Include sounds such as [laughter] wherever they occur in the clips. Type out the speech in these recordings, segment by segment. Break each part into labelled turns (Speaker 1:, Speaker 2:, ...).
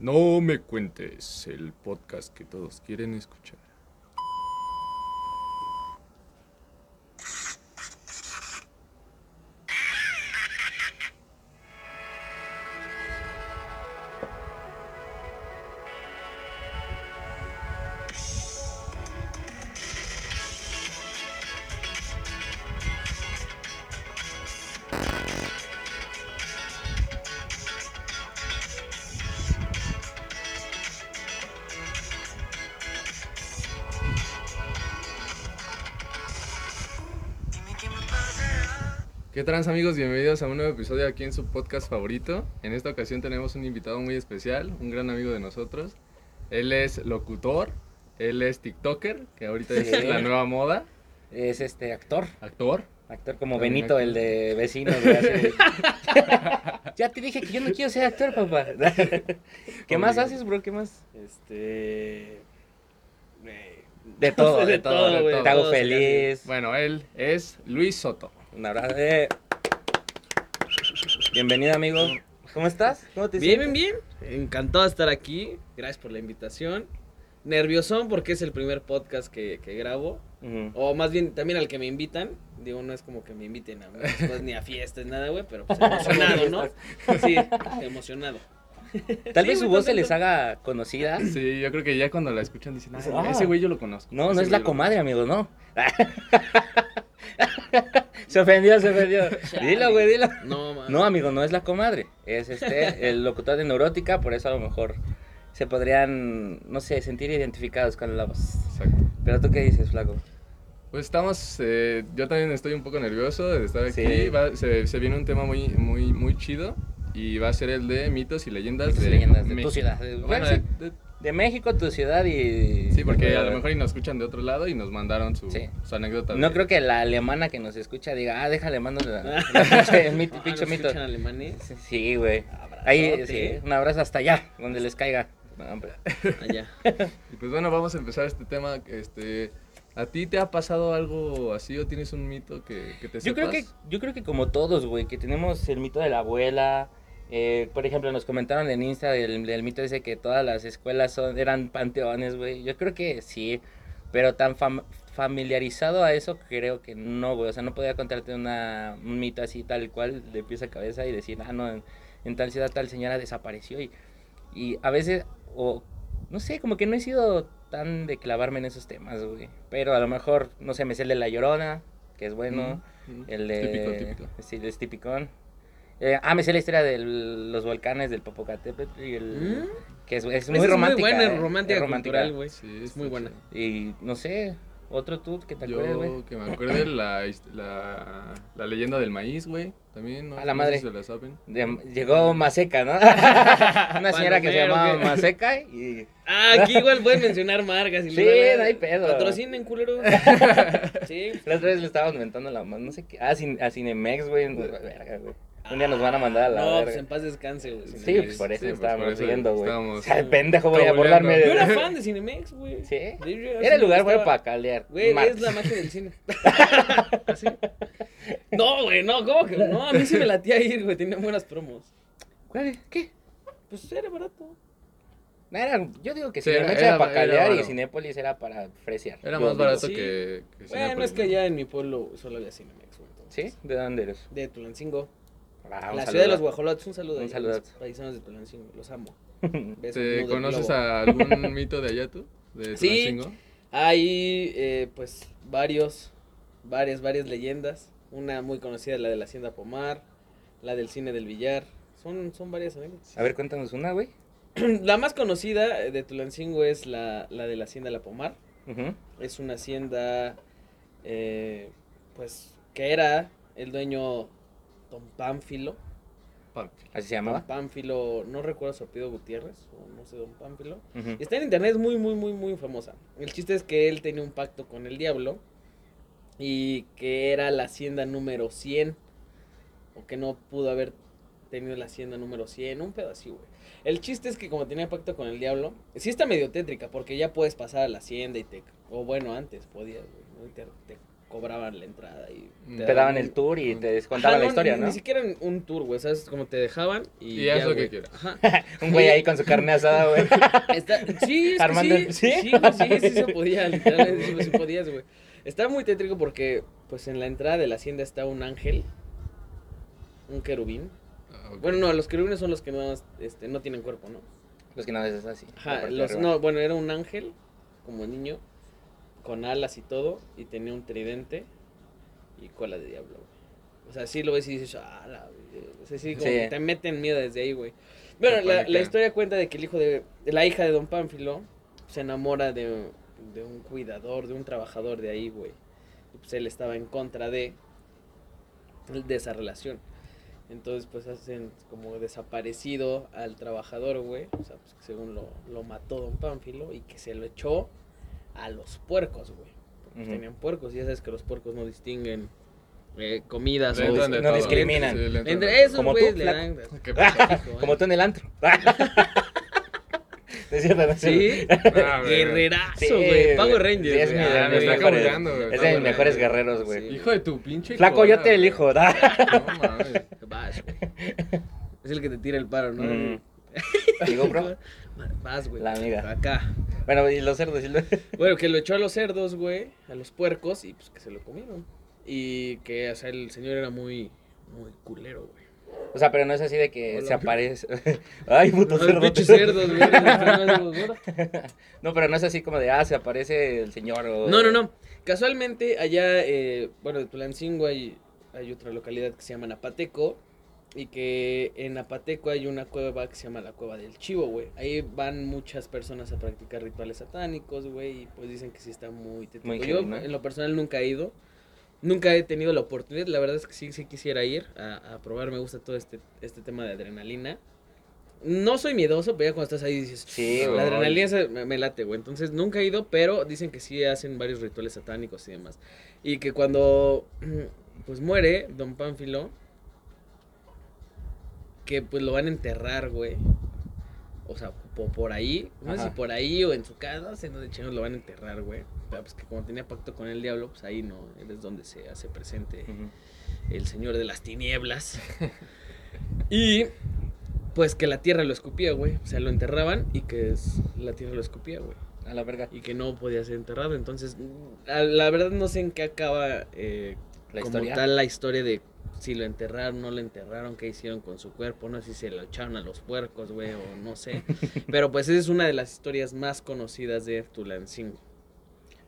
Speaker 1: No me cuentes el podcast que todos quieren escuchar. ¿Qué trans amigos? Bienvenidos a un nuevo episodio aquí en su podcast favorito. En esta ocasión tenemos un invitado muy especial, un gran amigo de nosotros. Él es locutor, él es TikToker, que ahorita es
Speaker 2: Sí.
Speaker 1: la nueva moda,
Speaker 2: Es este actor.
Speaker 1: actor.
Speaker 2: Actor como
Speaker 1: También
Speaker 2: Benito,
Speaker 1: actor.
Speaker 2: el de vecinos. güey, así.
Speaker 3: [laughs]
Speaker 2: ya te dije que yo no quiero ser actor,
Speaker 3: [laughs]
Speaker 2: papá. ¿Qué más
Speaker 1: Obligado.
Speaker 2: haces, bro? ¿Qué más?
Speaker 3: Este. eh,
Speaker 2: De todo, de,
Speaker 3: [laughs] De
Speaker 2: todo.
Speaker 3: todo,
Speaker 2: de
Speaker 1: güey,
Speaker 2: todo.
Speaker 1: de
Speaker 2: Te hago
Speaker 3: todo se le
Speaker 2: feliz.
Speaker 1: Bueno, él es Luis Soto.
Speaker 2: Un abrazo. eh. Bienvenido, amigo. ¿Cómo estás? ¿Cómo te
Speaker 3: Bien, bien,
Speaker 2: sientes?
Speaker 3: bien. Encantado de estar aquí. Gracias por la invitación. Nerviosón porque es el primer podcast que, que grabo.
Speaker 2: Ujú.
Speaker 3: O más bien también al que me invitan. Digo, no es como que me inviten a muchas cosas, ni a fiestas, nada, güey,
Speaker 2: [laughs]
Speaker 3: pero pues emocionado, ¿no? Sí, emocionado.
Speaker 2: Mm. Tal
Speaker 3: Sí,
Speaker 2: vez su
Speaker 3: muy
Speaker 2: voz se les
Speaker 3: contento.
Speaker 2: haga conocida.
Speaker 1: Sí, yo creo que ya cuando la escuchan dicen, "Ah,
Speaker 2: Ah.
Speaker 1: ese güey yo lo conozco.
Speaker 2: No, no
Speaker 1: Ese
Speaker 2: es
Speaker 1: güey
Speaker 2: la
Speaker 1: yo lo
Speaker 2: comadre, amigo, no. [laughs] se ofendió, se ofendió. Dilo, güey, dilo.
Speaker 3: No, mames. [laughs]
Speaker 2: No, amigo, no es la comadre.
Speaker 1: [laughs]
Speaker 2: Es este, el locutor de Neurótica, por eso a lo mejor se podrían, no sé, sentir identificados con la voz.
Speaker 1: conozco". Exacto.
Speaker 2: Pero tú qué dices, Flaco.
Speaker 1: Pues estamos, eh, yo también estoy un poco nervioso de estar aquí.
Speaker 2: Sí.
Speaker 1: Va- se, se viene un tema muy, muy, muy chido y va a ser el de mitos y leyendas
Speaker 2: Mitos y
Speaker 1: de,
Speaker 2: leyendas de tu
Speaker 1: México.
Speaker 2: ciudad. De-
Speaker 1: Bueno,
Speaker 2: bueno,
Speaker 1: de-
Speaker 2: sí,
Speaker 1: de-
Speaker 2: de México, tu ciudad y...
Speaker 1: sí, porque a lo mejor y nos escuchan de otro lado y nos mandaron su,
Speaker 2: Sí.
Speaker 1: su anécdota.
Speaker 2: No
Speaker 1: de-
Speaker 2: creo que la alemana que nos escucha diga, ah, déjale, mando la,
Speaker 1: [laughs]
Speaker 2: [laughs] la- el mito,
Speaker 3: Ah,
Speaker 2: pinche
Speaker 3: ¿nos
Speaker 2: mito.
Speaker 3: escuchan alemanes?
Speaker 2: Sí, güey. Ahí, sí,
Speaker 3: Abrazote.
Speaker 2: un abrazo hasta allá, donde les caiga. No, hombre.
Speaker 3: Allá.
Speaker 1: Y pues bueno, vamos a empezar este tema. Este, ¿A ti te ha pasado algo así o tienes un mito que, que te
Speaker 2: Yo creo, que,
Speaker 1: sepas?
Speaker 2: yo creo que como todos, güey, que tenemos el mito de la abuela. eh, por ejemplo, nos comentaron en Insta del, del mito ese que todas las escuelas son, eran panteones, güey. Yo creo que sí, pero tan fam- familiarizado a eso creo que no, güey. O sea, no podía contarte una, un mito así tal cual de pies a cabeza y decir, ah, no, en, en tal ciudad tal señora desapareció. Y, y a veces, o no sé, como que no he sido tan de clavarme en esos temas, güey. Pero a lo mejor, no sé, me sé el de la llorona, que es bueno.
Speaker 1: Ujú, ujú.
Speaker 2: El de...
Speaker 1: Típico, típico.
Speaker 2: Sí, es típicón. Eh, ah, me sé la historia de los volcanes del Popocatépetl y el...
Speaker 3: ¿Mm?
Speaker 2: Que es, es
Speaker 3: Esa
Speaker 2: muy romántica.
Speaker 3: Es muy
Speaker 2: eh,
Speaker 3: buena,
Speaker 2: Pues,
Speaker 3: romántica,
Speaker 2: es
Speaker 3: cultural, güey.
Speaker 1: Sí,
Speaker 3: es
Speaker 1: está
Speaker 3: muy buena.
Speaker 1: chido.
Speaker 2: Y no sé, otro tú que te
Speaker 1: Yo
Speaker 2: acuerdes, güey.
Speaker 1: que me acuerde la, hist- la, la leyenda del maíz, güey. También, ¿no?
Speaker 2: A la
Speaker 1: No
Speaker 2: madre.
Speaker 1: sé si se la saben.
Speaker 2: De- Llegó
Speaker 1: [laughs]
Speaker 2: Maseca, ¿no? Una señora que se
Speaker 3: Palomero,
Speaker 2: llamaba
Speaker 3: ¿qué?
Speaker 2: Maseca y...
Speaker 3: Ah, aquí igual pueden mencionar marcas. y
Speaker 2: Sí,
Speaker 3: la, la, la.
Speaker 2: no hay pedo. [laughs]
Speaker 3: Patrocinen, culero. sí.
Speaker 2: La otra vez le estábamos inventando la mano, no sé qué. Ah, Cin- a Cinemex, güey. no, verga, güey. Un día nos van a mandar a la
Speaker 3: No, pues
Speaker 2: verga. [laughs]
Speaker 3: en paz descanse, güey.
Speaker 2: Sí,
Speaker 3: Cinemex.
Speaker 2: pues por eso
Speaker 1: Sí, pues,
Speaker 2: estábamos
Speaker 1: por eso
Speaker 2: riendo, güey.
Speaker 1: estábamos
Speaker 2: O sea, el pendejo voy a
Speaker 1: cabuleando.
Speaker 2: burlarme de...
Speaker 1: Yo
Speaker 3: Yo era fan de Cinemex, güey.
Speaker 2: Sí.
Speaker 3: Yo- yo
Speaker 2: Era el lugar, güey,
Speaker 3: estaba-
Speaker 2: para caldear.
Speaker 3: Güey,
Speaker 2: Marx.
Speaker 3: es la magia
Speaker 2: [laughs]
Speaker 3: del cine. Así. No, güey, no, ¿cómo que no? A mí sí me latía ir, güey. Tenía buenas promos.
Speaker 2: ¿Cuál? ¿Qué?
Speaker 3: Pues era barato.
Speaker 2: No, era- yo digo que
Speaker 1: Sí,
Speaker 2: Cinemex
Speaker 1: era-
Speaker 2: era,
Speaker 1: era-
Speaker 2: para
Speaker 1: era
Speaker 2: caldear y
Speaker 1: barato.
Speaker 2: Cinépolis era para fresear.
Speaker 1: Era
Speaker 2: Yo
Speaker 1: más
Speaker 2: digo.
Speaker 1: barato que,
Speaker 3: sí.
Speaker 1: que
Speaker 2: Pues
Speaker 3: Bueno,
Speaker 1: Cinépolis,
Speaker 3: es que
Speaker 1: ¿no?
Speaker 3: allá en mi pueblo solo había Cinemex, güey.
Speaker 2: ¿Sí?
Speaker 3: entonces.
Speaker 2: ¿De dónde eres?
Speaker 3: De Tulancingo.
Speaker 2: Ah, un
Speaker 3: la
Speaker 2: saludo.
Speaker 3: ciudad de los guajolotes. Un saludo.
Speaker 2: Un
Speaker 3: ahí a
Speaker 2: saludo.
Speaker 3: los Paisanos de Tulancingo. Los
Speaker 2: [laughs]
Speaker 3: amo. Besos,
Speaker 1: ¿Te
Speaker 3: nudo,
Speaker 1: conoces
Speaker 3: globo.
Speaker 1: a algún [laughs] mito de allá tú? De
Speaker 3: Sí.
Speaker 1: Tulancingo?
Speaker 3: Hay, eh, pues, varios, varias, varias leyendas. Una muy conocida, la de la Hacienda Pomar, la del cine del Villar. Son, son varias anécdotas.
Speaker 2: A ver, cuéntanos una, güey.
Speaker 3: [clears throat] La más conocida eh, de Tulancingo es la, la de la Hacienda La Pomar.
Speaker 2: Ujú.
Speaker 3: Es una hacienda, eh, pues, que era el dueño Don Pánfilo.
Speaker 1: Pánfilo.
Speaker 2: ¿Así se llamaba?
Speaker 3: Don Pánfilo, no recuerdo su apellido Gutiérrez, o no sé, Don Pánfilo.
Speaker 2: Ujú.
Speaker 3: Está en internet, es muy, muy, muy, muy famosa. El chiste es que él tenía un pacto con el diablo y que era la hacienda número 100 o que no pudo haber tenido la hacienda número 100, un pedo así, güey. El chiste es que como tenía pacto con el diablo, sí está medio tétrica porque ya puedes pasar a la hacienda y te... O bueno, antes podías, güey, ¿no? Y te, te cobraban la entrada y
Speaker 1: Mm.
Speaker 2: Te daban
Speaker 3: un-
Speaker 2: el tour y te
Speaker 3: Ajá,
Speaker 2: descontaban la
Speaker 3: no,
Speaker 2: historia,
Speaker 3: ni-
Speaker 2: ¿no?
Speaker 3: Ni siquiera en un tour, güey, ¿sabes? Como te dejaban y.
Speaker 1: Y haz lo que
Speaker 3: güey.
Speaker 1: quieras.
Speaker 3: Ajá.
Speaker 2: Un güey ahí con su carne asada,
Speaker 3: [laughs]
Speaker 2: güey.
Speaker 3: Está- sí, es que
Speaker 2: Armando el-
Speaker 3: sí,
Speaker 2: ¿sí?
Speaker 3: sí, güey, sí, sí se podía, literalmente sí, sí podías, güey. Está muy tétrico porque, pues, en la entrada de la hacienda está un ángel, un querubín.
Speaker 1: Ah, ok.
Speaker 3: Bueno, no, los querubines son los que no, este, no tienen cuerpo, ¿no?
Speaker 2: Los que no ves así. la
Speaker 3: Ajá,
Speaker 2: parte de
Speaker 3: los,
Speaker 2: arriba.
Speaker 3: no, bueno, era un ángel, como niño, con alas y todo, y tenía un tridente y cola de diablo, güey. O sea, sí lo ves y dices, ah, la... verga". O sea, sí, como
Speaker 2: Sí.
Speaker 3: que te meten miedo desde ahí, güey. Bueno,
Speaker 1: Te
Speaker 3: la,
Speaker 1: paniquea.
Speaker 3: la historia cuenta de que el hijo de, de la hija de Don Pánfilo se enamora de, de un cuidador, de un trabajador de ahí, güey. Y pues él estaba en contra de, de esa relación. Entonces, pues hacen como desaparecido al trabajador, güey. O sea, pues, que según lo, lo mató Don Pánfilo y que se lo echó a los puercos, güey. Porque
Speaker 2: Ujú.
Speaker 3: tenían puercos, y ya sabes que los puercos no distinguen eh, comidas
Speaker 1: Le
Speaker 3: o
Speaker 1: entran de
Speaker 2: no
Speaker 1: todo.
Speaker 2: discriminan.
Speaker 1: Sí, le entran
Speaker 3: Entre
Speaker 1: de
Speaker 3: esos
Speaker 2: Como tú,
Speaker 3: güeyes le
Speaker 2: flaco.
Speaker 3: dan.
Speaker 1: todo. ¿Qué pasa?
Speaker 2: Como tú en el antro. [laughs] ¿Es cierto? no es cierto.
Speaker 3: [laughs] Sí,
Speaker 1: Ah, güey.
Speaker 2: Sí,
Speaker 3: guerrerazo, güey. Pago
Speaker 2: güey.
Speaker 3: Ranger.
Speaker 2: Sí, [laughs] es
Speaker 3: güey.
Speaker 2: mi-
Speaker 1: Ah, me
Speaker 2: de mis
Speaker 1: está
Speaker 2: mejores-
Speaker 1: cabuleando, güey.
Speaker 2: Es
Speaker 1: Está
Speaker 2: de mis mejores
Speaker 1: cabuleando.
Speaker 2: guerreros, güey.
Speaker 3: Sí.
Speaker 1: Hijo de tu pinche.
Speaker 2: Flaco,
Speaker 1: cola,
Speaker 2: yo te
Speaker 1: güey.
Speaker 2: elijo.
Speaker 1: [laughs]
Speaker 2: da.
Speaker 1: No mames.
Speaker 3: Vas, güey. Es el que te tira el paro, [laughs] ¿no?
Speaker 2: Mm. Digo,
Speaker 3: [laughs]
Speaker 2: bro.
Speaker 3: Vas, güey.
Speaker 2: La amiga.
Speaker 3: Acá.
Speaker 2: Bueno, y los cerdos. y los-
Speaker 3: Bueno, que lo echó a los cerdos, güey, a los puercos, y pues que se lo comieron. Y que, o sea, el señor era muy, muy culero, güey.
Speaker 2: [laughs] O sea, pero no es así de que
Speaker 1: Hola.
Speaker 2: se aparece. [laughs] Ay, puto
Speaker 3: Ay,
Speaker 2: cerdo.
Speaker 3: pinches cerdos, güey.
Speaker 2: No, pero no es así como de, ah, se aparece el señor. O...
Speaker 3: No, no, no. Casualmente, allá, eh, bueno, de Tulancingo hay, hay otra localidad que se llama Napateco. Y que en Apateco hay una cueva que se llama la Cueva del Chivo, güey. Ahí van muchas personas a practicar rituales satánicos, güey. Y pues dicen que sí está muy tétrico.
Speaker 2: Muy
Speaker 3: Yo,
Speaker 2: heavy, ¿no?
Speaker 3: en lo personal, nunca he ido. Nunca he tenido la oportunidad. La verdad es que sí, sí quisiera ir a, a probar. Me gusta todo este, este tema de adrenalina. No soy miedoso, pero ya cuando estás ahí dices,
Speaker 2: Sí,
Speaker 3: la
Speaker 2: güey.
Speaker 3: adrenalina esa me, me late, güey. Entonces nunca he ido, pero dicen que sí hacen varios rituales satánicos y demás. Y que cuando [clears throat] pues muere Don Pánfilo, que pues lo van a enterrar, güey. O sea, po- por ahí, no sé
Speaker 2: Ajá.
Speaker 3: si por ahí o en su casa, no sé dónde chingados lo van a enterrar, güey. Pero pues que como tenía pacto con el diablo, pues ahí no, él es donde se hace presente
Speaker 2: Ujú.
Speaker 3: el señor de las tinieblas. y pues que la tierra lo escupía, güey. O sea, lo enterraban y que es- la tierra lo escupía, güey.
Speaker 2: A la verga.
Speaker 3: Y que no podía ser enterrado. Entonces, la, la verdad no sé en qué acaba eh,
Speaker 2: La
Speaker 3: como
Speaker 2: historia.
Speaker 3: tal la historia de si lo enterraron, no lo enterraron, qué hicieron con su cuerpo, no sé si se lo echaron a los puercos, güey, o
Speaker 2: [laughs]
Speaker 3: no sé. Pero pues esa es una de las historias más conocidas de Tulancingo.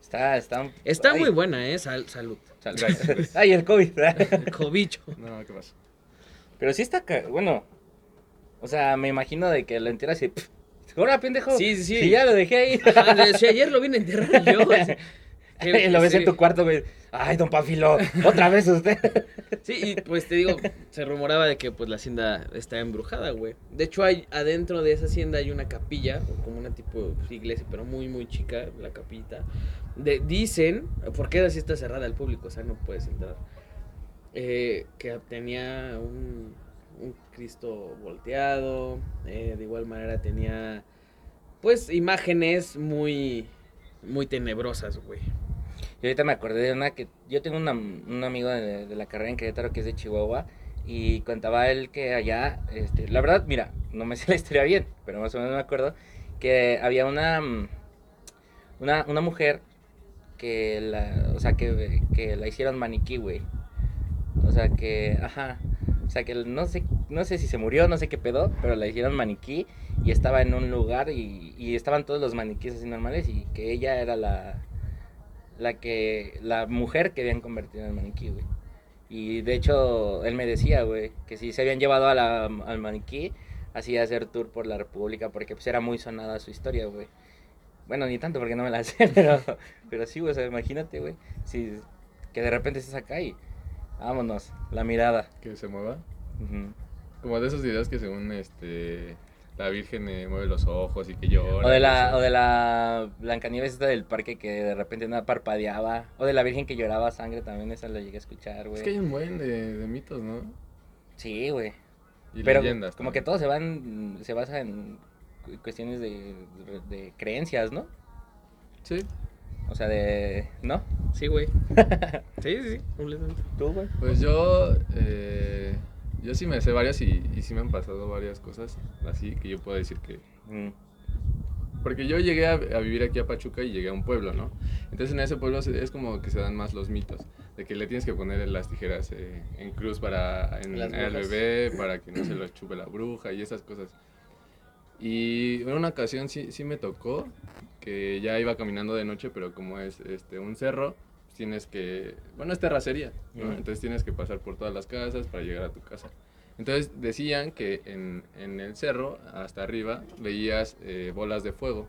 Speaker 2: Está, está.
Speaker 3: Está
Speaker 2: Ay,
Speaker 3: muy buena, ¿eh? Sal- salud.
Speaker 2: sal-
Speaker 3: [laughs]
Speaker 2: gracias. Ay, el COVID.
Speaker 3: Cobicho. [laughs]
Speaker 1: No, ¿qué pasa?
Speaker 2: pero sí está. ca- Bueno. O sea, me imagino de que lo enteras y. pff, ¡Ahora, pendejo!
Speaker 3: Sí, sí, sí.
Speaker 2: Si ya lo dejé
Speaker 3: [laughs]
Speaker 2: ahí.
Speaker 3: Ajá, de- si ayer lo vine a enterrar yo.
Speaker 2: [laughs]
Speaker 3: así. Eh,
Speaker 2: lo ves
Speaker 3: sí.
Speaker 2: en tu cuarto, güey. Ay, don Pafilo, otra vez usted.
Speaker 3: Sí, y pues te digo, se rumoraba de que pues la hacienda está embrujada, güey. De hecho, hay adentro de esa hacienda hay una capilla, o como una tipo pues, iglesia, pero muy, muy chica, la capillita. De, dicen, porque así está cerrada al público, o sea, no puedes entrar. eh, que tenía un, un Cristo volteado, eh, de igual manera tenía, pues, imágenes muy, muy tenebrosas, güey.
Speaker 2: Y ahorita me acordé de una que. Yo tengo una- un amigo de, de la carrera en Querétaro que es de Chihuahua. Y contaba él que allá. Este, la verdad, mira, no me sé la historia bien, pero más o menos me acuerdo. Que había una. mm, Una, una mujer que la. O sea, que, que la hicieron maniquí, güey. O sea, que. Ajá. O sea, que no sé, no sé si se murió, no sé qué pedo, pero la hicieron maniquí y estaba en un lugar y, y estaban todos los maniquíes así normales y que ella era la, la que la mujer que habían convertido en maniquí, güey. Y de hecho, él me decía, güey, que si se habían llevado a la- al maniquí, así a hacer tour por la República, porque pues era muy sonada su historia, güey. Bueno, ni tanto porque no me la [laughs] sé, pero, pero sí, güey, o sea, imagínate, güey, si, que de repente estás acá y vámonos, la mirada.
Speaker 1: ¿Que se mueva?
Speaker 2: Ujú.
Speaker 1: Como de esos videos que según este la virgen eh, mueve los ojos y que llora.
Speaker 2: O
Speaker 1: y
Speaker 2: de la,
Speaker 1: eso.
Speaker 2: o de la Blancanieves esta del parque que de repente nada parpadeaba. O de la Virgen que lloraba sangre también, esa la llegué a escuchar, güey.
Speaker 1: Es que hay un buen de, de mitos, ¿no?
Speaker 2: Sí, güey.
Speaker 1: Y
Speaker 2: Pero
Speaker 1: leyendas.
Speaker 2: como que
Speaker 1: también.
Speaker 2: todo se van, se basa en cu- cuestiones de, de creencias, ¿no?
Speaker 1: Sí.
Speaker 2: O sea, de. ¿No?
Speaker 4: Sí,
Speaker 2: [laughs]
Speaker 4: güey. Sí, sí, sí, completamente.
Speaker 2: ¿Tú, güey?
Speaker 1: Pues yo, eh, yo sí me sé varias y, y sí me han pasado varias cosas así que yo puedo decir que...
Speaker 2: Mm.
Speaker 1: Porque yo llegué a, a vivir aquí a Pachuca y llegué a un pueblo, ¿no? Entonces en ese pueblo se- es como que se dan más los mitos, de que le tienes que poner las tijeras eh, en cruz para en,
Speaker 3: Las
Speaker 1: el
Speaker 3: brujas.
Speaker 1: bebé, para que no se lo chupe la bruja y esas cosas. Y en una ocasión sí, sí me tocó que ya iba caminando de noche, pero como es este, un cerro, pues tienes que, bueno, es terracería, ¿no?
Speaker 2: Ujú.
Speaker 1: Entonces tienes que pasar por todas las casas para llegar a tu casa. Entonces decían que en, en el cerro, hasta arriba, veías eh, bolas de fuego,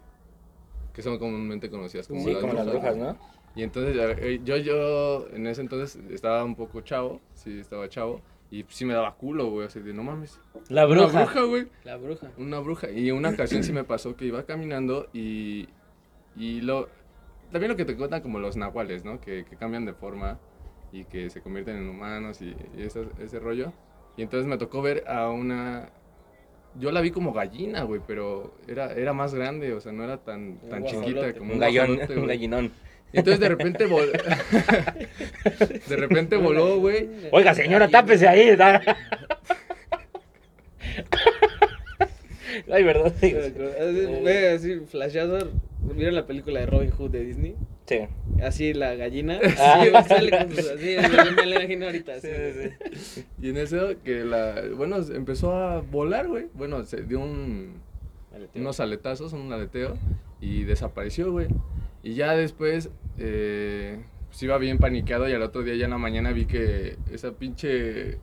Speaker 1: que son comúnmente conocidas como,
Speaker 2: Sí, como las brujas, ¿no?
Speaker 1: y entonces a ver, eh, yo, yo en ese entonces estaba un poco chavo, sí, estaba chavo, y sí me daba culo, güey, así de no mames.
Speaker 2: La
Speaker 1: Una
Speaker 2: bruja.
Speaker 1: bruja, güey.
Speaker 3: La bruja.
Speaker 1: Una bruja. Y una ocasión sí me pasó que iba caminando y. Y lo. También lo que te cuentan como los nahuales, ¿no? Que, que cambian de forma y que se convierten en humanos y, y esas- ese rollo. Y entonces me tocó ver a una. Yo la vi como gallina, güey, pero era, era más grande, o sea, no era tan,
Speaker 3: Un
Speaker 1: tan
Speaker 3: guajolote.
Speaker 1: chiquita como
Speaker 2: Un gallón,
Speaker 1: guajolote,
Speaker 2: un
Speaker 1: güey.
Speaker 2: gallinón.
Speaker 1: Y entonces de repente
Speaker 2: [laughs]
Speaker 1: voló. de repente voló, güey.
Speaker 2: Oiga, señora, tápese ahí. da. [laughs] Ay, verdad. Sí.
Speaker 3: Ve así, flashazo. ¿Vieron la película de Robin Hood de Disney?
Speaker 2: Sí.
Speaker 3: Así la gallina.
Speaker 2: Ah.
Speaker 3: [laughs] Sí, sale con sus así. [laughs] Me la imagino ahorita. así.
Speaker 1: Y en eso que la. Bueno, empezó a volar, güey. Bueno, se dio un. unos aletazos, un aleteo, y desapareció, güey. Y ya después, eh, pues iba bien paniqueado y al otro día ya en la mañana vi que esa pinche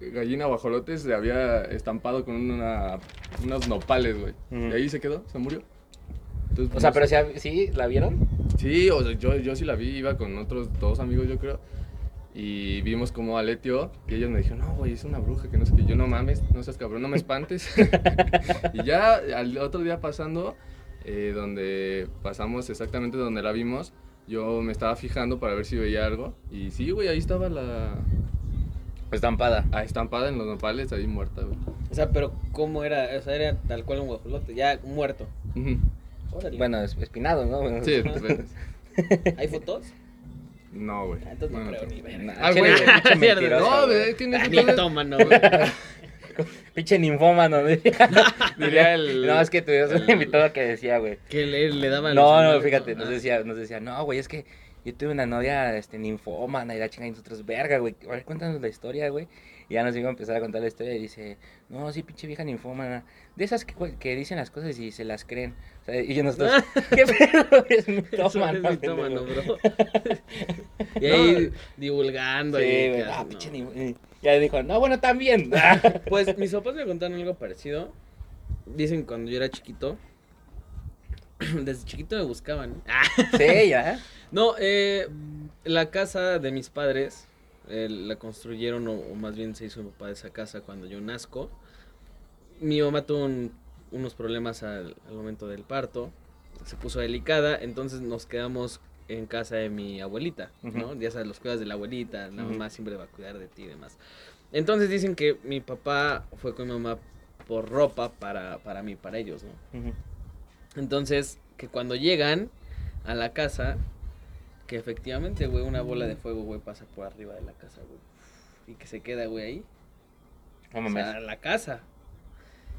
Speaker 1: gallina guajolote se había estampado con una, unos nopales, güey.
Speaker 2: Ujú.
Speaker 1: Y ahí se quedó, se murió. Entonces,
Speaker 2: O sea,
Speaker 1: pues,
Speaker 2: pero sí, sí, ¿la vieron?
Speaker 1: Sí, o sea, yo, yo sí la vi, iba con otros dos amigos, yo creo. Y vimos como aleteó, que ellos me dijeron, no, güey, es una bruja, que no sé qué. Yo, no mames, no seas cabrón, no me espantes.
Speaker 3: [laughs]
Speaker 1: y ya al otro día pasando, eh, donde pasamos exactamente donde la vimos, yo me estaba fijando para ver si veía algo. Y sí, güey, ahí estaba la...
Speaker 2: Estampada.
Speaker 1: ah, estampada en los nopales, ahí muerta, güey.
Speaker 3: O sea, pero ¿cómo era? O sea, era tal cual un guajolote. Ya muerto.
Speaker 1: Ujú.
Speaker 3: Órale.
Speaker 2: Bueno, es- espinado, ¿no? Bueno,
Speaker 1: Sí, pues,
Speaker 3: ¿Hay fotos?
Speaker 1: no, güey.
Speaker 3: Ah, Entonces no
Speaker 1: Bueno,
Speaker 3: creo
Speaker 1: sí.
Speaker 3: ni ver.
Speaker 2: nah,
Speaker 1: Ah,
Speaker 2: chile,
Speaker 1: güey.
Speaker 3: [laughs]
Speaker 2: pinche
Speaker 4: Mierda,
Speaker 2: mentiroso,
Speaker 1: No, güey,
Speaker 2: güey.
Speaker 1: es que en ese [laughs]
Speaker 3: Ni
Speaker 1: entonces-
Speaker 3: tómano, güey.
Speaker 2: [laughs] Pinche ninfómano, diría.
Speaker 1: [laughs] Diría el-
Speaker 2: [laughs] No, es que tuvimos un
Speaker 1: el-
Speaker 2: invitado que decía, güey.
Speaker 4: Que le, le daban
Speaker 2: No,
Speaker 4: los
Speaker 2: no,
Speaker 4: animales,
Speaker 2: fíjate,
Speaker 4: Ah.
Speaker 2: nos decía, nos decía, no, güey, es que yo tuve una novia, este, ninfómana y la chinga y nosotros, verga, güey, a ver, cuéntanos la historia, güey. Y ya nos iba a empezar a contar la historia y dice, no, sí, pinche vieja ninfómana, de esas que, cue- que dicen las cosas y se las creen. O sea, y yo nosotros,
Speaker 3: [laughs]
Speaker 2: [laughs] ¿qué pedo es
Speaker 4: Eso es
Speaker 2: mitómana?
Speaker 4: mitómano,
Speaker 2: pendejo?" [laughs]
Speaker 4: bro. y ahí divulgando.
Speaker 2: Sí,
Speaker 4: ahí,
Speaker 2: güey,
Speaker 4: ¿qué
Speaker 2: ah,
Speaker 4: haces?
Speaker 2: pinche
Speaker 4: No.
Speaker 2: ninfómana. Ya dijo, no, bueno, también.
Speaker 3: [laughs]
Speaker 2: [laughs]
Speaker 3: Pues mis papás me contaron algo parecido. Dicen cuando yo era chiquito. [clears throat] Desde chiquito me buscaban. Ah,
Speaker 2: sí, ya.
Speaker 3: No, eh, la casa de mis padres eh, la construyeron, o, o más bien se hizo mi papá de esa casa cuando yo nazco. Mi mamá tuvo un- unos problemas al, al momento del parto, se puso delicada, entonces nos quedamos en casa de mi abuelita, ¿no? Ya sabes, los cuidas de la abuelita, la
Speaker 2: Ujú.
Speaker 3: mamá siempre va a cuidar de ti y demás. Entonces dicen que mi papá fue con mi mamá por ropa para, para mí, para ellos, ¿no?
Speaker 2: Ujú.
Speaker 3: Entonces, que cuando llegan a la casa, que efectivamente, güey, una bola de fuego, güey, pasa por arriba de la casa, güey. Y que se queda, güey, ahí.
Speaker 2: No
Speaker 3: O
Speaker 2: mames.
Speaker 3: sea, la casa.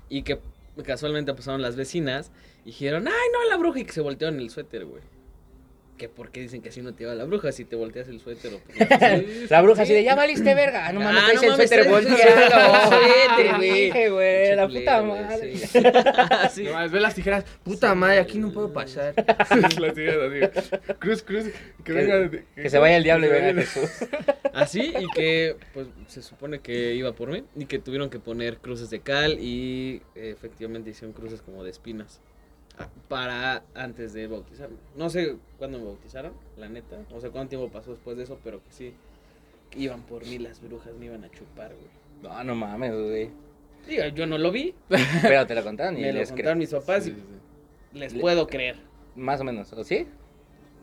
Speaker 3: Y que casualmente pasaron las vecinas y dijeron, ay, no, la bruja. Y que se voltearon el suéter, güey. Que porque dicen que así no te va la bruja si te volteas
Speaker 2: [laughs]
Speaker 3: el suéter. o pues, por-
Speaker 2: La bruja así de, ya valiste verga. No
Speaker 3: Ah,
Speaker 2: mames, traes
Speaker 3: no
Speaker 2: el
Speaker 3: mames,
Speaker 2: suéter
Speaker 3: traes el
Speaker 2: volteado.
Speaker 3: suéter,
Speaker 2: [laughs]
Speaker 3: güey.
Speaker 2: Dije, güey, Eh, la
Speaker 3: Chulero,
Speaker 2: puta
Speaker 3: güey,
Speaker 2: madre.
Speaker 3: sí. Sí. [laughs]
Speaker 1: No, ve las tijeras. Puta madre, aquí no puedo [laughs] pasar. las tijeras así. Cruz, cruz. Que, venga. que-
Speaker 2: Que se vaya el diablo y
Speaker 1: que
Speaker 2: venga
Speaker 1: venga-
Speaker 2: Jesús.
Speaker 3: Así y que pues se supone que iba por mí y que tuvieron que poner cruces de cal y eh, efectivamente hicieron cruces como de espinas ah, para antes de bautizarme. No sé cuándo me bautizaron, la neta. No sé cuánto tiempo pasó después de eso, pero que sí. que Iban por mí las brujas, me iban a chupar, güey.
Speaker 2: No, no mames, güey.
Speaker 3: Diga, yo no lo vi,
Speaker 2: Pero te lo contaron y
Speaker 3: me lo
Speaker 2: les cre-
Speaker 3: contaron mis papás
Speaker 1: Sí,
Speaker 3: y
Speaker 1: sí, sí.
Speaker 3: les
Speaker 2: Le-
Speaker 3: puedo creer.
Speaker 2: Más o menos, ¿o sí?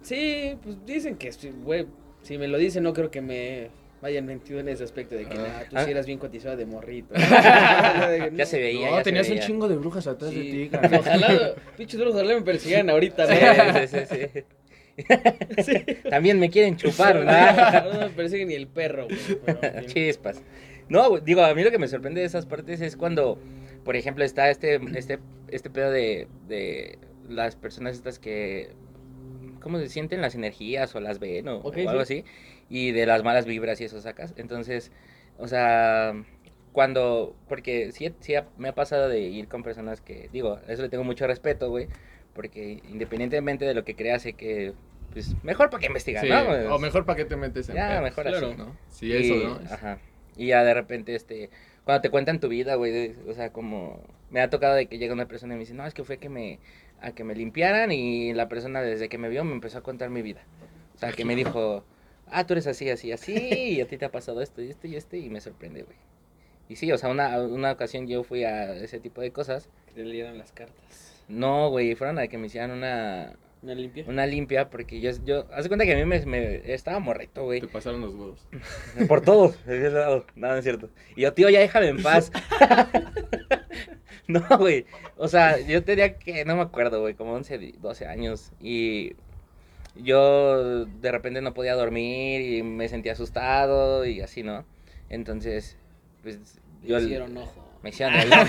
Speaker 3: Sí, pues dicen que, sí, güey, si me lo dicen no creo que me hayan mentido en ese aspecto de que,
Speaker 1: Ah.
Speaker 3: "Nah, tú
Speaker 2: Ah.
Speaker 3: sí eras bien cotizado
Speaker 2: [laughs]
Speaker 3: de morrito. [laughs] ya
Speaker 2: Ya se veía.
Speaker 1: No,
Speaker 2: ya se
Speaker 1: tenías un
Speaker 2: veía.
Speaker 1: chingo de
Speaker 2: [laughs]
Speaker 1: brujas atrás de ti,
Speaker 3: Sí.
Speaker 1: carnal.
Speaker 3: Ojalá, pinches duros, ojalá me persigan ahorita, ¿no?
Speaker 2: Sí, sí, sí, sí. [laughs] También me quieren chupar, ¿verdad?
Speaker 3: No me parece que ni el perro, güey.
Speaker 2: [laughs]
Speaker 3: pero, en fin.
Speaker 2: Chispas. No, güey, digo, a mí lo que me sorprende de esas partes es cuando, por ejemplo, está este, este, este pedo de, de las personas estas que, ¿cómo se sienten las energías o las ven o,
Speaker 3: Ok,
Speaker 2: o algo así? Y de las malas vibras y eso sacas. Entonces, o sea, cuando, porque sí, sí ha- me ha pasado de ir con personas que, digo, a eso le tengo mucho respeto, güey, porque independientemente de lo que creas, sé que, pues, mejor para que investigar,
Speaker 1: Sí,
Speaker 2: ¿no? pues.
Speaker 1: O mejor para qué te metes en
Speaker 2: Ya,
Speaker 1: pedos,
Speaker 2: mejor así.
Speaker 1: claro, ¿no? Sí, eso,
Speaker 2: y,
Speaker 1: ¿no? Es-
Speaker 2: Ajá. Y ya de repente, este, cuando te cuentan tu vida, güey, de- o sea, como me ha tocado de que llega una persona y me dice, no, es que fue que me, a que me limpiaran y la persona desde que me vio me empezó a contar mi vida. O sea, que me dijo, ah, tú eres así, así, así, y a ti te ha pasado esto y esto y este, y me sorprende, güey. Y sí, o sea, una, una ocasión yo fui a ese tipo de cosas.
Speaker 3: Te leyeron las cartas.
Speaker 2: No, güey, fueron a que me hicieran una,
Speaker 3: ¿No limpia?
Speaker 2: una limpia porque yo, yo, haz de cuenta que a mí me, me estaba morrito, güey.
Speaker 1: Te pasaron los huevos.
Speaker 2: Por todos. No, no es cierto. Y yo, tío, ya déjame en paz. no, güey. O sea, yo tenía que, no me acuerdo, güey, como 11, di- 12 años. Y yo de repente no podía dormir y me sentía asustado y así, ¿no? Entonces, pues yo...
Speaker 3: Le
Speaker 2: [laughs]
Speaker 3: hicieron ojo. [laughs]
Speaker 2: Me hicieron el-
Speaker 4: Ya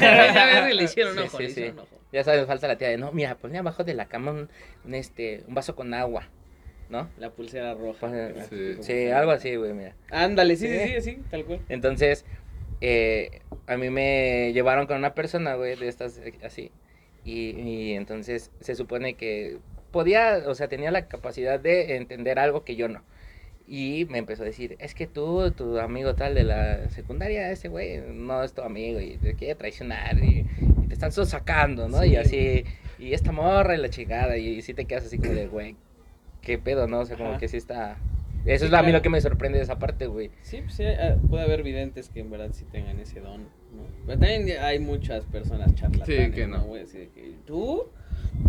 Speaker 4: ves que le hicieron
Speaker 2: Sí,
Speaker 4: ojo,
Speaker 2: sí,
Speaker 4: le
Speaker 2: sí.
Speaker 4: hicieron ojo.
Speaker 2: Ya sabes, falta la tía de, no, mira, ponle abajo de la cama un, un, este, un vaso con agua, ¿no?
Speaker 3: La pulsera roja.
Speaker 2: Pon-
Speaker 1: Sí.
Speaker 2: Sí, algo así, güey, mira.
Speaker 3: Ándale, sí, sí,
Speaker 2: Sí.
Speaker 3: sí, sí, tal cual.
Speaker 2: Entonces, eh, a mí me llevaron con una persona, güey, de estas eh, así. Y, y entonces se supone que podía, o sea, tenía la capacidad de entender algo que yo no. Y me empezó a decir, es que tú, tu amigo tal de la secundaria, ese güey, no es tu amigo y te quiere traicionar y, y te están sacando, ¿no? Y
Speaker 3: Sí.
Speaker 2: así, y esta morra y la chingada, y, si te quedas así como de, güey, qué pedo, ¿no? O sea, como
Speaker 3: Ajá.
Speaker 2: que sí está... Eso
Speaker 3: Sí,
Speaker 2: es lo- a mí
Speaker 3: claro.
Speaker 2: lo que me sorprende de esa parte, güey.
Speaker 3: Sí, pues sí, hay- ah, puede haber videntes que en verdad sí tengan ese don, ¿no? Pero también hay muchas personas charlatanes,
Speaker 1: Sí, que no.
Speaker 3: ¿no, güey? Así de que tú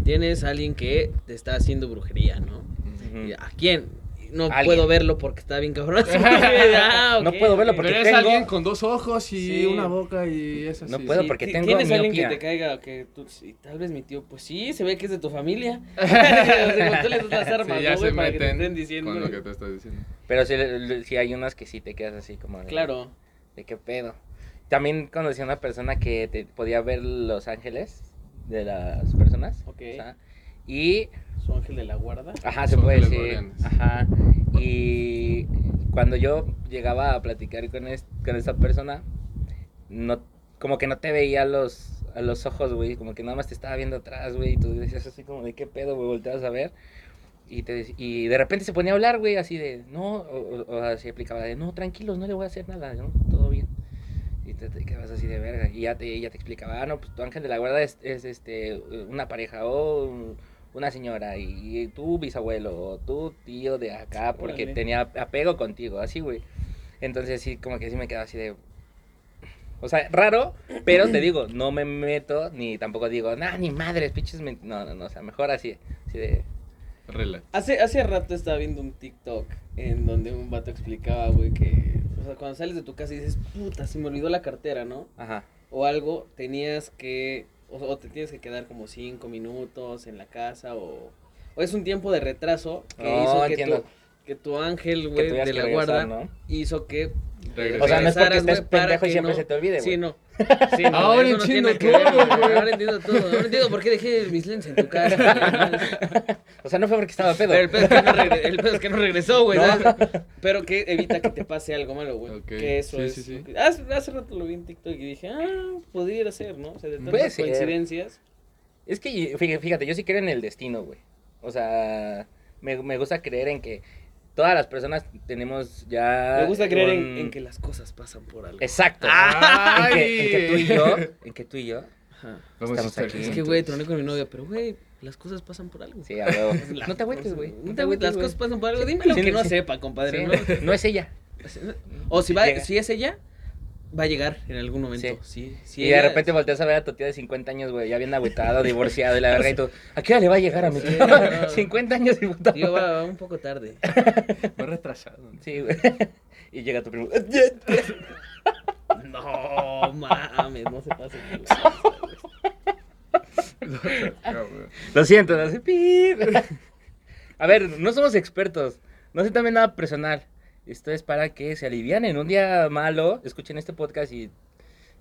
Speaker 3: tienes a alguien que te está haciendo brujería, ¿no?
Speaker 2: Ujú.
Speaker 3: Y, ¿A quién? No
Speaker 2: Mm. Alguien.
Speaker 3: puedo verlo porque está bien cabrón. [laughs] Ah,
Speaker 2: [laughs] No
Speaker 3: ok,
Speaker 2: puedo verlo
Speaker 3: ok.
Speaker 2: porque
Speaker 1: Pero es
Speaker 2: tengo-
Speaker 1: alguien con dos ojos y
Speaker 3: Sí.
Speaker 1: una boca y es así.
Speaker 2: No puedo
Speaker 1: Sí.
Speaker 2: porque
Speaker 3: ti-
Speaker 2: tengo
Speaker 3: ¿Tienes alguien que
Speaker 2: miopía.
Speaker 3: te caiga? Que tú, sí, tal vez mi tío, pues sí, se ve que es de tu familia.
Speaker 2: [laughs]
Speaker 3: [laughs] o sea, cuando tú le das las armas,
Speaker 1: Sí,
Speaker 3: ¿no, güey? Para que te estén diciendo.
Speaker 1: con lo que te estás diciendo.
Speaker 2: Pero sí, le- le- sí hay unas que sí te quedas así como de,
Speaker 3: Claro.
Speaker 2: de qué pedo. También conocí a una persona que te podía ver los ángeles de las personas.
Speaker 3: Ok.
Speaker 2: o sea, y,
Speaker 3: Su ángel de la guarda.
Speaker 2: ajá, se
Speaker 1: Son
Speaker 2: puede
Speaker 1: ángeles
Speaker 2: decir.
Speaker 1: guardianes.
Speaker 2: Ajá. Y cuando yo llegaba a platicar con, es- con esa persona, no, como que no te veía a los, a los ojos, güey. Como que nada más te estaba viendo atrás, güey. Y tú decías así como de qué pedo, güey. Volteabas a ver. Y, te, dec- y de repente se ponía a hablar, güey, así de, no, o, o- o así aplicaba de, no, tranquilos, no le voy a hacer nada, ¿no? Todo bien. Y te, te quedabas así de verga. Y ya te, ella te explicaba, ah, no, pues tu ángel de la guarda es, es, este, una pareja o un- una señora. Y, tu bisabuelo o tu tío de acá, porque
Speaker 3: Órale.
Speaker 2: tenía apego contigo, así, güey. Entonces, sí, como que sí me quedaba así de... O sea, raro, pero te digo, no me meto, ni tampoco digo, nah, ni madres, pinches... men-". No, no, no, o sea, mejor así, así de...
Speaker 1: Relax.
Speaker 3: Hace, hace rato estaba viendo un TikTok en donde un vato explicaba, güey, que o sea, cuando sales de tu casa y dices, puta, se me olvidó la cartera, ¿no?
Speaker 2: Ajá.
Speaker 3: O algo, tenías que, o, o te tienes que quedar como cinco minutos en la casa o, o es un tiempo de retraso que
Speaker 2: No,
Speaker 3: hizo que
Speaker 2: Oh, entiendo.
Speaker 3: tu, que tu ángel,
Speaker 2: Que
Speaker 3: güey,
Speaker 2: tuvieras
Speaker 3: de
Speaker 2: que
Speaker 3: la
Speaker 2: regresar,
Speaker 3: guarda
Speaker 2: ¿no?
Speaker 3: hizo que eh,
Speaker 1: Regresar.
Speaker 2: O sea,
Speaker 1: [laughs]
Speaker 2: no es porque
Speaker 3: regresaras,
Speaker 2: estés
Speaker 3: güey, para
Speaker 2: pendejo y
Speaker 3: que
Speaker 2: siempre
Speaker 3: no-
Speaker 2: se te olvide, güey. [laughs]
Speaker 3: Sí, no. Sí, no,
Speaker 1: Ahora
Speaker 3: eso no tiene
Speaker 1: entiendo
Speaker 3: que ver,
Speaker 1: todo,
Speaker 3: güey,
Speaker 1: güey.
Speaker 3: Ahora entiendo todo. Ahora entiendo por qué dejé mis lentes en tu casa. güey.
Speaker 2: [laughs] O sea, no fue porque estaba pedo.
Speaker 3: Pero el pedo es que no, regre- el pedo es que no regresó, güey.
Speaker 2: No.
Speaker 3: ¿sabes? Pero que evita que te pase algo malo, güey.
Speaker 1: Ok,
Speaker 3: Que eso
Speaker 1: sí,
Speaker 3: es.
Speaker 1: sí, sí.
Speaker 3: Hace, hace rato lo vi en TikTok y dije, ah, podría ser, ¿no? O sea, de tantas
Speaker 2: Puede ser.
Speaker 3: coincidencias.
Speaker 2: Es que y- fí- fíjate, yo sí creo en el destino, güey. O sea, me, me gusta creer en que todas las personas tenemos ya.
Speaker 3: Me gusta creer en,
Speaker 2: un-
Speaker 3: en que las cosas pasan por algo.
Speaker 2: Exacto. En, que, en que tú y yo. En que tú y yo.
Speaker 3: Ajá.
Speaker 1: Vamos a
Speaker 2: Estamos
Speaker 1: estar
Speaker 2: aquí.
Speaker 1: juntos.
Speaker 3: Es que, güey, troné con mi novia, pero, güey, las cosas pasan por algo.
Speaker 2: Sí, a huevo.
Speaker 3: [laughs] La-
Speaker 2: No te agüites, güey.
Speaker 3: No te agüites, las
Speaker 2: güey.
Speaker 3: cosas pasan por algo. Dime lo
Speaker 2: Sí,
Speaker 3: que
Speaker 2: no,
Speaker 3: no
Speaker 2: sí.
Speaker 3: sepa, compadre. ¿no?
Speaker 2: Sí, [laughs] No es ella.
Speaker 3: O si, va,
Speaker 2: Llega.
Speaker 3: si es ella, va a llegar en algún momento. Sí, sí.
Speaker 2: y de
Speaker 3: ella-
Speaker 2: repente volteas a ver a tu tía de 50 años, güey, ya bien
Speaker 3: [laughs]
Speaker 2: agüitado, divorciado y la verga y tú, ¿a qué hora le va a llegar a mi
Speaker 3: Sí,
Speaker 2: tío? [laughs]
Speaker 3: no.
Speaker 2: 50 años y puta
Speaker 3: Tío,
Speaker 2: madre.
Speaker 3: va, va un poco tarde.
Speaker 1: Fue retrasado. [laughs] ¿no?
Speaker 2: Sí, güey. [laughs] Y llega tu primo.
Speaker 3: No, mames, no se pase.
Speaker 1: Cabrón.
Speaker 2: Lo siento, no sé. pip. A ver, no somos expertos. No sé también nada personal. Esto es para que se alivian en un día malo. Escuchen este podcast y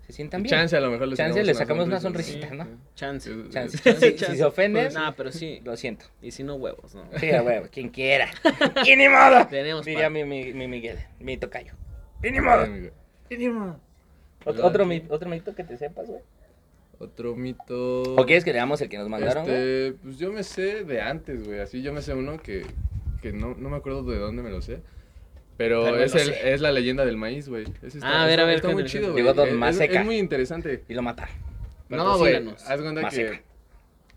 Speaker 2: se sientan bien.
Speaker 1: Chance, a lo mejor le
Speaker 2: Chance,
Speaker 1: sacamos,
Speaker 2: le sacamos una sonrisita,
Speaker 1: sonrisita,
Speaker 2: ¿no?
Speaker 4: Chance.
Speaker 1: Sí, sí.
Speaker 2: Chance.
Speaker 1: Chance.
Speaker 2: Si- Si se ofenden,
Speaker 4: Pues, nah, pero sí.
Speaker 2: lo siento.
Speaker 4: Y si no, huevos, ¿no?
Speaker 2: Sí, a huevo, quien quiera. [laughs] Y ni modo.
Speaker 4: Tenemos
Speaker 2: Diría
Speaker 4: pa-
Speaker 2: mi, mi, mi Miguel, mi tocayo. Y ni
Speaker 1: Ay,
Speaker 2: modo.
Speaker 1: amigo.
Speaker 2: Y ni modo. Ot-
Speaker 1: Yo
Speaker 2: Otro,
Speaker 1: aquí.
Speaker 2: mi- otro mito que te sepas, güey.
Speaker 1: Otro mito.
Speaker 2: ¿O quieres que leamos el que nos mandaron? güey?
Speaker 1: Este, pues yo me sé de antes, güey. Así yo me sé uno que, que no, no me acuerdo de dónde me lo sé. Pero
Speaker 2: Pero me
Speaker 1: es,
Speaker 2: lo
Speaker 1: el-
Speaker 2: sé.
Speaker 1: es la leyenda del maíz, güey. Ese está-
Speaker 4: Ah, a ver,
Speaker 1: está-
Speaker 4: a ver,
Speaker 1: Está muy
Speaker 4: cuéntame,
Speaker 1: chido, güey.
Speaker 2: cuéntame. Llegó Don
Speaker 1: Es- es-
Speaker 2: Maseca.
Speaker 1: es muy interesante.
Speaker 2: Y lo matar.
Speaker 1: No, güey,
Speaker 4: Patrocínanos.
Speaker 1: haz cuenta
Speaker 2: Maseca.
Speaker 1: que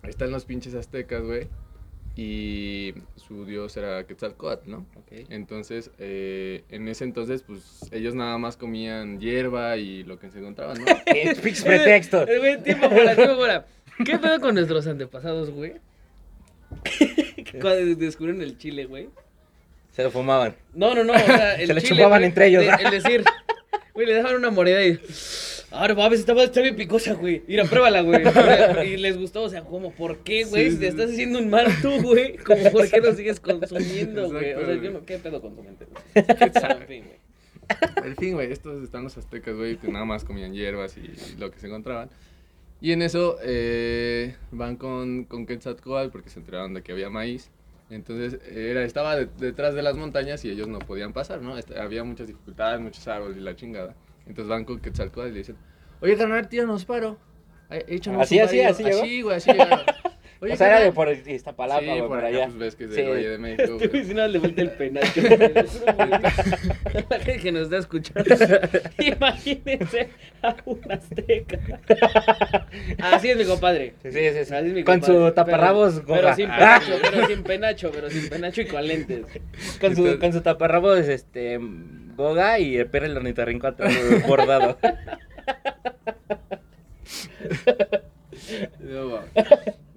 Speaker 1: ahí están los pinches aztecas, güey, y su dios era Quetzalcóatl, ¿no? Entonces, eh, en ese entonces, pues, ellos nada más comían hierba y lo que se encontraban, ¿no?
Speaker 2: Qué [laughs] pinches
Speaker 1: [laughs]
Speaker 2: pretextos.
Speaker 4: Eh, güey, tiempo fuera, tiempo fuera. ¿Qué pedo con nuestros antepasados, [laughs] güey?
Speaker 3: Cuando descubrieron el chile, güey.
Speaker 2: Se lo fumaban.
Speaker 4: No, no, no. O
Speaker 1: [laughs]
Speaker 4: sea, el
Speaker 2: Se lo
Speaker 4: chile,
Speaker 2: chupaban
Speaker 4: güey,
Speaker 2: entre ellos,
Speaker 4: de-
Speaker 2: ¿ah?
Speaker 4: el decir, güey, le daban una moneda y.
Speaker 3: "Ah,
Speaker 4: Ahora, mames, está, está bien picosa, güey.
Speaker 3: Mira, pruébala, güey. O sea,
Speaker 1: [laughs]
Speaker 3: Y les gustó, o sea, como, ¿por qué, güey?
Speaker 1: Sí,
Speaker 3: Si te
Speaker 1: sí,
Speaker 3: estás
Speaker 1: sí.
Speaker 3: haciendo un mal tú, güey. Como, ¿por qué lo sigues consumiendo, güey? O
Speaker 1: Exacto,
Speaker 3: sea, yo
Speaker 1: güey.
Speaker 3: no, ¿qué pedo con tu mente,
Speaker 1: [laughs]
Speaker 3: güey? En fin, güey.
Speaker 1: En fin, güey, estos están los aztecas, güey, que nada más comían hierbas y lo que se encontraban. Y en eso eh, van con, con Quetzalcóatl porque se enteraron de que había maíz. Entonces era, estaba de- detrás de las montañas y ellos no podían pasar, ¿no? Est- había muchas dificultades, muchos árboles y la chingada. Entonces van con Quetzalcóatl y le dicen, oye, carnal, tíranos paro. Ay, Échanos
Speaker 2: Así,
Speaker 1: un
Speaker 2: así,
Speaker 1: varillo".
Speaker 2: así llegó.
Speaker 1: Así, güey, así llegaron.
Speaker 2: [laughs] o sea, era
Speaker 1: carnal.
Speaker 2: de por esta palabra,
Speaker 1: Sí,
Speaker 2: güey,
Speaker 1: por,
Speaker 2: por
Speaker 1: acá,
Speaker 2: allá.
Speaker 1: pues ves que es
Speaker 2: Sí.
Speaker 1: del Valle de
Speaker 2: [laughs]
Speaker 1: México,
Speaker 3: Este
Speaker 1: güey.
Speaker 3: güey, si no le falta el penacho. güey. Es un güey. [laughs]
Speaker 4: La gente que nos está
Speaker 1: [laughs]
Speaker 4: escuchando.
Speaker 3: Imagínense a
Speaker 1: [laughs]
Speaker 3: un azteca.
Speaker 4: Así es, mi compadre.
Speaker 2: Sí, sí, sí.
Speaker 3: Así es mi
Speaker 2: Con
Speaker 3: compadre.
Speaker 2: su taparrabos
Speaker 3: Pero-
Speaker 2: gorra.
Speaker 3: Pero sin
Speaker 2: Ah,
Speaker 3: penacho, pero sin penacho, pero sin penacho y
Speaker 1: [laughs]
Speaker 3: con lentes.
Speaker 2: con, su, con su taparrabos, este, goga y el perro el ornitorrinco
Speaker 3: [laughs]
Speaker 2: atrás güey, bordado.
Speaker 1: No, va.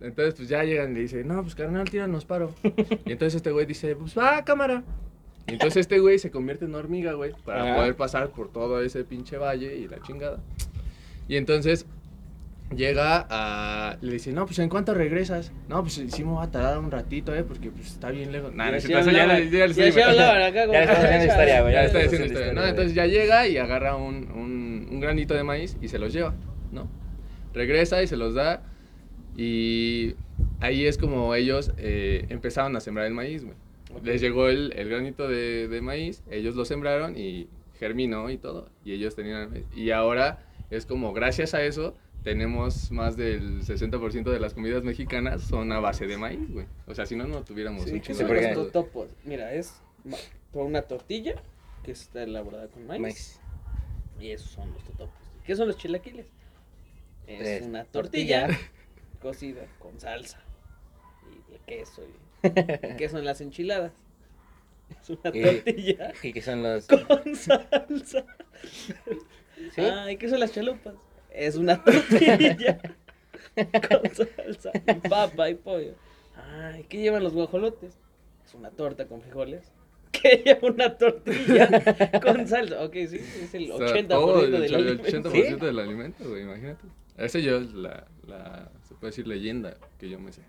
Speaker 1: Entonces, pues ya llegan y le dicen, no, pues carnal, tíranos paro. Y entonces este güey dice, pues va, cámara. Y entonces este güey se convierte en hormiga, güey, para
Speaker 2: Ajá.
Speaker 1: poder pasar por todo ese pinche valle y la chingada. Y entonces llega a. Le dice, no, pues en cuánto regresas. No, pues sí me va a tardar un ratito, ¿eh? Porque pues está bien lejos. Nah, no es
Speaker 3: así
Speaker 1: cierto, eso ya
Speaker 3: hablaban.
Speaker 1: le- ya le
Speaker 3: Y
Speaker 1: estoy
Speaker 3: así
Speaker 1: inventando.
Speaker 3: hablaban acá,
Speaker 2: Ya le estamos haciendo historia, güey.
Speaker 1: Ya
Speaker 2: le
Speaker 1: está
Speaker 2: estamos
Speaker 1: diciendo historia. ¿no?
Speaker 2: güey.
Speaker 1: Entonces ya llega y agarra un, un- un granito de maíz y se los lleva, ¿no? Regresa y se los da. Y ahí es como ellos eh, empezaron a sembrar el maíz, güey. Les llegó el, el granito de, de maíz, ellos lo sembraron y germinó y todo. Y ellos tenían. Y ahora es como, gracias a eso, tenemos más del 60% de las comidas mexicanas son a base de maíz, güey. O sea, si no, no tuviéramos
Speaker 3: Sí,
Speaker 1: un
Speaker 3: que
Speaker 1: chingo
Speaker 2: sí,
Speaker 3: se
Speaker 1: de
Speaker 2: porque-
Speaker 1: cosas.
Speaker 3: totopos. Mira, es ma- por una tortilla que está elaborada con maíz.
Speaker 2: Maíz.
Speaker 3: Y esos son los totopos. ¿Qué son los chilaquiles? Es
Speaker 2: Es
Speaker 3: una tortilla [laughs] cocida con salsa y el queso. Y,
Speaker 2: [laughs]
Speaker 3: y queso en las enchiladas. Es una
Speaker 2: Y-
Speaker 3: tortilla
Speaker 2: Y que son los...
Speaker 3: con salsa.
Speaker 2: ¿Sí?
Speaker 3: Ah, ¿y qué son las chalupas? Es una [laughs] tortilla con salsa y papa y pollo. Ay, ¿qué llevan los guajolotes? Es una torta con frijoles. [laughs] ¿Qué lleva una tortilla con salsa? Ok, sí, es el 80%
Speaker 1: O sea, todo el,
Speaker 3: del
Speaker 1: el
Speaker 3: alimento.
Speaker 1: 80% del alimento, güey, imagínate. Esa yo es la, la, se puede decir leyenda que yo me sé.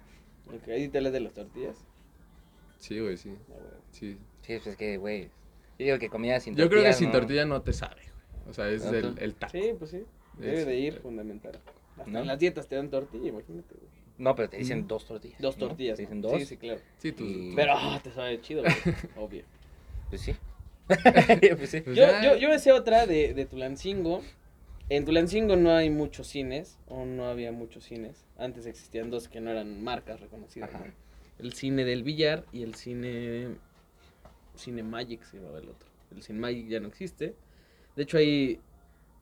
Speaker 3: Ok, ahí te las de las tortillas.
Speaker 1: Sí, güey, sí,
Speaker 3: No, güey.
Speaker 1: sí.
Speaker 2: Sí, pues es que, güey. Yo digo que comida sin
Speaker 1: Yo creo que
Speaker 2: tortillas,
Speaker 1: sin
Speaker 2: ¿no?
Speaker 1: tortilla no te sabe, güey. O sea, es
Speaker 2: Ajá.
Speaker 1: el, el taco.
Speaker 3: Sí, pues sí. Debe
Speaker 1: Es-
Speaker 3: de ir fundamental. Hasta
Speaker 2: ¿No?
Speaker 3: en las dietas te dan tortilla, imagínate. güey.
Speaker 2: No, pero te dicen dos tortillas.
Speaker 3: Mm. Dos
Speaker 2: ¿no?
Speaker 3: tortillas.
Speaker 2: Te dicen dos.
Speaker 3: Sí, sí, claro.
Speaker 1: Sí, tú.
Speaker 2: Y-
Speaker 1: tú-
Speaker 3: Pero ah, te sabe
Speaker 1: [laughs]
Speaker 3: chido, güey. Obvio.
Speaker 2: Pues
Speaker 3: [laughs]
Speaker 2: sí. pues sí.
Speaker 1: pues
Speaker 3: Yo,
Speaker 1: ya,
Speaker 3: yo, yo me sé otra de, de Tulancingo. En Tulancingo no hay muchos cines, o no había muchos cines. Antes existían dos que no eran marcas reconocidas.
Speaker 2: Ajá.
Speaker 3: ¿no? El cine del billar y el cine... Cine Magic se llamaba el otro. El cine Magic ya no existe. De hecho, ahí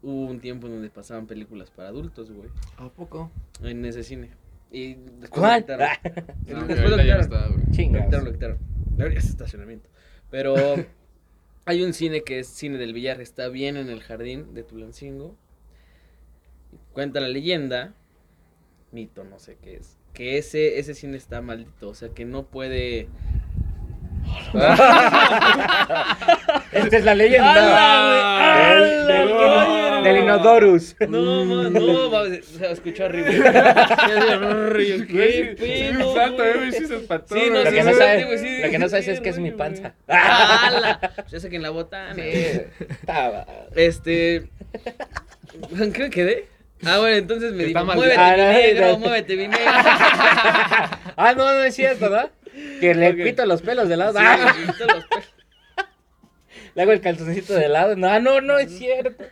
Speaker 3: hubo un tiempo en donde pasaban películas para adultos, güey.
Speaker 1: ¿A poco?
Speaker 3: En ese cine. Y después
Speaker 2: ¿Cuál? Ah,
Speaker 3: lo
Speaker 2: [laughs]
Speaker 3: quitaron.
Speaker 1: No, güey,
Speaker 3: Después lo
Speaker 1: ahorita ya no
Speaker 3: quitaron. [laughs]
Speaker 1: está, güey.
Speaker 3: Lo
Speaker 2: Chingas.
Speaker 3: quitaron, lo quitaron. No habría ese estacionamiento. [laughs] Pero hay un cine que es Cine del Villar, está bien en el jardín de Tulancingo. Cuenta la leyenda, mito, no sé qué es, que ese, ese cine está maldito, o sea que no puede...
Speaker 2: Esta es la leyenda.
Speaker 3: ¡Ala, güey!
Speaker 2: Del-
Speaker 3: ¡Ala,
Speaker 2: del-
Speaker 3: güey! No.
Speaker 2: Del Inodorus.
Speaker 3: [laughs] No, ma- [laughs] no, va, se se escuchó [laughs] horrible. [laughs] Yo, ¿Qué pedo?
Speaker 1: Exacto,
Speaker 3: güey?
Speaker 1: eh, me hiciste espantar,
Speaker 3: Sí, no,
Speaker 1: güey.
Speaker 2: Lo
Speaker 3: sí,
Speaker 2: que no
Speaker 3: sí,
Speaker 2: sabe-
Speaker 3: güey, sí,
Speaker 2: lo que no
Speaker 3: sí,
Speaker 2: sabes
Speaker 3: sí,
Speaker 2: es que es mi
Speaker 3: rollo, güey.
Speaker 2: panza.
Speaker 3: [laughs] ¡Hala! Yo sé que en la botana.
Speaker 2: Sí, estaba.
Speaker 3: Este. ¿En qué me quedé? Ah, bueno, entonces me dijo:
Speaker 1: Está mal-
Speaker 3: Muévete,
Speaker 2: Ah,
Speaker 3: mi
Speaker 2: no,
Speaker 3: negro,
Speaker 2: no.
Speaker 3: muévete, mi negro.
Speaker 2: Ah, no, no es cierto, ¿no? Que le
Speaker 3: Ok.
Speaker 2: pito los pelos de lado.
Speaker 3: Sí,
Speaker 2: Ah,
Speaker 3: me quitó los pelos.
Speaker 2: le hago el calzoncito de lado. No, no, no es cierto.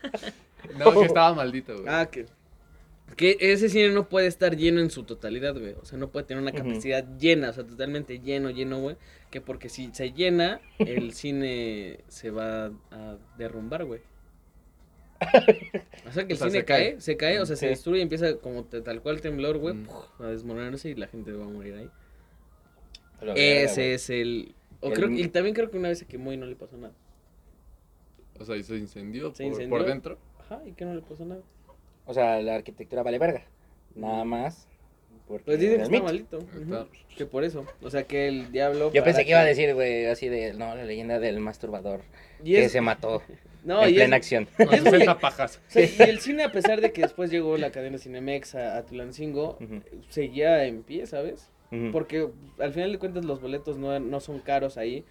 Speaker 1: No, que estaba maldito, güey.
Speaker 3: Ah, que. Que ese cine no puede estar lleno en su totalidad, güey. O sea, no puede tener una
Speaker 2: Ujú.
Speaker 3: capacidad llena, o sea, totalmente lleno, lleno, güey. Que porque si se llena, el cine se va a derrumbar, güey. O sea, que el
Speaker 1: O sea,
Speaker 3: cine
Speaker 1: se
Speaker 3: cae,
Speaker 1: cae.
Speaker 3: se cae, o sea, se
Speaker 2: Sí.
Speaker 3: destruye, empieza como te- tal cual temblor, güey,
Speaker 1: Mm.
Speaker 3: puf, a desmoronarse y la gente va a morir ahí.
Speaker 2: A la verga,
Speaker 3: Ese
Speaker 2: güey.
Speaker 3: es el... o
Speaker 2: El-
Speaker 3: creo que- y también creo que una vez se quemó y no le pasó nada.
Speaker 1: O sea, y se incendió,
Speaker 3: Se
Speaker 1: por,
Speaker 3: incendió.
Speaker 1: por dentro.
Speaker 3: Ajá, y que no le pasó nada.
Speaker 2: O sea, la arquitectura vale verga. Nada más. Porque
Speaker 3: Pues dicen
Speaker 2: era
Speaker 3: que está
Speaker 2: mito.
Speaker 3: malito.
Speaker 1: Está-
Speaker 3: ujú, Que por eso. O sea, que el diablo...
Speaker 2: Yo pensé
Speaker 3: para
Speaker 2: que iba a decir, güey, así de, no, la leyenda del masturbador
Speaker 3: Y
Speaker 2: que
Speaker 3: es-
Speaker 2: se mató
Speaker 3: No,
Speaker 2: en
Speaker 3: [laughs] y,
Speaker 2: plena
Speaker 3: es-
Speaker 2: acción.
Speaker 1: Con
Speaker 3: Es muy-
Speaker 1: 60 pajas.
Speaker 3: o sea, y el cine, a pesar de que después llegó la cadena Cinemex a, a Tulancingo,
Speaker 2: Ujú.
Speaker 3: seguía en pie, ¿sabes?
Speaker 2: Ujú.
Speaker 3: Porque al final de cuentas los boletos no, no son caros ahí.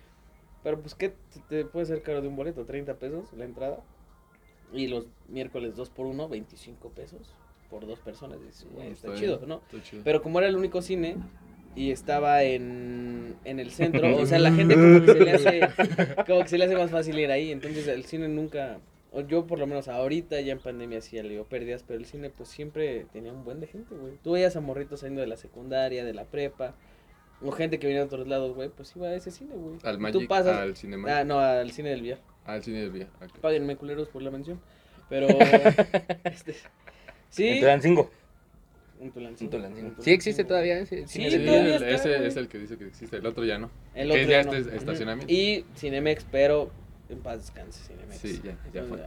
Speaker 3: Pero pues, ¿qué te- te puede ser caro de un boleto? ¿30 pesos la entrada? Y los miércoles 2 por 1, 25 pesos por dos personas. Dices, güey, está
Speaker 1: bien,
Speaker 3: chido, ¿no?
Speaker 1: Está chido.
Speaker 3: Pero como era el único cine y estaba en, en el centro, o sea, la gente como que, se le hace, como que se le hace más fácil ir ahí. Entonces el cine nunca, o yo por lo menos ahorita ya en pandemia sí ya le dio pérdidas, pero el cine pues siempre tenía un buen de gente, güey. Tú veías a morritos saliendo de la secundaria, de la prepa, o gente que venía de otros lados, güey, pues iba a ese cine, güey.
Speaker 1: Al
Speaker 3: Y
Speaker 1: Magic,
Speaker 3: Tú pasas...
Speaker 1: al Cinemagic,
Speaker 3: Ah, no, al cine del Villar.
Speaker 1: al cine del Vía. ok.
Speaker 3: Páguenme culeros por la mención.
Speaker 1: [laughs]
Speaker 3: Pero... este, sí.
Speaker 2: En Tulancingo.
Speaker 3: en Tulancingo,
Speaker 2: En Tulancingo.
Speaker 3: en
Speaker 2: Sí existe
Speaker 3: Tulancingo.
Speaker 2: todavía ese
Speaker 3: Sí,
Speaker 2: cine
Speaker 1: Sí,
Speaker 2: del-
Speaker 3: todavía
Speaker 1: el-
Speaker 3: está,
Speaker 1: ese
Speaker 3: güey.
Speaker 1: es el que dice que existe, el otro ya no.
Speaker 3: El
Speaker 1: Que
Speaker 3: otro
Speaker 1: ya
Speaker 3: no.
Speaker 1: este es
Speaker 3: Ujú.
Speaker 1: estacionamiento.
Speaker 3: Y Cinemex, pero en paz descanse Cinemex.
Speaker 1: Sí, ya- ya fue.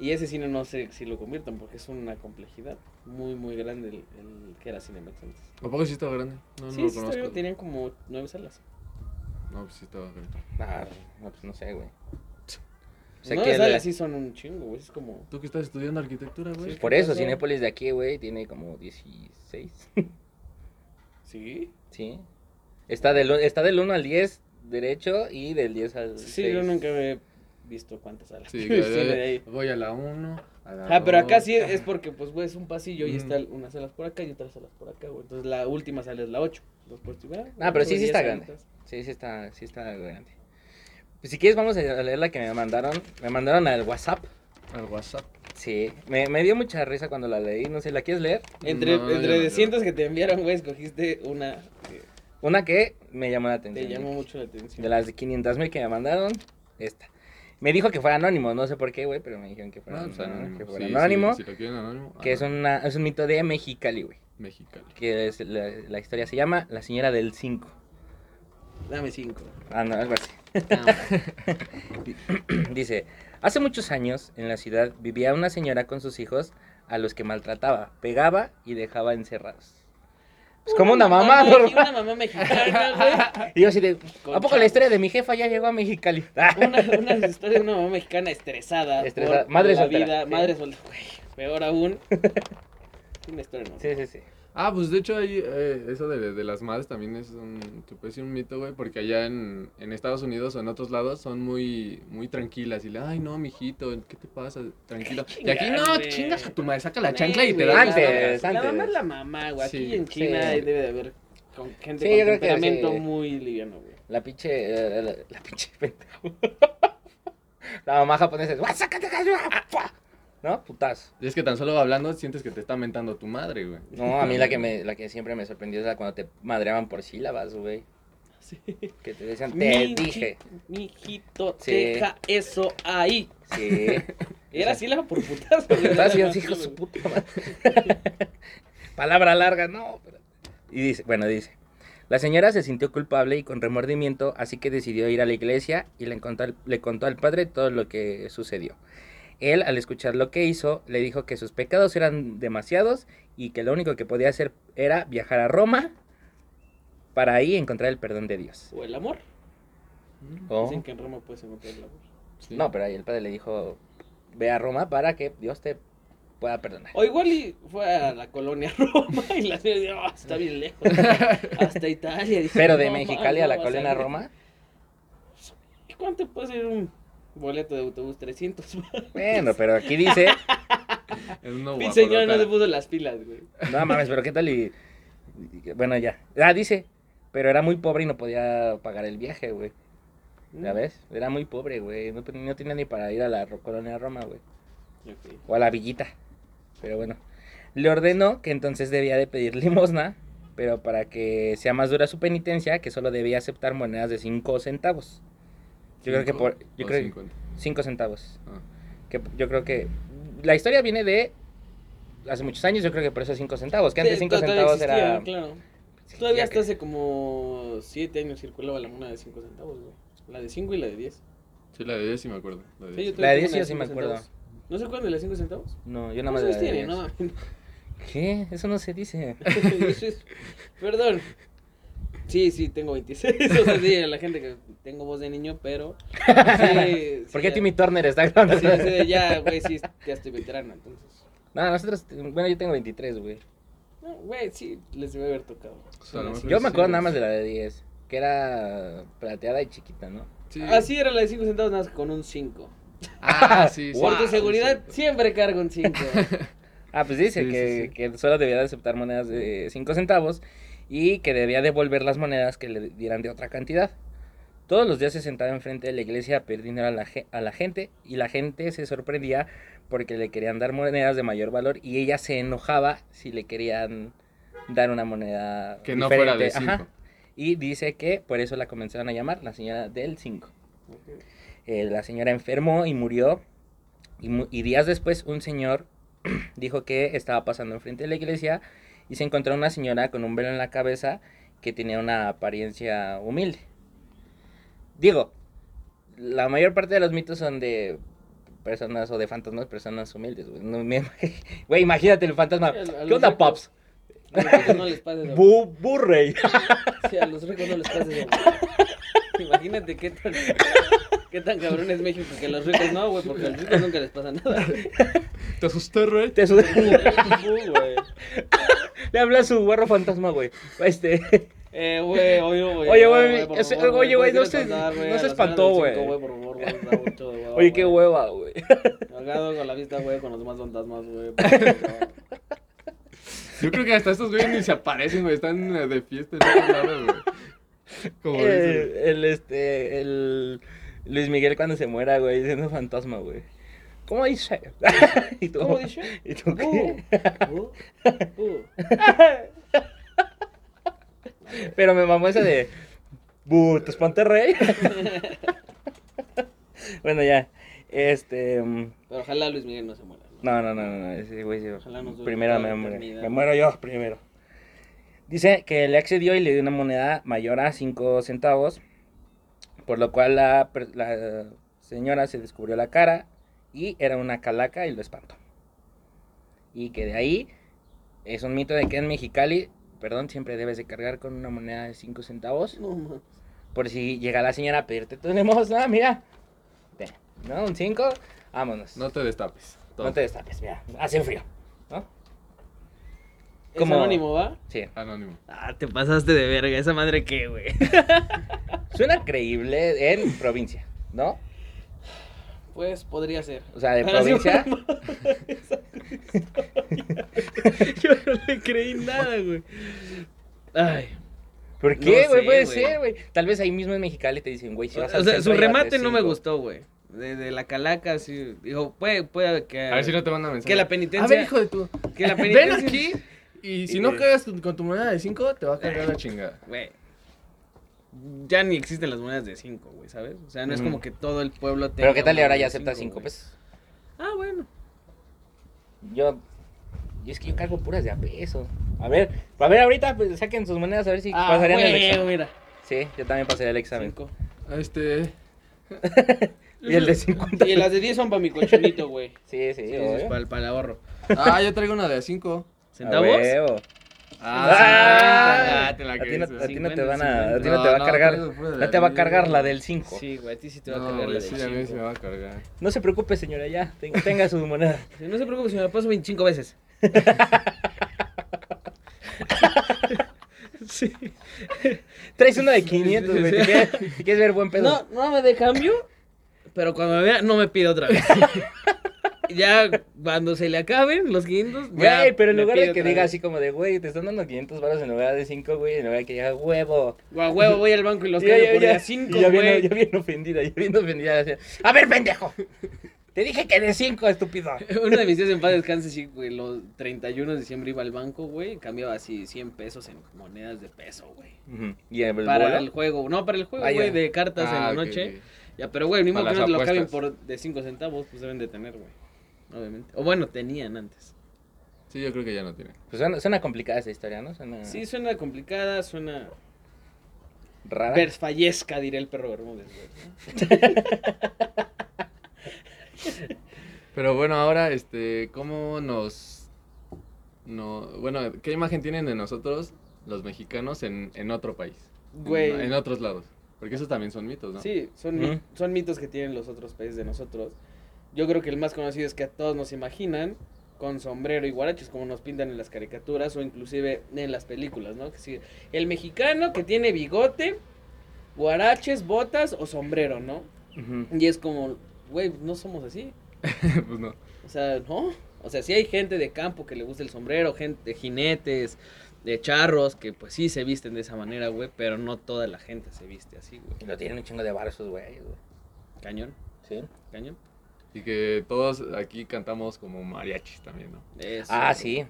Speaker 3: Y ese cine no sé si lo conviertan porque es una complejidad muy, muy grande el, el que era Cinemex antes.
Speaker 1: ¿A poco sí estaba grande? No,
Speaker 3: sí,
Speaker 1: no lo
Speaker 3: sí, está bien,
Speaker 1: conozco.
Speaker 3: tenían como nueve salas.
Speaker 1: No, pues sí estaba grande.
Speaker 2: Ah, no, pues no sé, güey. O sea,
Speaker 3: nueve
Speaker 2: que
Speaker 3: salas
Speaker 2: la-
Speaker 3: sí son un chingo, güey. Es como.
Speaker 1: ¿Tú que estás estudiando arquitectura, güey?
Speaker 2: Por eso,
Speaker 3: pasó?
Speaker 2: Cinépolis de aquí, güey, tiene como 16.
Speaker 3: ¿Sí?
Speaker 2: sí. Está del, un- está del 1 al 10 derecho y del 10 al 6.
Speaker 3: Sí, yo nunca he visto cuántas salas.
Speaker 1: [laughs] Sí,
Speaker 3: [laughs]
Speaker 1: Ah,
Speaker 3: Sí,
Speaker 1: que-
Speaker 3: de ahí.
Speaker 1: voy a la 1, a la
Speaker 3: Ah, pero acá
Speaker 1: dos.
Speaker 3: sí es porque, pues, güey, es un pasillo y
Speaker 1: Mm.
Speaker 3: están unas salas por acá y otras salas por acá, güey. Entonces la última sala es la 8.
Speaker 2: Ah, pero sí, sí está grande. Sí, sí está, sí está grande. Pues si quieres vamos a leer la que me mandaron. Me mandaron al WhatsApp.
Speaker 1: Al WhatsApp.
Speaker 2: Sí, me, me dio mucha risa cuando la leí. No sé, ¿la quieres leer?
Speaker 3: Entre,
Speaker 1: No, yo
Speaker 3: entre
Speaker 1: no, yo
Speaker 3: cientos que te enviaron, güey, escogiste una que
Speaker 2: Una que me llamó la
Speaker 3: te
Speaker 2: atención.
Speaker 3: llamó mucho la atención.
Speaker 2: De las de 500 mil que me mandaron, esta. Me dijo que fuera anónimo, no sé por qué, güey, pero me dijeron que
Speaker 3: Ah,
Speaker 2: fuera
Speaker 1: No, pues
Speaker 2: anónimo.
Speaker 1: anónimo.
Speaker 2: que
Speaker 1: Sí,
Speaker 2: fuera
Speaker 1: sí,
Speaker 2: anónimo,
Speaker 1: Si lo quieren anónimo. ah,
Speaker 2: que es, una, es un mito de Mexicali, güey.
Speaker 1: Mexicano.
Speaker 3: [laughs]
Speaker 2: Que es la, la historia se llama La Señora del 5.
Speaker 3: Dame cinco.
Speaker 2: Ah, no, algo así. [clears throat]
Speaker 3: Cámara.
Speaker 2: Dice, hace muchos años en la ciudad vivía una señora con sus hijos a los que maltrataba, pegaba y dejaba encerrados. Pues como una mamá,
Speaker 3: mexi-
Speaker 2: normal.
Speaker 3: Una mamá mexicana,
Speaker 2: Y yo así de, ¿a poco
Speaker 3: Con
Speaker 2: la
Speaker 3: chavos.
Speaker 2: historia de mi jefa ya llegó a [laughs] Mexicali?
Speaker 3: güey. Una, una historia de una mamá mexicana estresada.
Speaker 2: Estresada. Madre
Speaker 3: la
Speaker 2: soltera.
Speaker 3: vida.
Speaker 2: Sí.
Speaker 3: Madre soltera, güey.
Speaker 2: [laughs]
Speaker 3: Peor aún. Una historia, ¿no?
Speaker 2: sí, sí, sí.
Speaker 1: Ah, pues de hecho ahí eh, eso de, de las madres también es un, se puede decir un mito, güey, porque allá en, en Estados Unidos o en otros lados son muy, muy tranquilas y le, ay no, mijito, ¿qué te pasa? Tranquilo. Y aquí
Speaker 3: chingas,
Speaker 1: no,
Speaker 3: güey.
Speaker 1: chingas a tu madre, saca la chancla y te
Speaker 3: Güey,
Speaker 1: da.
Speaker 2: Antes,
Speaker 3: La mamá, la mamá
Speaker 2: antes.
Speaker 3: es la mamá, güey. Aquí
Speaker 1: Sí,
Speaker 3: en China
Speaker 2: sí.
Speaker 3: ahí debe de haber con gente
Speaker 2: Sí,
Speaker 3: con
Speaker 2: yo creo que
Speaker 3: temperamento
Speaker 2: sí.
Speaker 3: muy liviano, güey.
Speaker 2: La pinche. eh, la, la pinche pendejo. [laughs] la mamá japonesa es. "Wa, sácate, ca- pa". ¿No? Putazo.
Speaker 1: Y es que tan solo hablando sientes que te está mentando tu madre, güey.
Speaker 2: No, a mí la que, me, la que siempre me sorprendió es la cuando te madreaban por sílabas, güey.
Speaker 3: Sí.
Speaker 2: Que te decían, te
Speaker 3: Mi
Speaker 2: dije.
Speaker 3: chi- Mijito,
Speaker 2: Sí.
Speaker 3: deja eso ahí.
Speaker 2: Sí.
Speaker 3: Era así la por putazo.
Speaker 2: [laughs]
Speaker 3: güey, era
Speaker 2: Estás
Speaker 3: más
Speaker 2: hijo de su
Speaker 3: libre.
Speaker 2: puta madre. Palabra larga, no. pero- Y dice, bueno, dice. La señora se sintió culpable y con remordimiento, así que decidió ir a la iglesia y le contó, al- le contó al padre todo lo que sucedió. Él, al escuchar lo que hizo, le dijo que sus pecados eran demasiados y que lo único que podía hacer era viajar a Roma para ahí encontrar el perdón de Dios.
Speaker 3: O el amor.
Speaker 1: Mm.
Speaker 2: Oh.
Speaker 3: Dicen que en Roma puedes encontrar el amor.
Speaker 1: Sí.
Speaker 2: No, pero ahí el padre le dijo, ve a Roma para que Dios te pueda perdonar.
Speaker 3: O igual y fue a la colonia [laughs] Roma y la señora dijo, "Ah, está bien lejos.
Speaker 2: [laughs]
Speaker 3: Hasta Italia. Dije,
Speaker 2: Pero de
Speaker 3: "No,
Speaker 2: Mexicali
Speaker 3: ma,
Speaker 2: a
Speaker 3: no
Speaker 2: la
Speaker 3: vas
Speaker 2: colonia
Speaker 3: ver".
Speaker 2: Roma,
Speaker 3: ¿Y ¿Cuánto puede ser un boleto de autobús? 300.
Speaker 2: bueno, pero aquí dice,
Speaker 1: Es una
Speaker 3: Mi señor no
Speaker 1: guajolota.
Speaker 3: se puso las pilas, güey.
Speaker 2: no mames, pero qué tal y, y- bueno, ya. Ah, dice, pero era muy pobre y no podía pagar el viaje, güey.
Speaker 1: Mm.
Speaker 3: Mm,
Speaker 2: ¿Ya ves? Era muy pobre, güey. No, no tenía ni para ir a la Ro- colonia Roma, güey.
Speaker 3: Ok.
Speaker 2: O a la villita. Pero bueno. Le ordenó que entonces debía de pedir limosna, pero para que sea más dura su penitencia, que solo debía aceptar monedas de 5 centavos. Yo creo que
Speaker 1: ¿Cinco
Speaker 2: por... Yo
Speaker 1: o
Speaker 2: creo
Speaker 1: cincuenta?
Speaker 2: 5 centavos.
Speaker 1: Ah.
Speaker 2: Que p- yo creo que... La historia viene de... Hace muchos años yo creo que por eso 5 centavos. Que antes
Speaker 3: Sí,
Speaker 2: 5
Speaker 3: todavía
Speaker 2: centavos
Speaker 3: existía,
Speaker 2: era...
Speaker 3: ¿no? Claro.
Speaker 2: Sí,
Speaker 3: Todavía
Speaker 2: ya
Speaker 3: hasta
Speaker 2: que-
Speaker 3: hace como 7 años circulaba la moneda de 5 centavos, güey. La de 5 y la de 10.
Speaker 1: Sí, la de 10 sí me acuerdo. la de diez.
Speaker 2: La de 10
Speaker 3: tengo una
Speaker 2: yo sí me
Speaker 3: 5
Speaker 2: acuerdo.
Speaker 3: centavos. ¿No se acuerdan de las 5 centavos?
Speaker 2: No, yo nada
Speaker 3: No
Speaker 2: más...
Speaker 3: se
Speaker 2: la de
Speaker 3: Pues tiene,
Speaker 2: diez.
Speaker 3: no [laughs] mames.
Speaker 2: ¿Qué? Eso no se dice.
Speaker 3: Eso es- Perdón. Sí, sí, tengo 26. O sea, sí, a la gente que tengo voz de niño, pero. Sí,
Speaker 2: [laughs] ¿Por qué
Speaker 3: sí,
Speaker 2: Timmy Turner está grabando?
Speaker 3: Sí, sí, ya, güey, sí, ya estoy veterano, entonces.
Speaker 2: [laughs] No, nosotros... Bueno, yo tengo 23, güey.
Speaker 3: Pues No, güey, sí, les debe haber tocado.
Speaker 1: O sea, a lo
Speaker 3: Así.
Speaker 1: mejor
Speaker 2: Yo
Speaker 1: sí,
Speaker 2: me acuerdo
Speaker 1: güey.
Speaker 2: nada más de la de 10, que era plateada y chiquita, ¿no?
Speaker 1: Sí.
Speaker 3: Así era la de 5 centavos, nada más con un 5.
Speaker 1: Ah, sí, sí.
Speaker 2: Wow.
Speaker 3: Por tu seguridad, siempre cargo
Speaker 1: [laughs]
Speaker 3: un 5.
Speaker 2: Ah, pues dice
Speaker 1: Sí,
Speaker 2: que,
Speaker 1: sí, sí.
Speaker 2: que solo debía de aceptar monedas de 5 centavos y que debía devolver las monedas que le dieran de otra cantidad. Todos los días se sentaba enfrente de la iglesia a pedir dinero a la, ge- a la gente y la gente se sorprendía porque le querían dar monedas de mayor valor y ella se enojaba si le querían dar una moneda
Speaker 1: Que no fuera de
Speaker 2: diferente. Ajá.
Speaker 1: 5.
Speaker 2: Y dice que por eso la comenzaron a llamar la señora del 5. la señora enfermó y murió. Y, mu- y días después un señor [clears throat] dijo que estaba pasando enfrente de la iglesia y se encontró una señora con un velo en la cabeza que tenía una apariencia humilde. Digo, la mayor parte de los mitos son de personas o de fantasmas, personas humildes. Güey, No me [laughs] imag- güey, imagínate el fantasma.
Speaker 3: Sí, a- a
Speaker 2: ¿Qué
Speaker 3: los
Speaker 2: onda,
Speaker 3: ricos.
Speaker 2: Pops?
Speaker 3: A los ricos no les pasa eso.
Speaker 2: Bu Burrey. [laughs]
Speaker 3: Sí, a los ricos no les pasa eso. Imagínate qué tan, qué tan cabrón es México que a los ricos no, güey, porque a los ricos nunca les pasa nada.
Speaker 1: ¿Te asusté, Rey?
Speaker 2: Te sudé.
Speaker 3: Uh, güey.
Speaker 2: Le habla a su guarro fantasma, güey.
Speaker 3: [laughs]
Speaker 2: Este.
Speaker 3: Eh, güey, oye, güey.
Speaker 2: Oye,
Speaker 3: no,
Speaker 2: güey,
Speaker 3: por
Speaker 2: o sea,
Speaker 3: favor,
Speaker 2: oye, güey, no
Speaker 3: puedes
Speaker 2: se-
Speaker 3: contar, güey,
Speaker 2: no
Speaker 3: a
Speaker 2: se
Speaker 3: las
Speaker 2: espantó,
Speaker 3: horas del cinco,
Speaker 2: güey.
Speaker 3: Por favor, güey, da mucho de hueva,
Speaker 2: Oye, qué
Speaker 3: güey.
Speaker 2: hueva,
Speaker 3: [laughs]
Speaker 2: güey.
Speaker 3: Cargado con la vista, güey, con los demás fantasmas, güey. por favor.
Speaker 1: Yo creo que hasta estos güeyes ni se aparecen, güey. Están eh, de fiesta en otro lado, güey. Como dices.
Speaker 2: El, el, este, el Luis Miguel cuando se muera, güey, siendo fantasma, güey. ¿Cómo dice? [laughs] ¿Y tú,
Speaker 3: ¿Cómo dice?
Speaker 2: ¿Y tú
Speaker 3: Uh,
Speaker 2: qué?
Speaker 3: uh, uh.
Speaker 2: Pero me mamó ese de... "Bu, ¿Te espanté,
Speaker 3: [laughs]
Speaker 2: rey? [laughs] bueno, ya. Este... mm,
Speaker 3: Pero ojalá Luis Miguel no se muera.
Speaker 2: No,
Speaker 3: ¿no?
Speaker 2: no, no, no, no, ese güey se-
Speaker 3: Ojalá nos dure
Speaker 2: Primero
Speaker 3: toda la
Speaker 2: me muero.
Speaker 3: eternidad.
Speaker 2: Me muero yo primero. Dice que le accedió y le dio una moneda mayor a 5 centavos, por lo cual la, per- la señora se descubrió la cara y era una calaca y lo espantó. Y que de ahí es un mito de que en Mexicali, perdón, siempre debes de cargar con una moneda de 5 centavos,
Speaker 3: No, mames.
Speaker 2: por si llega la señora a pedirte tu limosna, mira. Ve, ¿No? Un 5, vámonos.
Speaker 1: No te destapes.
Speaker 2: No te destapes, mira, hace frío, ¿no?
Speaker 3: Es
Speaker 2: Como-
Speaker 3: anónimo, ¿va?
Speaker 2: Sí.
Speaker 1: Anónimo.
Speaker 4: Ah, te pasaste de verga. ¿Esa madre qué, güey?
Speaker 2: Suena creíble en provincia, ¿no?
Speaker 3: Pues podría ser.
Speaker 2: O sea, de
Speaker 3: [laughs] Pero sí,
Speaker 2: provincia.
Speaker 4: Yo no le creí nada, güey. Ay.
Speaker 2: ¿Por qué,
Speaker 4: No
Speaker 2: güey?
Speaker 4: sé,
Speaker 2: Puede
Speaker 4: güey.
Speaker 2: ser, güey. Tal vez ahí mismo en Mexicali te dicen, güey, si vas
Speaker 4: o
Speaker 2: al
Speaker 4: sea,
Speaker 2: centro,
Speaker 4: su
Speaker 2: llévate
Speaker 4: remate no me
Speaker 2: cinco.
Speaker 4: gustó, güey. De, de la calaca, sí. Dijo, puede, puede que.
Speaker 3: Eh,
Speaker 1: A ver si no te mandan mensaje.
Speaker 4: Que la
Speaker 1: A
Speaker 4: penitencia.
Speaker 1: ver, hijo de tu.
Speaker 4: Que la
Speaker 1: [laughs] Ven
Speaker 4: penitencia.
Speaker 1: aquí y si
Speaker 4: Y-
Speaker 1: no cagas tu- con tu moneda de 5, te va a cargar la chingada.
Speaker 4: Güey. Ya ni existen las monedas de 5, güey, ¿sabes? O sea, no es
Speaker 2: Ujú.
Speaker 1: Mm.
Speaker 4: como que todo el pueblo tenga.
Speaker 2: Pero qué tal y
Speaker 4: una
Speaker 2: ahora
Speaker 4: moneda
Speaker 2: ya
Speaker 4: de
Speaker 2: aceptas
Speaker 4: cinco,
Speaker 2: cinco
Speaker 4: güey.
Speaker 2: pesos.
Speaker 4: Ah, bueno.
Speaker 2: Yo. Yo es que yo cargo puras de a peso. A ver, a ver, ahorita pues, saquen sus monedas a ver si
Speaker 3: Ah,
Speaker 2: pasarían el
Speaker 3: güey,
Speaker 2: examen.
Speaker 3: mira.
Speaker 2: Sí, yo también pasaré el examen. [laughs]
Speaker 3: Cinco.
Speaker 1: Este.
Speaker 2: Y el de 50.
Speaker 3: Y las de 10 son para mi cochinito, güey.
Speaker 2: Sí, sí,
Speaker 4: Sí,
Speaker 2: obvio.
Speaker 4: es para, el- para el ahorro.
Speaker 1: Ah, yo traigo una de 5.
Speaker 2: A
Speaker 4: ¿Centavos?
Speaker 2: huevo.
Speaker 1: Ah,
Speaker 2: Ah,
Speaker 4: Ah,
Speaker 1: te la
Speaker 2: A ti no,
Speaker 1: crees,
Speaker 2: a
Speaker 1: güey.
Speaker 2: ti no te
Speaker 3: 50,
Speaker 2: van a, a ti no,
Speaker 1: No,
Speaker 2: te va a
Speaker 1: no,
Speaker 2: cargar,
Speaker 1: puro- puro de
Speaker 2: no te va a
Speaker 1: ahí,
Speaker 2: cargar la
Speaker 1: güey.
Speaker 2: del 5.
Speaker 3: Sí, güey, a ti sí te va a
Speaker 1: No,
Speaker 3: cargar la
Speaker 1: güey,
Speaker 3: de
Speaker 1: sí, a mí sí me
Speaker 3: cinco.
Speaker 1: va a cargar.
Speaker 2: No se preocupe, señora, ya, ten- tenga su moneda.
Speaker 3: No se preocupe, si me la paso
Speaker 4: [laughs]
Speaker 2: [laughs]
Speaker 3: 25 veces. sí.
Speaker 2: Traes
Speaker 1: [laughs]
Speaker 2: una de 500, güey, te quieres, te quieres ver buen pedo.
Speaker 3: No, no me de cambio, pero cuando me vea, no me pide
Speaker 2: [laughs]
Speaker 3: otra vez. ya cuando se le acaben los 500, ya
Speaker 2: Güey, pero en
Speaker 3: me
Speaker 2: lugar
Speaker 3: pide
Speaker 2: de que
Speaker 3: otra
Speaker 2: diga
Speaker 3: vez.
Speaker 2: así como de, güey, te están dando 500 baros en lugar de 5, güey, en lugar de que diga, huevo.
Speaker 3: Guau, huevo, voy al banco y
Speaker 2: [laughs]
Speaker 3: los
Speaker 2: Ya, ya,
Speaker 3: cambio por
Speaker 2: ya.
Speaker 3: de
Speaker 2: Y
Speaker 3: 5,
Speaker 2: ya
Speaker 3: güey.
Speaker 2: bien, ya bien ofendida, ya bien ofendida. así, A ver,
Speaker 3: [laughs]
Speaker 2: pendejo. Te dije que de 5, estúpido.
Speaker 3: Uno de mis días en paz descanse, sí, güey, los 31 de diciembre iba al banco, güey, cambiaba así 100 pesos en monedas de peso, güey.
Speaker 2: Y el
Speaker 3: Para
Speaker 2: bolo?
Speaker 3: el juego, no, para el juego,
Speaker 2: Ah,
Speaker 3: güey,
Speaker 2: ya.
Speaker 3: de cartas en
Speaker 1: Ah,
Speaker 3: la
Speaker 1: ok,
Speaker 3: noche.
Speaker 1: ok.
Speaker 3: Ya, pero güey, mismo
Speaker 1: Para
Speaker 3: que
Speaker 1: las
Speaker 3: no te lo cambien
Speaker 1: apuestas.
Speaker 3: por de 5 centavos, pues deben de tener, güey. Obviamente. O bueno, tenían antes.
Speaker 1: Sí, yo creo que ya no tiene.
Speaker 2: Pues suena, suena complicada esa historia, ¿no?
Speaker 1: Ah.
Speaker 2: Suena
Speaker 3: Sí, suena complicada, suena
Speaker 2: rara.
Speaker 3: versfallezca, diría el perro Bermúdez, güey. ¿no?
Speaker 1: Pero bueno, ahora, este, ¿cómo nos... No, bueno, ¿qué imagen tienen de nosotros los mexicanos en, en otro país? En-
Speaker 3: Güey.
Speaker 1: En, otros lados. Porque esos también son mitos, Mm, ¿no?
Speaker 3: Sí, son,
Speaker 2: Ujú.
Speaker 3: son mitos que tienen los otros países de nosotros. Yo creo que el más conocido es que a todos nos imaginan con sombrero y guarachos, como nos pintan en las caricaturas o inclusive en las películas, ¿no? Que sí, el mexicano que tiene bigote, guaraches, botas o sombrero, ¿no?
Speaker 2: Ujú.
Speaker 3: Y es como, güey, no somos así.
Speaker 1: [laughs] pues no.
Speaker 3: O sea, no. O sea, sí hay gente de campo que le gusta el sombrero, gente de jinetes, de charros, que pues sí se visten de esa manera, güey, pero no toda la gente se viste así, güey.
Speaker 2: Y lo tienen un chingo de baros esos güeyes, güey.
Speaker 3: Cañón,
Speaker 2: ¿Sí?
Speaker 3: cañón.
Speaker 1: Y que todos aquí cantamos como mariachis también, ¿no?
Speaker 3: Eso.
Speaker 2: Ah, sí.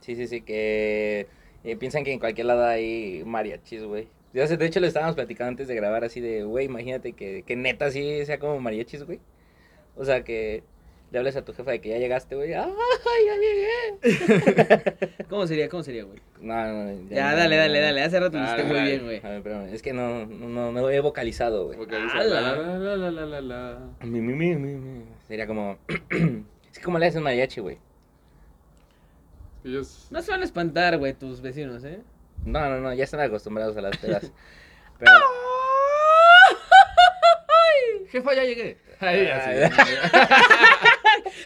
Speaker 2: Sí, sí, sí, que eh, piensan que en cualquier lado hay mariachis, güey. Ya sé, De hecho, lo estábamos platicando antes de grabar así de, güey, imagínate que, que neta sí sea como mariachis, güey. O sea, que le hables a tu jefa de que ya llegaste, güey. ¡Ah, ya llegué!
Speaker 3: ¿Cómo sería? ¿Cómo sería, güey?
Speaker 2: No, no, no,
Speaker 3: Ya,
Speaker 2: no,
Speaker 3: dale,
Speaker 2: no,
Speaker 3: dale,
Speaker 2: no.
Speaker 3: dale. Hace rato lo
Speaker 1: Dale,
Speaker 3: hiciste muy
Speaker 1: dale.
Speaker 3: bien, güey.
Speaker 2: A ver, espérame, es que no, no, no, no he vocalizado, güey.
Speaker 1: Porque dice,
Speaker 3: ¡Ala!
Speaker 1: la, la, la, la, la, la, la.
Speaker 2: Mi, mi, mi, mi, mi. Sería como... [clears throat] es que como le haces mariachi, güey.
Speaker 1: Ellos...
Speaker 3: No se van a espantar, güey, tus vecinos, ¿eh?
Speaker 2: No, no, no, ya están acostumbrados a las
Speaker 3: [laughs]
Speaker 2: pedas. Pero...
Speaker 1: Jefa, ya llegué. Ay,
Speaker 2: Ay.
Speaker 3: [laughs]
Speaker 1: así.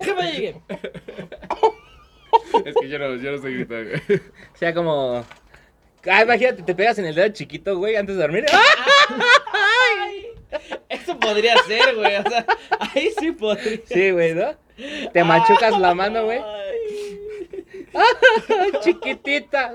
Speaker 3: ¿Qué me llegué?
Speaker 1: [laughs] es que yo no, yo no sé gritar, güey.
Speaker 2: O sea, como. Ah, imagínate, te pegas en el dedo chiquito, güey, antes de dormir. ¡Ah!
Speaker 3: Eso podría ser, güey. O sea, ahí sí podría.
Speaker 2: Sí, güey, ¿no? Te machucas la
Speaker 3: Ah,
Speaker 2: mano, güey. ¡Ah! [laughs] Chiquitita.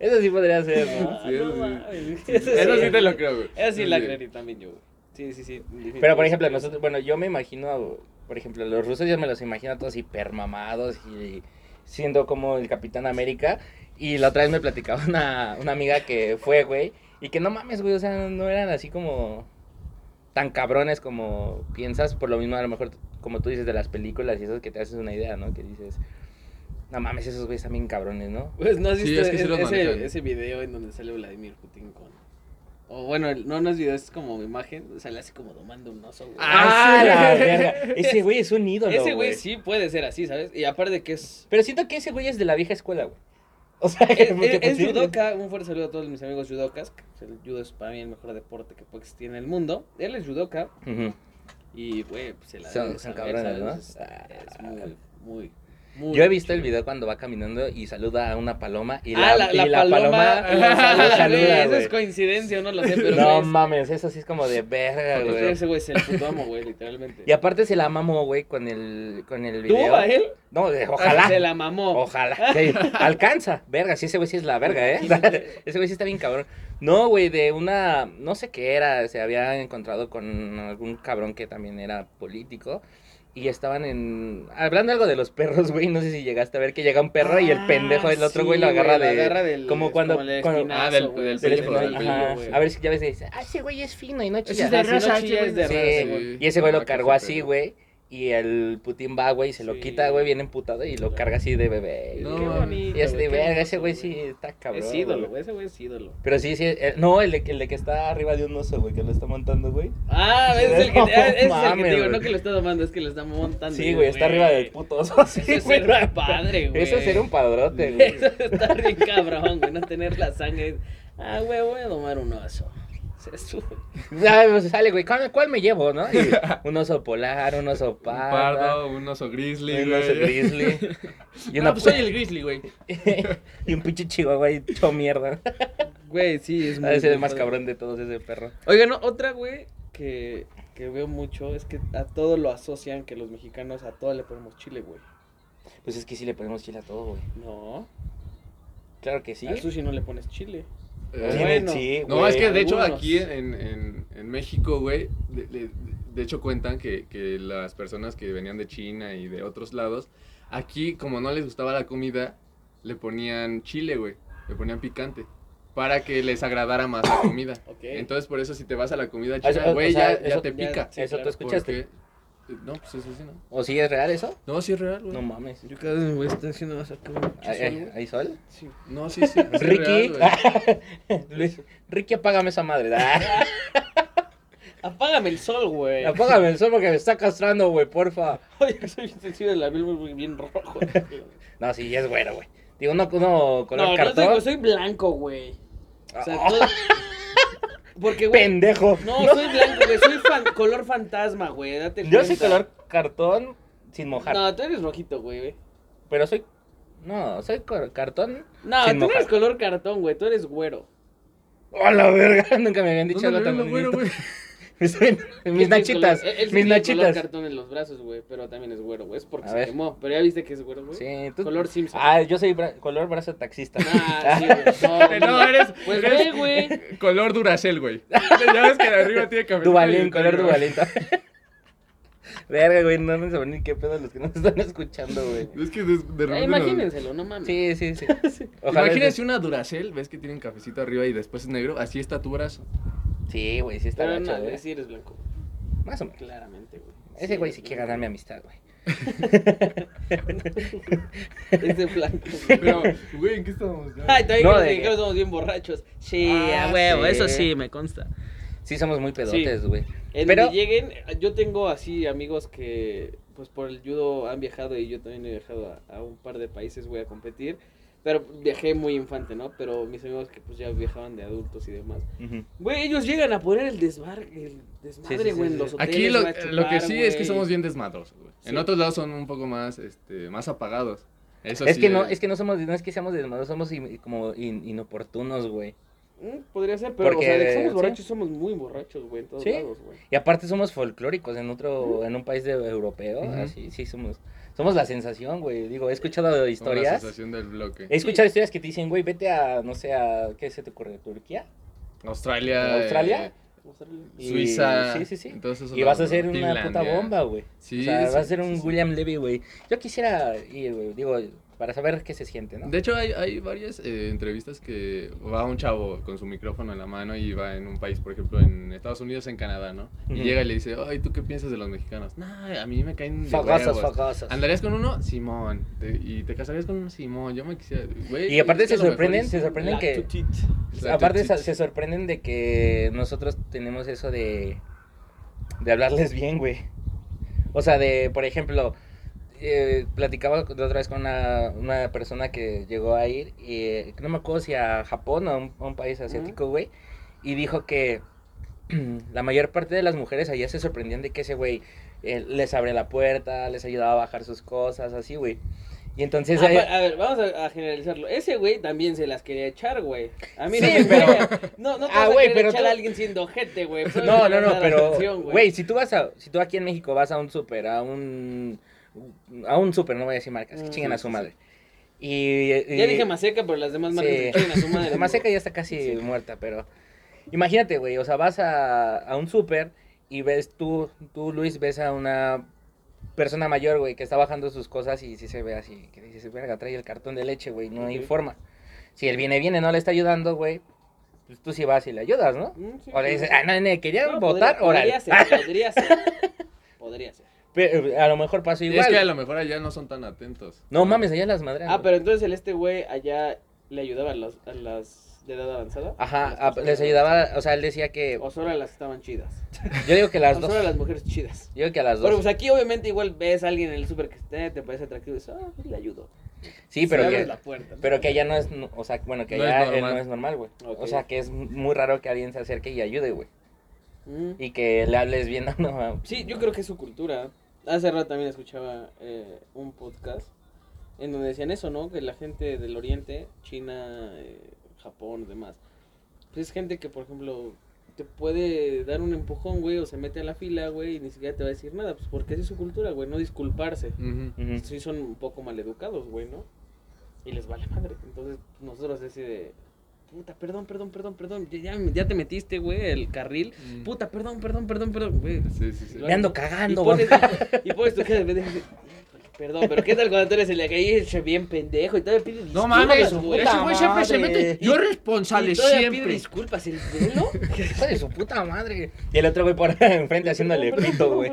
Speaker 2: Eso sí podría ser, ¿no?
Speaker 1: Sí, eso sí.
Speaker 3: Eso
Speaker 1: Eso sí te lo creo, güey.
Speaker 3: Eso sí la
Speaker 1: Sí.
Speaker 3: creería también yo, güey. Sí, sí, sí.
Speaker 2: Pero, por ejemplo, nosotros, bueno, yo me imagino, por ejemplo, los rusos yo me los imagino todos hipermamados y siendo como el Capitán América. Y la otra vez me platicaba una, una amiga que fue, güey, y que no mames, güey, o sea, no eran así como tan cabrones como piensas, por lo mismo a lo mejor como tú dices de las películas y eso que te haces una idea, ¿no? Que dices, no mames, esos güeyes también cabrones, ¿no?
Speaker 3: Pues no has
Speaker 1: Sí,
Speaker 3: visto
Speaker 1: es que sí
Speaker 3: e-
Speaker 1: los manejan.
Speaker 3: ese, ese video en donde sale Vladimir Putin con. O bueno, el- no, no es video, es como imagen. Sale así como domando un oso, güey.
Speaker 2: ¡Ah,
Speaker 1: sí!
Speaker 2: la verga! Ese güey es un ídolo,
Speaker 3: ese güey sí puede ser así, ¿sabes? Y aparte que es
Speaker 2: [laughs] Pero siento que ese güey es de la vieja escuela, güey. O sea,
Speaker 3: Es,
Speaker 2: porque,
Speaker 3: es-
Speaker 2: pues,
Speaker 3: es
Speaker 2: sí,
Speaker 3: judoka, un fuerte saludo a todos mis amigos judokas. que El judo es para mí el mejor deporte que puede existir en el mundo. Él es judoka
Speaker 2: Ujú.
Speaker 3: y, güey, pues, se la
Speaker 2: Son-
Speaker 3: debe de
Speaker 2: son
Speaker 3: saber,
Speaker 2: cabrones,
Speaker 3: ¿sabes?
Speaker 2: ¿no?
Speaker 3: Es, es muy, muy, muy
Speaker 2: Yo he visto
Speaker 3: chido.
Speaker 2: el video cuando va caminando y saluda a una paloma y la,
Speaker 3: Ah, la,
Speaker 2: y
Speaker 3: [laughs] la
Speaker 2: la
Speaker 3: paloma.
Speaker 2: lo saluda,
Speaker 3: güey,
Speaker 2: saluda,
Speaker 3: eso
Speaker 2: güey.
Speaker 3: es coincidencia, no lo
Speaker 2: [laughs]
Speaker 3: sé, pero.
Speaker 2: No
Speaker 3: güey, es-
Speaker 2: mames, eso sí es como de verga,
Speaker 3: porque
Speaker 2: güey.
Speaker 3: Ese güey es el puto amo, güey, literalmente.
Speaker 2: Y aparte se la mamó, güey, con el, con el
Speaker 3: ¿Tú
Speaker 2: video.
Speaker 3: a él?
Speaker 2: No, de- ojalá.
Speaker 3: [laughs] Se la mamó.
Speaker 2: Ojalá. [laughs] Sí, alcanza. Verga, sí, ese güey sí es la verga, ¿eh? [laughs] ese güey sí está bien cabrón. No, güey, de una. No sé qué era. Se había encontrado con algún cabrón que también era político. Y estaban en. Hablando algo de los perros, güey. No sé si llegaste a ver que llega un perro y el
Speaker 3: Ah,
Speaker 2: pendejo, el otro
Speaker 3: sí,
Speaker 2: güey, lo agarra de.
Speaker 3: del-
Speaker 2: como
Speaker 3: es
Speaker 2: cuando-
Speaker 3: el
Speaker 2: cuando-
Speaker 3: espinazo,
Speaker 1: ah, del-
Speaker 3: güey,
Speaker 1: del
Speaker 2: del
Speaker 1: pellejo,
Speaker 2: espinol,
Speaker 3: espinajo
Speaker 1: del
Speaker 3: del
Speaker 2: ajá.
Speaker 3: pelo, güey.
Speaker 2: A ver si ya ves, dice, ah, ese güey es fino y no
Speaker 3: Ese
Speaker 2: chilla.
Speaker 3: es de
Speaker 2: Ah, sí, no
Speaker 3: raza,
Speaker 2: chilla,
Speaker 3: ese güey es de
Speaker 2: sí.
Speaker 3: raza,
Speaker 1: güey.
Speaker 2: Y ese güey
Speaker 1: Ah,
Speaker 2: lo
Speaker 1: qué
Speaker 2: cargó así,
Speaker 1: feo.
Speaker 2: güey. Y el Putin va, güey, y se lo
Speaker 3: Sí.
Speaker 2: quita, güey, bien emputado y lo carga así de bebé.
Speaker 1: No,
Speaker 3: Qué
Speaker 1: mames.
Speaker 3: bonito.
Speaker 2: y es de
Speaker 3: qué
Speaker 2: verga,
Speaker 3: bonito,
Speaker 2: ese güey sí está cabrón.
Speaker 3: Es ídolo, güey. Ese güey es ídolo.
Speaker 2: Pero sí, sí, eh, no, el de, que- el de que está arriba de un oso, güey, que lo está montando, güey.
Speaker 3: Ah, ese es el que,
Speaker 2: No
Speaker 3: ah, ese es el que
Speaker 2: mames,
Speaker 3: te digo,
Speaker 2: güey.
Speaker 3: no que lo está tomando, es que lo está montando.
Speaker 2: Sí, güey, está arriba del puto oso, sí,
Speaker 3: Eso es
Speaker 2: güey.
Speaker 3: ser padre, güey.
Speaker 2: Eso es
Speaker 3: [laughs]
Speaker 2: ser un padrote, güey.
Speaker 3: Eso está bien cabrón, güey, no tener la sangre. Ah, güey, voy a tomar un oso. Se sube.
Speaker 2: Ya, pues, sale, güey, ¿cuál, cuál me llevo, no? Y un oso polar, un oso
Speaker 1: Un
Speaker 2: pardo,
Speaker 1: pardo, un oso grizzly,
Speaker 2: un oso
Speaker 1: güey.
Speaker 2: grizzly.
Speaker 4: [laughs]
Speaker 2: Y,
Speaker 4: No,
Speaker 2: una
Speaker 4: pues
Speaker 2: pu-
Speaker 4: soy el grizzly, güey.
Speaker 2: y un pinche chihuahua hecho mierda.
Speaker 3: Güey, sí, es
Speaker 2: Ha de ser el
Speaker 3: muy
Speaker 2: más
Speaker 3: padre.
Speaker 2: cabrón de todos ese perro.
Speaker 3: Oigan, no, otra, güey, que, que veo mucho es que a todo lo asocian que los mexicanos a todo le ponemos chile, güey.
Speaker 2: Pues es que sí le ponemos chile a todo, güey.
Speaker 3: No,
Speaker 2: Claro que sí.
Speaker 3: al sushi no le pones chile.
Speaker 1: Eh,
Speaker 2: Sí,
Speaker 3: Bueno.
Speaker 2: sí,
Speaker 1: No,
Speaker 2: güey.
Speaker 1: es que de hecho
Speaker 3: algunos.
Speaker 1: aquí en, en- en México, güey, de, de- de hecho cuentan que, que las personas que venían de China y de otros lados, aquí como no les gustaba la comida, le ponían chile, güey, le ponían picante, para que les agradara más la
Speaker 2: [coughs]
Speaker 1: comida.
Speaker 3: Ok.
Speaker 1: Entonces por eso si te vas a la comida
Speaker 2: Ah,
Speaker 1: china,
Speaker 2: o- o
Speaker 1: güey,
Speaker 2: sea,
Speaker 1: ya, ya
Speaker 2: eso-
Speaker 1: te
Speaker 3: ya-
Speaker 1: pica.
Speaker 3: sí,
Speaker 2: Eso
Speaker 3: claro,
Speaker 2: tú escuchaste.
Speaker 1: porque- No, pues eso sí, ¿no?
Speaker 2: ¿O sí es real eso?
Speaker 1: No, sí es real, güey.
Speaker 2: No
Speaker 1: No,
Speaker 2: mames.
Speaker 3: Yo cada vez me voy a estar haciendo más acá. güey.
Speaker 2: ¿Hay, hay- hay sol?
Speaker 3: [laughs] Sí.
Speaker 1: sí, sí. sí es
Speaker 2: Ricky.
Speaker 1: real, güey.
Speaker 2: [laughs] Luis, Ricky, apágame esa madre.
Speaker 3: [laughs]
Speaker 2: Ah,
Speaker 3: Apágame el sol, güey.
Speaker 2: apágame el sol porque me está castrando, güey, porfa.
Speaker 3: [laughs] Oye, soy bien sensible de la piel, güey, bien [laughs] rojo.
Speaker 2: No, sí, ya es güero, güey. Digo, no, no color
Speaker 3: no, no
Speaker 2: cartón.
Speaker 3: soy, soy blanco, güey. O sea,
Speaker 2: Ah,
Speaker 3: todo... [laughs] Porque,
Speaker 2: oh,
Speaker 3: güey.
Speaker 2: pendejo. [laughs]
Speaker 3: [laughs] No, soy blanco, güey. Soy fan- color fantasma, güey. Date
Speaker 2: Yo soy
Speaker 3: cuenta.
Speaker 2: color cartón sin mojar.
Speaker 3: No, tú eres rojito, güey.
Speaker 2: Pero soy. No, soy cor- cartón.
Speaker 3: No,
Speaker 2: sin
Speaker 3: tú
Speaker 2: mojar.
Speaker 3: eres color cartón, güey. Tú eres güero.
Speaker 2: ¡Oh, la verga! [laughs] Nunca me habían dicho
Speaker 1: ¿Dónde
Speaker 2: algo tan
Speaker 1: lo veo,
Speaker 2: bonito.
Speaker 1: güey?
Speaker 2: [laughs] Mis, mis
Speaker 3: Él sí es
Speaker 2: nachitas.
Speaker 3: color- él- él sí
Speaker 2: mis
Speaker 3: tiene color
Speaker 2: nachitas.
Speaker 3: cartón en los brazos, güey. Pero también es güero, güey. Es porque
Speaker 2: A
Speaker 3: se
Speaker 2: ver.
Speaker 3: quemó. Pero ya viste que es güero, güey.
Speaker 2: Sí, tú-
Speaker 3: Color Simpson.
Speaker 2: Ah, yo soy bra- color brazo taxista. [laughs]
Speaker 3: Ah, sí, güey.
Speaker 1: No, eres-
Speaker 3: Pues
Speaker 1: eres- [laughs]
Speaker 3: ve, güey.
Speaker 1: Color Duracel, güey. Ya ves que de arriba tiene café.
Speaker 2: Duvalín, color Duvalín. [laughs] Verga, güey, no no saben ni qué pedo los que nos están escuchando, güey.
Speaker 1: Es que de, de
Speaker 3: Ah,
Speaker 1: repente nos-
Speaker 3: Imagínenselo, no mames.
Speaker 2: Sí, sí, sí. Ojalá
Speaker 1: Imagínense una Duracel, ves que tienen cafecito arriba y después es negro, así está tu
Speaker 2: [laughs]
Speaker 1: brazo.
Speaker 2: Sí, güey, sí está
Speaker 3: Pero
Speaker 2: gacho,
Speaker 3: no,
Speaker 2: güey.
Speaker 3: güey, sí eres blanco.
Speaker 2: Más o menos.
Speaker 3: Claramente, güey.
Speaker 2: Ese güey sí
Speaker 3: eres
Speaker 2: quiere ganar mi amistad, güey.
Speaker 3: blanco. [laughs] Es de blanco.
Speaker 1: [laughs]
Speaker 3: güey.
Speaker 1: Pero, güey, ¿en qué estábamos? Ya?
Speaker 3: Ay, también
Speaker 2: No,
Speaker 3: que los
Speaker 2: de-
Speaker 3: mexicanos somos bien borrachos. Sí,
Speaker 2: Ah,
Speaker 3: a huevo,
Speaker 2: sí.
Speaker 3: eso sí, me consta.
Speaker 2: Sí, somos muy pedotes, güey.
Speaker 3: En
Speaker 2: Pero,
Speaker 3: donde lleguen, yo tengo así amigos que, pues por el judo han viajado y yo también he viajado a, a un par de países, güey, a competir. Pero viajé muy infante, ¿no? Pero mis amigos que pues ya viajaban de adultos y demás.
Speaker 2: Ujú.
Speaker 3: Güey, ellos llegan a poner el, desbar, el desmadre,
Speaker 2: Sí, sí, sí,
Speaker 3: güey, en
Speaker 2: sí.
Speaker 3: los hoteles.
Speaker 1: Aquí lo,
Speaker 3: güey, a
Speaker 1: lo que
Speaker 3: chupar,
Speaker 1: sí es que
Speaker 3: güey.
Speaker 1: somos bien desmadros. güey. En
Speaker 3: Sí.
Speaker 1: otros lados son un poco más, este, más apagados. Eso
Speaker 2: Es
Speaker 1: sí
Speaker 2: que no, es que no somos, no es que seamos desmadrosos, somos in- como in- inoportunos, güey.
Speaker 3: Mm, Podría ser, pero
Speaker 2: Porque,
Speaker 3: o sea, de que
Speaker 2: sí.
Speaker 3: somos borrachos, somos muy borrachos, güey, en todos
Speaker 2: Sí.
Speaker 3: lados, güey.
Speaker 2: Y aparte somos folclóricos en otro, en un país de europeo,
Speaker 1: Ujú.
Speaker 2: así, sí somos, somos la sensación, güey. Digo, he escuchado
Speaker 1: Como la
Speaker 2: historias,
Speaker 1: sensación del bloque.
Speaker 2: he escuchado historias que te dicen, güey, vete a, no sé, a, ¿qué se te ocurre? ¿Turquía?
Speaker 1: Australia.
Speaker 2: ¿Australia?
Speaker 1: eh,
Speaker 3: Mostrarle.
Speaker 2: Y-
Speaker 1: Suiza.
Speaker 2: sí, sí, sí.
Speaker 1: entonces esos
Speaker 2: Y vas a
Speaker 1: lados,
Speaker 2: ser
Speaker 1: ¿no?
Speaker 2: una puta
Speaker 1: Finlandia.
Speaker 2: bomba, güey.
Speaker 1: Sí,
Speaker 2: o sea, vas
Speaker 1: sí,
Speaker 2: a ser
Speaker 1: sí,
Speaker 2: un
Speaker 1: sí.
Speaker 2: William Levy, güey. Yo quisiera ir, güey, digo, para saber qué se siente, ¿no?
Speaker 1: De hecho, hay, hay varias eh, entrevistas que va un chavo con su micrófono en la mano y va en un país, por ejemplo, en Estados Unidos, en Canadá, ¿no? Y
Speaker 2: Ujú.
Speaker 1: llega y le dice, ay, ¿tú qué piensas de los mexicanos? No, a mí me caen de
Speaker 2: Fogosos,
Speaker 1: huevos.
Speaker 2: fogosos.
Speaker 1: ¿Andarías con uno? Simón. Te- ¿Y te casarías con uno? Simón. Yo me quisiera... güey,
Speaker 2: Y aparte
Speaker 1: es que
Speaker 2: se
Speaker 1: a lo mejor
Speaker 2: sorprenden,
Speaker 1: es-
Speaker 2: se sorprenden
Speaker 3: Black
Speaker 2: que-
Speaker 3: to tit.
Speaker 1: es la
Speaker 2: Aparte
Speaker 1: tuchis.
Speaker 2: se, se sorprenden de que nosotros tenemos eso de de hablarles bien, güey. O sea, de, por ejemplo, eh, platicaba la otra vez con una, una persona que llegó a ir, y, eh, no me acuerdo si a Japón o a un, a un país asiático, güey, y dijo que [clears throat] la mayor parte de las mujeres allá se sorprendían de que ese güey eh, les abre la puerta, les ayudaba a bajar sus cosas, así, güey. Y entonces...
Speaker 3: Ah,
Speaker 2: eh,
Speaker 3: pa- a ver, vamos a, a generalizarlo. Ese güey también se las quería echar, güey. A mí no
Speaker 2: Sí,
Speaker 3: me
Speaker 2: pero-
Speaker 3: extraña. No, no te
Speaker 2: Ah,
Speaker 3: vas a
Speaker 2: güey,
Speaker 3: querer
Speaker 2: pero
Speaker 3: echar
Speaker 2: tú-
Speaker 3: a alguien siendo ojete, güey. Pues,
Speaker 2: No, no,
Speaker 3: obviamente
Speaker 2: no,
Speaker 3: vas a dar
Speaker 2: pero
Speaker 3: atención,
Speaker 2: güey, si tú vas a si tú aquí en México vas a un súper, a un a un súper, no voy a decir marcas, que
Speaker 3: Mm.
Speaker 2: chingan a su madre. Y, y-
Speaker 3: Ya dije Maseca, pero las demás marcas
Speaker 2: eh, sí.
Speaker 3: se quieren a
Speaker 2: [laughs]
Speaker 3: su madre.
Speaker 2: La Maseca
Speaker 3: güey.
Speaker 2: ya está casi muerta, pero imagínate, güey, o sea, vas a, a un súper y ves tú tú Luis ves a una persona mayor, güey, que está bajando sus cosas y sí se ve así, que dices, "Verga, trae el cartón de leche, güey, no hay
Speaker 3: Ujú.
Speaker 2: forma." Si él viene viene no le está ayudando, güey, pues tú sí vas y le ayudas, "Ah, ¿no?
Speaker 3: Mm, sí,
Speaker 2: O le
Speaker 3: sí.
Speaker 2: dices, ah, no, nene, quería
Speaker 3: No,
Speaker 2: votar, órale.
Speaker 3: podría- [laughs]
Speaker 2: [laughs]
Speaker 3: Podría ser, podría ser. Podría ser.
Speaker 2: Pero, eh, a lo mejor pasó igual.
Speaker 1: Es que a lo mejor allá no son tan atentos.
Speaker 2: No mames, allá las madres.
Speaker 3: Ah, pero entonces el este güey allá le ayudaba a las, a las de edad avanzada.
Speaker 2: Ajá, ah,
Speaker 3: ¿A las
Speaker 2: les
Speaker 3: personas?
Speaker 2: ayudaba, o sea, él decía que...
Speaker 3: O solo a las que estaban chidas.
Speaker 2: Yo digo que las
Speaker 3: o
Speaker 2: dos.
Speaker 3: solo a
Speaker 2: Yo
Speaker 3: las mujeres chidas.
Speaker 2: digo que a las
Speaker 3: Bueno,
Speaker 2: dos.
Speaker 3: pues aquí obviamente igual ves a alguien en el súper que eh, te parece atractivo y dices, ah, le ayudo.
Speaker 2: Sí, pero
Speaker 3: Se abre
Speaker 2: que,
Speaker 3: la puerta, ¿no?
Speaker 2: pero que allá no es, no- o sea, bueno, que
Speaker 1: No
Speaker 2: allá
Speaker 1: es
Speaker 2: él
Speaker 1: normal.
Speaker 2: no es normal, güey.
Speaker 3: Ok.
Speaker 2: O sea, que es muy raro que alguien se acerque y ayude, güey.
Speaker 3: Mm.
Speaker 2: Y que le hables bien [laughs] a uno.
Speaker 3: Sí, yo creo que es su cultura. Hace rato también escuchaba eh, un podcast en donde decían eso, ¿no? Que la gente del oriente, China, eh, Japón, demás, pues es gente que, por ejemplo, te puede dar un empujón, güey, o se mete a la fila, güey, y ni siquiera te va a decir nada, pues porque esa es su cultura, güey, no disculparse.
Speaker 1: Ujú.
Speaker 2: Ujú.
Speaker 3: Sí son un poco maleducados, güey, ¿no? Y les vale madre. Entonces, nosotros ese de... Puta, perdón, perdón, perdón, perdón. Ya, ya- ya te metiste, güey, el carril.
Speaker 1: Mm.
Speaker 3: Puta, perdón, perdón, perdón, perdón, güey.
Speaker 1: Sí, sí, sí.
Speaker 2: Me ando cagando,
Speaker 3: Y
Speaker 2: Ah, güey. [laughs]
Speaker 3: [laughs] pones, y pones tu cara de pendejo. y dices, Perdón, pero ¿qué tal cuando tú eres el de que "Ese bien pendejo y todavía pide disculpas?
Speaker 4: No mames,
Speaker 3: güey.
Speaker 4: ese güey siempre se
Speaker 2: madre.
Speaker 4: mete. Yo
Speaker 3: Y
Speaker 4: responsable
Speaker 3: todavía pide
Speaker 4: siempre.
Speaker 3: disculpas, el velo.
Speaker 2: Hijo de su puta madre. Y el otro güey por [laughs] enfrente haciéndole pito, güey.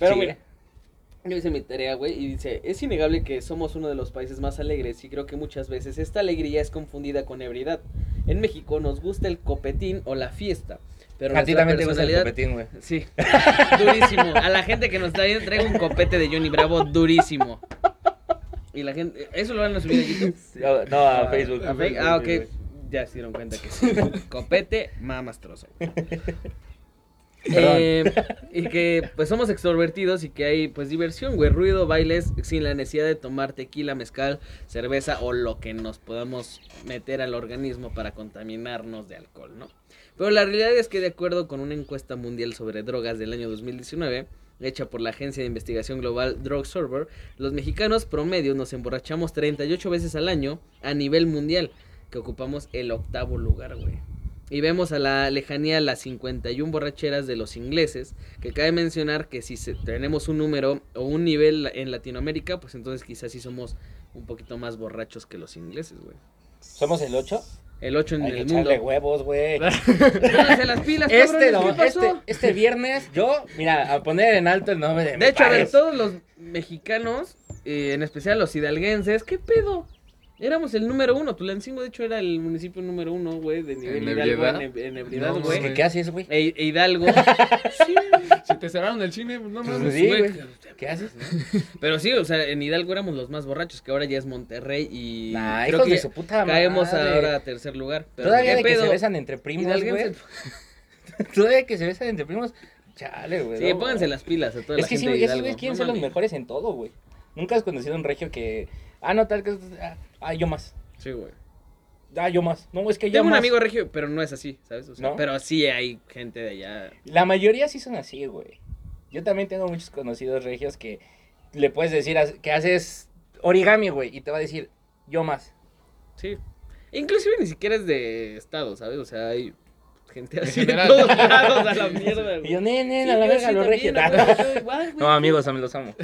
Speaker 3: Pero
Speaker 2: Sí.
Speaker 3: mira, yo hice mi tarea, güey, y dice, es innegable que somos uno de los países más alegres y creo que muchas veces esta alegría es confundida con ebriedad. En México nos gusta el copetín o la fiesta, pero
Speaker 2: A ti
Speaker 3: nuestra
Speaker 2: también te gusta el
Speaker 3: personalidad-
Speaker 2: copetín, güey.
Speaker 3: Sí, durísimo. A la gente que nos está viendo, traigo un copete de Johnny Bravo durísimo. Y la gente, ¿eso lo van a subir a YouTube?
Speaker 2: No, no, a Facebook.
Speaker 3: Ah, ¿A Fe- Ah, ok. Ya se dieron cuenta
Speaker 2: [laughs]
Speaker 3: que sí. Copete, mamastroso.
Speaker 2: Perdón.
Speaker 3: Eh, y que pues somos extrovertidos y que hay pues diversión, güey, ruido, bailes, sin la necesidad de tomar tequila, mezcal, cerveza o lo que nos podamos meter al organismo para contaminarnos de alcohol, ¿no? Pero la realidad es que de acuerdo con una encuesta mundial sobre drogas del año 2019, hecha por la agencia de investigación global Drug Server, los mexicanos promedio nos emborrachamos 38 veces al año a nivel mundial, que ocupamos el octavo lugar, güey. Y vemos a la lejanía las 51 borracheras de los ingleses, que cabe mencionar que si se- tenemos un número o un nivel en Latinoamérica, pues entonces quizás sí somos un poquito más borrachos que los ingleses, güey.
Speaker 2: ¿Somos el 8?
Speaker 3: El 8 en
Speaker 2: Hay que
Speaker 3: el mundo.
Speaker 2: echarle huevos,
Speaker 3: [laughs]
Speaker 2: güey.
Speaker 3: Pónganse las pilas,
Speaker 2: Este,
Speaker 3: cabrones,
Speaker 2: no,
Speaker 3: ¿qué pasó?
Speaker 2: este, este viernes, yo, mira, a poner en alto el nombre de
Speaker 3: De hecho, a ver,
Speaker 2: padres.
Speaker 3: todos los mexicanos, eh, en especial los hidalguenses, ¿qué pedo? Éramos el número uno. Tulancingo, de hecho, era el municipio número uno, güey, de nivel
Speaker 1: ¿En
Speaker 3: Hidalgo
Speaker 1: ebriedad?
Speaker 3: en, eb- en ebriedad,
Speaker 1: No,
Speaker 3: güey.
Speaker 1: mames.
Speaker 2: ¿Qué haces, güey?
Speaker 3: E,
Speaker 2: [laughs]
Speaker 3: e Hidalgo. sí,
Speaker 1: Si te cerraron el cine, pues no mames.
Speaker 2: Pues sí,
Speaker 3: güey.
Speaker 2: güey. ¿Qué haces?
Speaker 3: pero sí, o sea, en Hidalgo éramos los más borrachos, que ahora ya es Monterrey y
Speaker 2: Nah,
Speaker 3: creo
Speaker 2: hijos
Speaker 3: que
Speaker 2: de su puta madre.
Speaker 3: caemos ahora a tercer lugar. Pero
Speaker 2: Todavía
Speaker 3: ¿qué
Speaker 2: de que
Speaker 3: pedo?
Speaker 2: se besan entre primos, güey. [laughs]
Speaker 3: Hidalguenses-
Speaker 2: Todavía de que se besan entre primos. Chale, güey.
Speaker 3: Sí,
Speaker 2: no,
Speaker 3: pónganse
Speaker 2: güey.
Speaker 3: las pilas a toda la
Speaker 2: Es que sí,
Speaker 3: gente de
Speaker 2: güey, esos
Speaker 3: Hidalgo.
Speaker 2: güeyes quieren
Speaker 3: No
Speaker 2: ser los
Speaker 3: mames.
Speaker 2: mejores en todo, güey. Nunca has conocido a un regio que. Ah, no, tal que. Ah, ah, yo más.
Speaker 3: Sí, güey.
Speaker 2: Ah, yo más. No, es que yo
Speaker 3: Tengo un
Speaker 2: más.
Speaker 3: amigo regio, pero no es así, ¿sabes? O sea,
Speaker 2: ¿No?
Speaker 3: Pero sí hay gente de allá.
Speaker 2: La mayoría sí son así, güey. Yo también tengo muchos conocidos regios que le puedes decir as- que haces origami, güey, y te va a decir, yo más.
Speaker 3: Sí. Inclusive ni siquiera es de estado, ¿sabes? O sea, hay gente
Speaker 1: En
Speaker 3: así
Speaker 1: general.
Speaker 3: de todos lados a la mierda,
Speaker 2: Y
Speaker 3: güey.
Speaker 2: yo, nene,
Speaker 3: Sí,
Speaker 2: a la
Speaker 3: yo
Speaker 2: verga,
Speaker 3: sí
Speaker 2: los regios.
Speaker 3: también, [laughs]
Speaker 2: [laughs]
Speaker 3: güey, yo igual, güey.
Speaker 2: No, amigos, am-
Speaker 1: [laughs]
Speaker 2: los amo.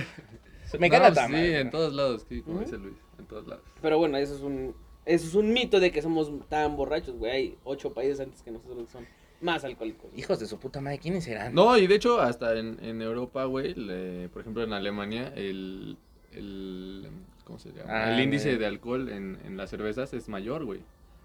Speaker 2: Me
Speaker 1: No,
Speaker 2: encanta eh.
Speaker 1: Sí, en todos lados, sí, como dice Luis. En todos lados.
Speaker 3: Pero bueno, eso es un eso es un mito de que somos tan borrachos, güey. Hay ocho países antes que nosotros que son más alcohólicos.
Speaker 2: Hijos de su puta madre, ¿quiénes serán?
Speaker 1: No, y de hecho, hasta en, en Europa, güey, le- por ejemplo, en Alemania, el, el ¿cómo se llama?
Speaker 2: Ah,
Speaker 1: el índice
Speaker 2: güey.
Speaker 1: de alcohol en, en las cervezas es mayor, güey.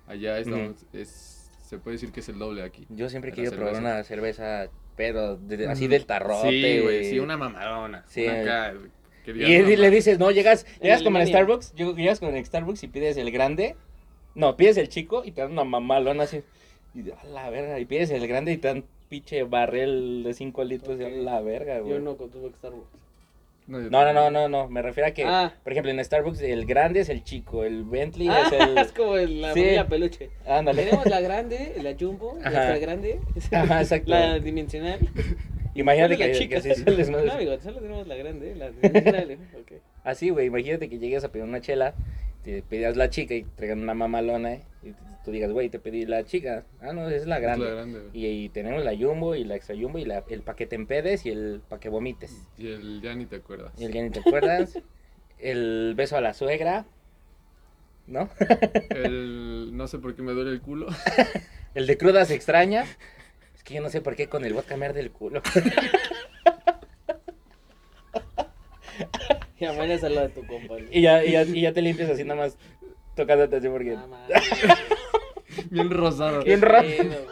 Speaker 1: Allá estamos- es, se puede decir que es el doble aquí.
Speaker 2: Yo siempre
Speaker 1: La
Speaker 2: quiero probar
Speaker 1: cerveza.
Speaker 2: una cerveza, pero de- de- así del tarrote.
Speaker 1: Mm, sí, güey, sí, una mamadona.
Speaker 2: Sí. eh.
Speaker 1: una acá, que
Speaker 2: Y [laughs]
Speaker 1: digas,
Speaker 2: él-
Speaker 1: no,
Speaker 2: le
Speaker 1: mames.
Speaker 2: dices, no, llegas, llegas como en
Speaker 3: Alemania.
Speaker 2: Starbucks, yo- llegas como en Starbucks y pides el grande. No, pides el chico y te dan una mamalona así. Y a la verga, y pides el grande y te dan pinche barril de 5 litros y a
Speaker 3: Ok.
Speaker 2: la verga, güey.
Speaker 3: Yo
Speaker 2: No,
Speaker 3: no contuve que Starbucks.
Speaker 1: yo
Speaker 2: no, no,
Speaker 1: tampoco.
Speaker 2: no, no, me refiero a que,
Speaker 3: Ah.
Speaker 2: por ejemplo, en Starbucks el grande es el chico, el Bentley
Speaker 3: Ah,
Speaker 2: es [laughs] el...
Speaker 3: es como el- la
Speaker 2: Sí.
Speaker 3: familia peluche.
Speaker 2: [laughs] Ándale.
Speaker 3: Tenemos la grande, la jumbo, la
Speaker 2: Ajá.
Speaker 3: extra grande,
Speaker 2: Ajá, exacto.
Speaker 3: la dimensional.
Speaker 2: Imagínate
Speaker 3: la
Speaker 2: que,
Speaker 3: chica.
Speaker 2: que [laughs] así se les-
Speaker 3: No, amigo, solo tenemos la grande, la dimensional. [laughs] ok.
Speaker 2: Así, güey, imagínate que llegues a pedir una chela, te pedías la chica y te traigan una mamalona, ¿eh? y tú digas, güey, te pedí la chica. Ah, no, es la
Speaker 1: Es
Speaker 2: grande.
Speaker 1: la grande, güey.
Speaker 2: Y, y tenemos la jumbo y la extra jumbo y la, el pa' que te empedes y el pa' que vomites.
Speaker 1: Y el ya ni te acuerdas.
Speaker 2: El ya ni te acuerdas. el beso a la suegra. ¿No?
Speaker 1: El- no sé por qué me duele el culo. [laughs]
Speaker 2: El de crudas extrañas. Es que yo no sé por qué con el vodka me arde el culo.
Speaker 3: Y amañas a la de tu compañía.
Speaker 2: Y ya, y ya, y ya te limpias así nada más tocándote así porque...
Speaker 3: Ah, No mames,
Speaker 1: Bien rosado.
Speaker 2: Bien
Speaker 3: qué
Speaker 2: raro.
Speaker 3: pedo,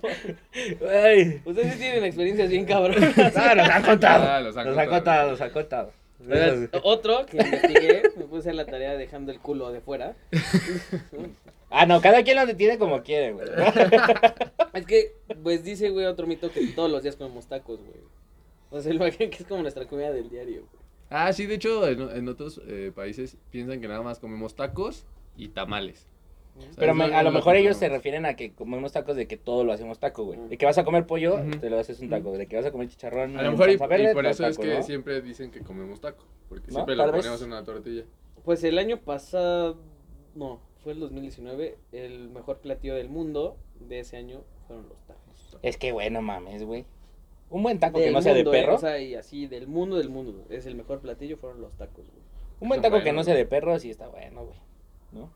Speaker 3: güey.
Speaker 2: Ay.
Speaker 3: Ustedes sí tienen experiencias bien cabronas.
Speaker 2: Ah, nos han contado.
Speaker 1: Ah, los
Speaker 2: nos
Speaker 1: han
Speaker 2: han contado,
Speaker 1: contado.
Speaker 2: nos han contado.
Speaker 3: Oigan, Otro que investigué, me puse a la tarea dejando el culo de fuera.
Speaker 2: Ah, no, cada quien lo detiene como quiere, güey.
Speaker 3: Es que, pues dice, güey, otro mito que todos los días comemos tacos, güey. O sea, [laughs] imagínate que es como nuestra comida del diario, güey.
Speaker 1: Ah, sí, de hecho, en, en otros eh, países piensan que nada más comemos tacos y tamales. O sea,
Speaker 2: Pero
Speaker 1: es
Speaker 2: me-
Speaker 1: algo
Speaker 2: a lo
Speaker 1: que
Speaker 2: mejor ellos se
Speaker 1: comemos.
Speaker 2: refieren a que comemos tacos de que todo lo hacemos taco, güey. De que vas a comer pollo,
Speaker 1: Ujú.
Speaker 2: te lo haces un taco. De que vas a comer chicharrón.
Speaker 1: A lo mejor y,
Speaker 2: salsa verde,
Speaker 1: y por
Speaker 2: tal
Speaker 1: eso es
Speaker 2: taco,
Speaker 1: que
Speaker 2: ¿no?
Speaker 1: siempre dicen que comemos taco. Porque
Speaker 2: ¿No?
Speaker 1: siempre
Speaker 2: Tal
Speaker 1: lo
Speaker 2: vez.
Speaker 1: ponemos en una tortilla.
Speaker 3: Pues el año pasado, no, fue el 2019, el mejor platillo del mundo de ese año fueron los tacos.
Speaker 2: Es que, güey, no mames, güey. Un buen taco que
Speaker 3: Del
Speaker 2: no sea de
Speaker 3: mundo, ¿eh?
Speaker 2: perro.
Speaker 3: O sea, y así, del mundo del mundo, güey. es el mejor platillo, fueron los tacos, güey.
Speaker 2: un buen
Speaker 1: está
Speaker 2: taco que
Speaker 1: bueno,
Speaker 2: no sea
Speaker 1: güey.
Speaker 2: de perro sí está bueno, güey. ¿No?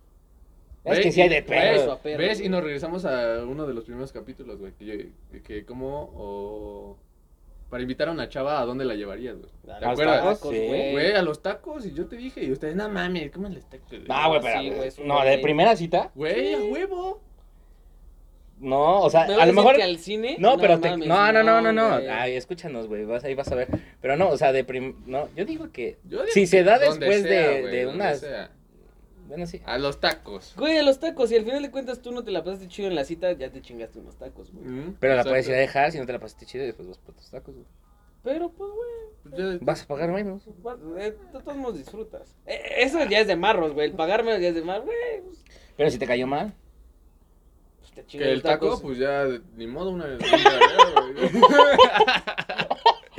Speaker 2: Es
Speaker 1: Ve,
Speaker 2: que sí hay de
Speaker 1: y-
Speaker 2: perro.
Speaker 3: güey. a perro,
Speaker 1: ¿Ves? Y
Speaker 3: güey.
Speaker 1: nos regresamos a uno de los primeros capítulos, güey. Que, que como o... Para invitar a una chava, ¿a dónde la llevarías, güey?
Speaker 3: A
Speaker 1: ¿Te
Speaker 2: los
Speaker 1: acuerdas?
Speaker 2: tacos, sí.
Speaker 1: Güey, a los tacos. Y yo te dije, y ustedes, no mames, ¿cómo les tacos? güey?"
Speaker 2: No, güey, pero.
Speaker 3: Sí, güey, es un
Speaker 2: no, de
Speaker 3: buen-
Speaker 2: primera cita.
Speaker 1: Güey, a huevo.
Speaker 2: No, o sea,
Speaker 3: ¿Me
Speaker 2: a
Speaker 3: vas
Speaker 2: lo
Speaker 3: decir
Speaker 2: mejor.
Speaker 3: que al cine?
Speaker 2: No, pero te...
Speaker 3: mames,
Speaker 2: no, no, no, no, no.
Speaker 3: güey.
Speaker 2: Ay, escúchanos, güey. Vas, ahí vas a ver. Pero no, o sea, de prim... No, yo digo que.
Speaker 1: Yo digo
Speaker 2: Si
Speaker 1: que
Speaker 2: se da
Speaker 1: donde
Speaker 2: después de-
Speaker 1: güey,
Speaker 2: de
Speaker 1: donde
Speaker 2: unas-
Speaker 1: sea.
Speaker 2: Bueno, sí.
Speaker 1: A los tacos.
Speaker 3: Güey, a los tacos, y al final de cuentas tú no te la pasaste chido en la cita, ya te chingaste unos tacos, güey.
Speaker 1: Mm,
Speaker 2: Pero la
Speaker 1: exacto.
Speaker 2: puedes ir a dejar si no te la pasaste chido y después vas por tus tacos, güey.
Speaker 3: Pero, pues, güey,
Speaker 1: Yo-
Speaker 2: Vas a pagar menos.
Speaker 3: va- eh, de todos modos disfrutas. Eh, eso ya es de marros, güey, el pagarme ya es de marros, güey. pues,
Speaker 2: Pero si te cayó mal.
Speaker 3: pues, te chingas
Speaker 1: Que el
Speaker 3: los
Speaker 1: taco,
Speaker 3: tacos.
Speaker 1: pues ya, ni modo, una vez.
Speaker 2: [laughs]
Speaker 1: ya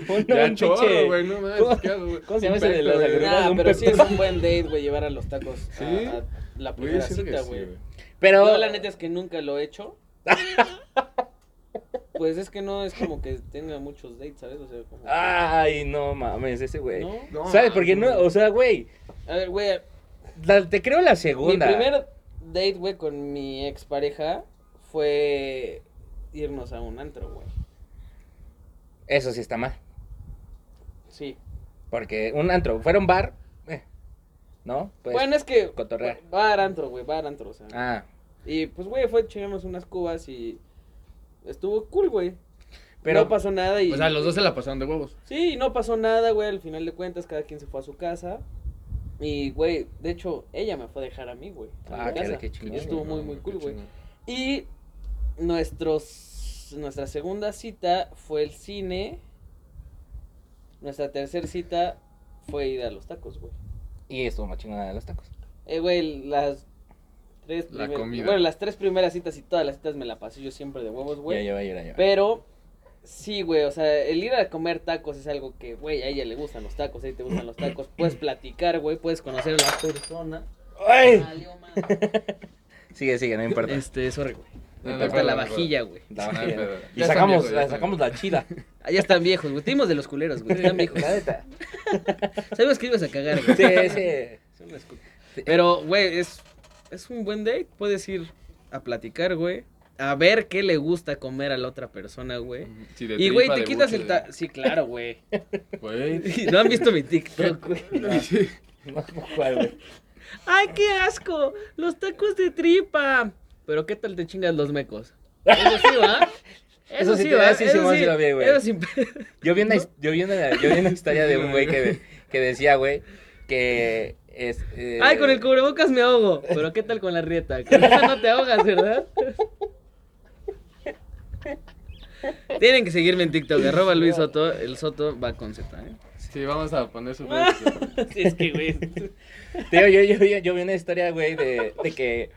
Speaker 2: un pinche-
Speaker 1: chorro, güey, no mames, ¿qué hago, güey?
Speaker 2: ¿Cómo se llama
Speaker 1: Un
Speaker 2: ese de
Speaker 1: pesto,
Speaker 2: las
Speaker 1: güey.
Speaker 2: agruras?
Speaker 3: Nah,
Speaker 2: un
Speaker 3: pero sí es
Speaker 2: pepperoni.
Speaker 3: un buen date, güey, llevar a los tacos
Speaker 2: [laughs]
Speaker 3: a-
Speaker 1: ¿Sí?
Speaker 3: a, la
Speaker 1: Güey,
Speaker 3: primera
Speaker 1: siento que
Speaker 3: cita,
Speaker 1: sí,
Speaker 3: güey.
Speaker 2: Pero.
Speaker 3: Yo la neta es que nunca lo he
Speaker 2: [laughs]
Speaker 3: hecho. pues es que no es como que tenga muchos dates, ¿sabes? O sea, como...
Speaker 2: Ay, no mames, ese Ah, güey.
Speaker 3: ¿no?
Speaker 1: No,
Speaker 2: ¿Sabes por qué no? O sea, güey.
Speaker 3: A ver, güey,
Speaker 2: la- te creo la
Speaker 3: Mi
Speaker 2: segunda.
Speaker 3: primer date, güey, con mi expareja fue irnos a un antro, güey.
Speaker 2: Eso sí está mal.
Speaker 3: Sí.
Speaker 2: Porque un antro. Fuera un bar. eh, ¿No? Pues.
Speaker 3: bueno, es que
Speaker 2: cotorrear.
Speaker 3: va a dar antro, güey, va a dar antro, o sea.
Speaker 2: Ah.
Speaker 3: Y pues, güey, fue chingarnos unas cubas y estuvo cool, güey.
Speaker 2: Pero-
Speaker 3: no pasó nada y...
Speaker 1: O sea, los dos se la pasaron de huevos.
Speaker 3: Sí, no pasó nada, güey, al final de cuentas cada quien se fue a su casa. Y, güey, de hecho, ella me fue a dejar a mí, güey. a
Speaker 2: Ah,
Speaker 3: mi
Speaker 2: qué-
Speaker 3: casa.
Speaker 2: qué chingón,
Speaker 3: Estuvo muy,
Speaker 1: güey,
Speaker 3: muy
Speaker 1: qué
Speaker 3: cool, güey.
Speaker 1: chingón.
Speaker 3: Y nuestros, nuestra segunda cita fue el cine. Nuestra tercera cita fue ir a los tacos, güey.
Speaker 2: Y estuvo más chingona de los tacos.
Speaker 3: Eh, güey, las tres
Speaker 1: La
Speaker 3: primer-
Speaker 1: comida.
Speaker 3: Bueno, las tres primeras citas y todas las citas me la pasé yo siempre de huevos, güey.
Speaker 2: Ya, ya, ya, ya, ya.
Speaker 3: Pero, sí, güey, o sea, el ir a comer tacos es algo que, güey, a ella le gustan los tacos, a ella te gustan los tacos. Puedes platicar, güey, puedes conocer a la persona.
Speaker 2: ¡Ay!
Speaker 3: Valió madre.
Speaker 2: Sigue, sigue, no importa.
Speaker 4: Este, sorry, güey.
Speaker 1: No,
Speaker 4: Me
Speaker 1: no,
Speaker 4: falta
Speaker 1: no,
Speaker 4: la
Speaker 1: no, no.
Speaker 4: vajilla, güey.
Speaker 2: La
Speaker 1: No hay
Speaker 2: vajilla.
Speaker 1: pedo.
Speaker 2: Y
Speaker 1: Ya están
Speaker 2: sacamos,
Speaker 1: viejos, ya
Speaker 2: la-
Speaker 1: están
Speaker 2: sacamos la chila.
Speaker 4: Ah, ya están viejos, güey. Timos de los culeros, güey. Están viejos.
Speaker 2: La neta.
Speaker 4: Sabemos que ibas a cagar, güey.
Speaker 2: Sí, sí.
Speaker 4: Pero, güey, es, es un buen date. Puedes ir a platicar, güey. A ver qué le gusta comer a la otra persona, güey.
Speaker 1: Sí, de
Speaker 4: Y, güey,
Speaker 1: tripa,
Speaker 4: te
Speaker 1: de
Speaker 4: quitas
Speaker 1: buche,
Speaker 4: el...
Speaker 1: de-
Speaker 4: ta- Sí, claro, güey.
Speaker 2: [laughs]
Speaker 4: [laughs]
Speaker 1: [laughs] Güey.
Speaker 4: ¿No han visto mi TikTok, güey?
Speaker 1: Sí.
Speaker 2: No, ¿cuál, güey?
Speaker 4: ¡Ay, qué asco! ¡Los tacos de tripa! Pero, ¿qué tal te chingas los mecos? Eso sí, ¿va?
Speaker 2: Eso sí te-
Speaker 4: ¿va?
Speaker 2: ah, sí, Simón, sí lo vi, güey.
Speaker 4: Eso sí.
Speaker 2: Yo vi una, his- yo vi una, yo vi una historia de un güey
Speaker 4: [laughs]
Speaker 2: que, que decía, güey, que es... eh,
Speaker 4: Ay, con el cubrebocas me ahogo. Pero ¿qué tal con la rieta? Con esa no te ahogas, ¿verdad? Tienen que seguirme en TikTok, arroba Luis Soto, el Soto va con Z, ¿eh?
Speaker 1: Sí, vamos a poner su Facebook.
Speaker 3: es que, güey,
Speaker 2: Te digo, yo, yo, yo, yo vi una historia, güey, de, de que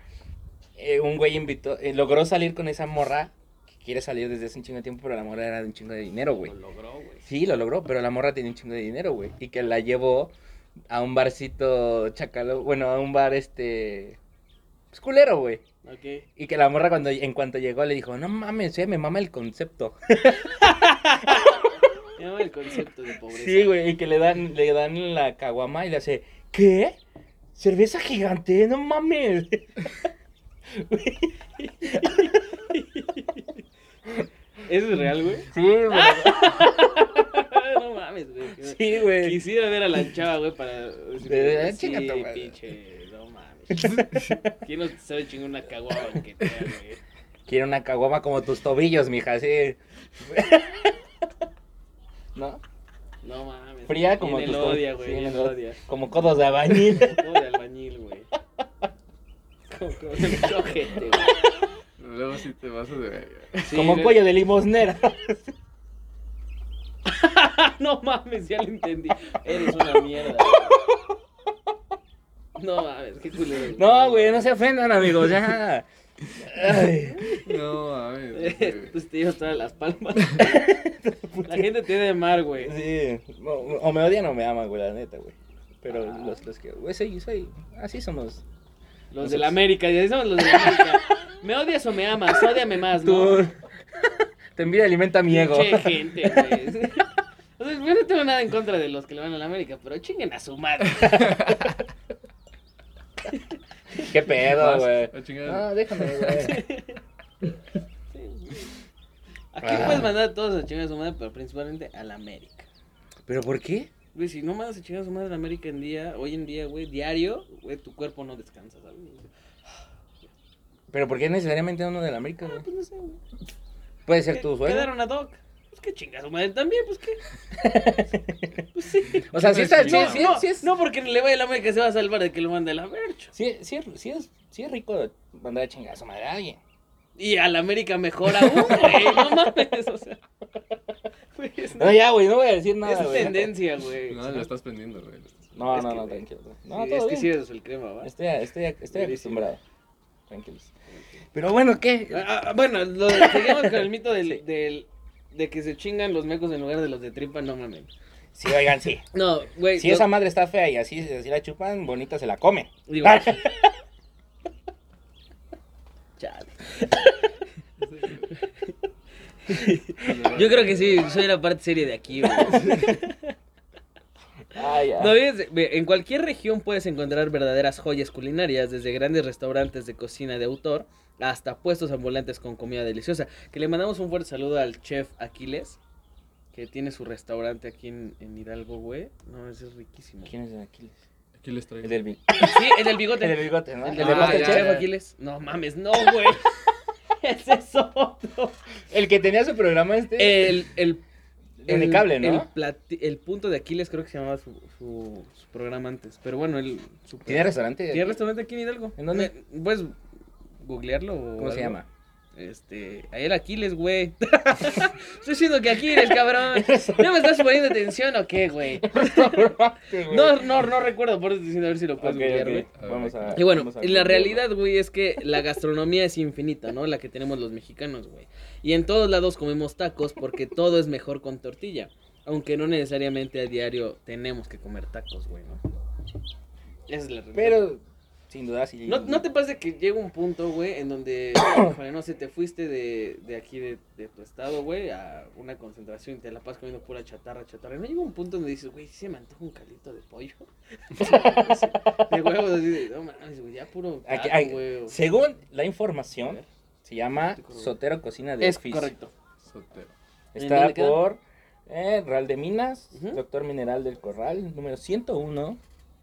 Speaker 2: eh, un güey invitó, eh, logró salir con esa morra que quiere salir desde hace un chingo de tiempo, pero la morra era de un chingo de dinero, güey.
Speaker 3: lo logró, güey.
Speaker 2: Sí, lo logró, pero la morra tenía un chingo de dinero, güey. Y que la llevó a un barcito chacalo, bueno, a un bar este... Pues culero, güey.
Speaker 3: Ok.
Speaker 2: Y que la morra cuando en cuanto llegó le dijo, no mames, eh, me mama el concepto.
Speaker 3: Me llama el concepto de pobreza.
Speaker 2: Sí, güey, y que le dan, le dan la caguama y le hace, ¿qué? ¿Cerveza gigante? No mames.
Speaker 3: ¿Eso es real, güey? [laughs]
Speaker 2: Sí, güey.
Speaker 3: Ah, no mames, güey.
Speaker 2: Ah, Sí, güey.
Speaker 3: Quisiera ver a la chava, güey, para.
Speaker 2: Eh,
Speaker 3: Sí,
Speaker 2: chinga tu madre.
Speaker 3: pinche. No mames. ¿Quién no sabe chingar una caguaba que te güey?
Speaker 2: Quiere una caguama como tus tobillos, mija,
Speaker 3: [laughs]
Speaker 2: sí. ¿No?
Speaker 3: No mames.
Speaker 2: Fría como
Speaker 3: Bien
Speaker 2: tus
Speaker 3: el
Speaker 2: tobillos.
Speaker 3: odia, güey.
Speaker 2: sí,
Speaker 3: bien
Speaker 2: en
Speaker 3: el
Speaker 2: el-
Speaker 3: odia.
Speaker 2: Como codos de albañil.
Speaker 3: Como de albañil, güey. Como como de ojete, güey.
Speaker 1: Luego sí te vas a ver.
Speaker 3: [laughs] Sí,
Speaker 2: como
Speaker 3: güey.
Speaker 2: cuello de limosnera.
Speaker 3: Ah, No mames, ya lo entendí. Eres una mierda. güey. No mames, qué culero.
Speaker 2: No, güey, no se ofendan, amigos, ya. Ay,
Speaker 1: No, mames.
Speaker 3: [laughs]
Speaker 1: güey.
Speaker 3: Tus tíos traen las
Speaker 2: [laughs]
Speaker 3: palmas. La gente tiene de mar, güey.
Speaker 2: sí. O, o me odian o me aman, güey, la neta, güey. Pero
Speaker 3: Ah.
Speaker 2: los, los que, güey, soy, soy, así somos.
Speaker 3: Los del América, ya somos los del América. ¿Me odias o me amas? Ódiame más, ¿no?
Speaker 2: Tú, [laughs] te envidia, alimenta mi ego.
Speaker 3: Che, gente, güey. [laughs] O sea, yo no tengo nada en contra de los que le van a la América, pero chinguen a su madre.
Speaker 2: [laughs] Qué pedo,
Speaker 1: Vas,
Speaker 2: güey.
Speaker 1: a chingar.
Speaker 2: No, déjame, güey.
Speaker 3: Aquí puedes mandar a todos a chingar a su madre, pero principalmente a la América.
Speaker 2: [laughs] ¿Pero por qué?
Speaker 3: Güey, si no mandas a chingar a su madre a la América en día, hoy en día, güey, diario, güey, tu cuerpo no descansa, ¿sabes?
Speaker 2: ¿Pero por qué necesariamente uno de la América, güey?
Speaker 3: Pues no sé, güey.
Speaker 2: Puede ser tu sueño.
Speaker 3: Quedaron a Doc. Pues que chinga a su madre también, pues qué.
Speaker 2: [laughs]
Speaker 3: pues sí.
Speaker 2: O sea, sí está, sí,
Speaker 3: no,
Speaker 2: sí,
Speaker 3: no,
Speaker 2: sí es,
Speaker 3: no porque le vaya a la América se va a salvar de que lo mande a la Merch.
Speaker 2: sí, sí es, sí es, sí es rico mandar a chingar a su madre a alguien.
Speaker 3: Y a la América mejor aún, güey.
Speaker 2: [laughs]
Speaker 3: No mames, o sea. Güey, es,
Speaker 2: No, ya, güey, no voy a decir nada,
Speaker 3: es
Speaker 2: güey.
Speaker 3: tendencia, güey.
Speaker 1: No, lo estás prendiendo, güey. lo estás-
Speaker 2: No,
Speaker 3: Es
Speaker 2: no,
Speaker 3: que,
Speaker 2: no,
Speaker 3: güey,
Speaker 2: tranquilo. tranquilo. No,
Speaker 3: Sí,
Speaker 2: todo
Speaker 3: es que
Speaker 2: bien.
Speaker 3: sí eres el crema, ¿va?
Speaker 2: Estoy, estoy, estoy
Speaker 3: Buenísimo.
Speaker 2: acostumbrado. Tranquilos. Pero bueno, ¿qué?
Speaker 3: Ah, ah, bueno, lo, seguimos
Speaker 2: [laughs]
Speaker 3: con el mito del, del, de que se chingan los mecos en lugar de los de tripa, no mames.
Speaker 2: Sí, oigan, sí.
Speaker 3: No, güey.
Speaker 2: Si
Speaker 3: lo-
Speaker 2: esa madre está fea y así, así la chupan, bonita se la come.
Speaker 3: digo,
Speaker 2: [laughs]
Speaker 3: chale. Yo creo que sí, soy la parte seria de aquí, güey.
Speaker 2: Ay, ya.
Speaker 4: No, fíjense, ve, en cualquier región puedes encontrar verdaderas joyas culinarias, desde grandes restaurantes de cocina de autor hasta puestos ambulantes con comida deliciosa. Que le mandamos un fuerte saludo al chef Aquiles, que tiene su restaurante aquí en, en Hidalgo, güey. No, ese es riquísimo.
Speaker 2: ¿Quién es el Aquiles?
Speaker 1: Aquí les traigo.
Speaker 2: El del, bi-
Speaker 4: Sí, el del bigote.
Speaker 2: el del bigote, ¿no?
Speaker 4: El
Speaker 2: El,
Speaker 4: del
Speaker 1: Ah,
Speaker 2: de
Speaker 4: bigote,
Speaker 1: ya,
Speaker 4: el chef
Speaker 1: ya.
Speaker 4: Aquiles. No mames, no, güey.
Speaker 3: Ese es otro.
Speaker 2: el que tenía su programa este.
Speaker 4: El, el,
Speaker 2: En el cable, ¿no?
Speaker 4: El, plati- el punto de Aquiles creo que se llamaba su, su, su programa antes. Pero bueno, el. su-
Speaker 2: ¿Tiene restaurante?
Speaker 4: ¿Tiene restaurante aquí en Hidalgo?
Speaker 2: ¿En dónde?
Speaker 4: Me- Puedes googlearlo. o
Speaker 2: ¿Cómo se
Speaker 4: algo.
Speaker 2: [laughs] llama?
Speaker 4: Este. Ahí el Aquiles, güey. [laughs] Estoy diciendo que Aquiles, cabrón. ¿No me estás poniendo atención o qué, güey? No, no, no recuerdo, por eso estoy diciendo a ver si lo
Speaker 2: Ok,
Speaker 4: puedes googlear, güey.
Speaker 2: ok. Vamos a.
Speaker 4: Y bueno,
Speaker 2: vamos a-
Speaker 4: la realidad, güey, es que la gastronomía es infinita, ¿no? La que tenemos los mexicanos, güey. Y en todos lados comemos tacos porque todo es mejor con tortilla. Aunque no necesariamente a diario tenemos que comer tacos, güey, ¿no?
Speaker 3: Esa es la realidad.
Speaker 2: Pero, sin duda, sí.
Speaker 3: ¿No, no te pasa que llega un punto, güey, en donde, [coughs] joder, no sé, te fuiste de, de aquí, de, de tu estado, güey, a una concentración y te la pasas comiendo pura chatarra, chatarra? ¿No llega un punto donde dices, güey, sí se me antoja un calito de pollo? [laughs] de huevos, así de, no mames, güey, ya puro
Speaker 2: Aquí-
Speaker 3: taco,
Speaker 2: aquí-
Speaker 3: Ah, güey. o-
Speaker 2: Según la
Speaker 3: A
Speaker 2: información,
Speaker 3: ver.
Speaker 2: se llama
Speaker 3: Correcto.
Speaker 2: Sotero Cocina de
Speaker 3: Es
Speaker 2: Oficio.
Speaker 3: correcto.
Speaker 1: Sotero.
Speaker 3: ¿En
Speaker 2: Está
Speaker 3: dónde queda?
Speaker 2: por eh, Real de Minas,
Speaker 3: Ujú.
Speaker 2: Doctor Mineral del Corral, número 101,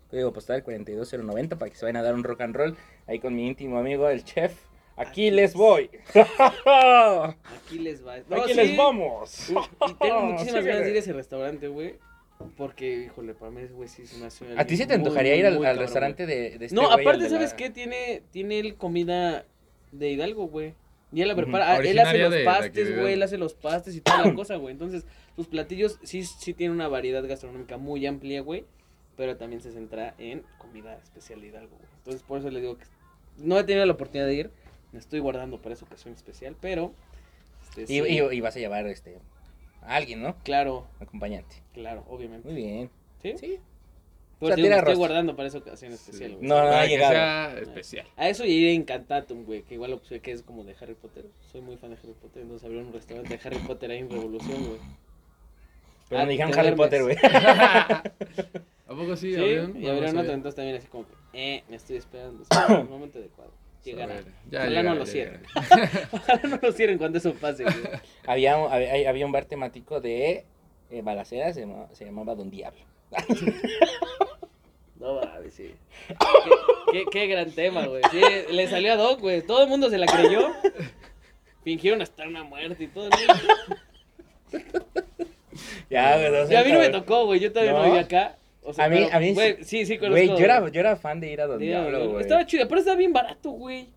Speaker 2: código postal 42090, para que se vayan a dar un rock and roll ahí con mi íntimo amigo, el chef. Aquí les voy. [laughs] Aquí
Speaker 3: Aquí les va. No, sí.
Speaker 2: les vamos.
Speaker 3: Y y tengo muchísimas ganas
Speaker 2: Síguele.
Speaker 3: de ir a ese restaurante, güey. Porque, híjole, para mí, güey, sí es una ciudad.
Speaker 2: ¿A ti sí te
Speaker 3: muy,
Speaker 2: antojaría
Speaker 3: muy,
Speaker 2: ir al,
Speaker 3: muy
Speaker 2: al
Speaker 3: cabrón, güey.
Speaker 2: restaurante de, de este
Speaker 3: No,
Speaker 2: güey, al
Speaker 3: aparte,
Speaker 2: de
Speaker 3: ¿sabes
Speaker 2: la-
Speaker 3: qué? Tiene, tiene él comida de Hidalgo, güey. Y él la
Speaker 2: Ujú.
Speaker 3: prepara. Ah, Él
Speaker 1: Originaria
Speaker 3: hace los
Speaker 1: de- de aquí de
Speaker 3: pastes,
Speaker 1: Hidalgo.
Speaker 3: güey. Él hace los pastes y toda
Speaker 2: [coughs]
Speaker 3: la cosa, güey. Entonces, sus platillos sí, sí tienen una variedad gastronómica muy amplia, güey. Pero también se centra en comida especial de Hidalgo, güey. Entonces, por eso les digo que no he tenido la oportunidad de ir. Me estoy guardando para esa ocasión especial, pero. este,
Speaker 2: Y,
Speaker 3: sí,
Speaker 2: y- y vas a llevar este, a alguien, ¿no?
Speaker 3: Claro,
Speaker 2: Acompañante.
Speaker 3: claro, obviamente.
Speaker 2: Muy bien.
Speaker 3: ¿Sí?
Speaker 2: Sí.
Speaker 3: Pero
Speaker 2: O sea, tira
Speaker 3: te digo, me estoy
Speaker 2: rostro.
Speaker 3: guardando para esa ocasión especial,
Speaker 1: Sí.
Speaker 3: güey.
Speaker 2: No, no,
Speaker 1: Para
Speaker 2: ha
Speaker 1: que
Speaker 2: llegado.
Speaker 1: sea
Speaker 2: [laughs]
Speaker 1: especial.
Speaker 3: A eso iré en Cantatum, güey, que igual lo puse que es como de Harry Potter. Soy muy fan de Harry Potter, entonces abrieron un restaurante de Harry Potter ahí en Revolución, güey.
Speaker 2: Pero
Speaker 3: Ah,
Speaker 2: me
Speaker 3: te
Speaker 2: dijeron Harry
Speaker 3: duermes.
Speaker 2: Potter, güey. [laughs]
Speaker 1: ¿A poco sí?
Speaker 3: Sí,
Speaker 1: ¿Abrieron?
Speaker 3: y
Speaker 1: No, no
Speaker 3: abrieron otro,
Speaker 1: sabía.
Speaker 3: entonces también así como que, eh, me estoy esperando, es el momento
Speaker 1: [clears throat]
Speaker 3: adecuado. Llegará. [laughs]
Speaker 1: Saber. Ya
Speaker 3: Ojalá
Speaker 1: llegará,
Speaker 3: no lo
Speaker 1: ya
Speaker 3: cierren.
Speaker 1: llegará.
Speaker 3: Ojalá no lo cierren cuando eso pase, güey.
Speaker 2: Había, había, había un bar temático de eh, balacera se llamaba, se llamaba Don Diablo.
Speaker 3: No mames, sí. Qué, qué- qué gran tema, güey. Sí, le salió a Doc, güey. Todo el mundo se la creyó. Fingieron hasta una muerte y todo. ¿no?
Speaker 2: Ya, güey, no sé,
Speaker 3: Ya a mí no me
Speaker 2: cabrón.
Speaker 3: tocó, güey. Yo todavía no,
Speaker 2: No.
Speaker 3: vivía acá. O sea,
Speaker 2: A mí-
Speaker 3: pero,
Speaker 2: a mí sí.
Speaker 3: güey, sí, sí, conozco.
Speaker 2: Güey, yo era, yo era fan de ir a Don
Speaker 3: Sí,
Speaker 2: Diablo, güey.
Speaker 3: Estaba chido, pero estaba bien barato, güey.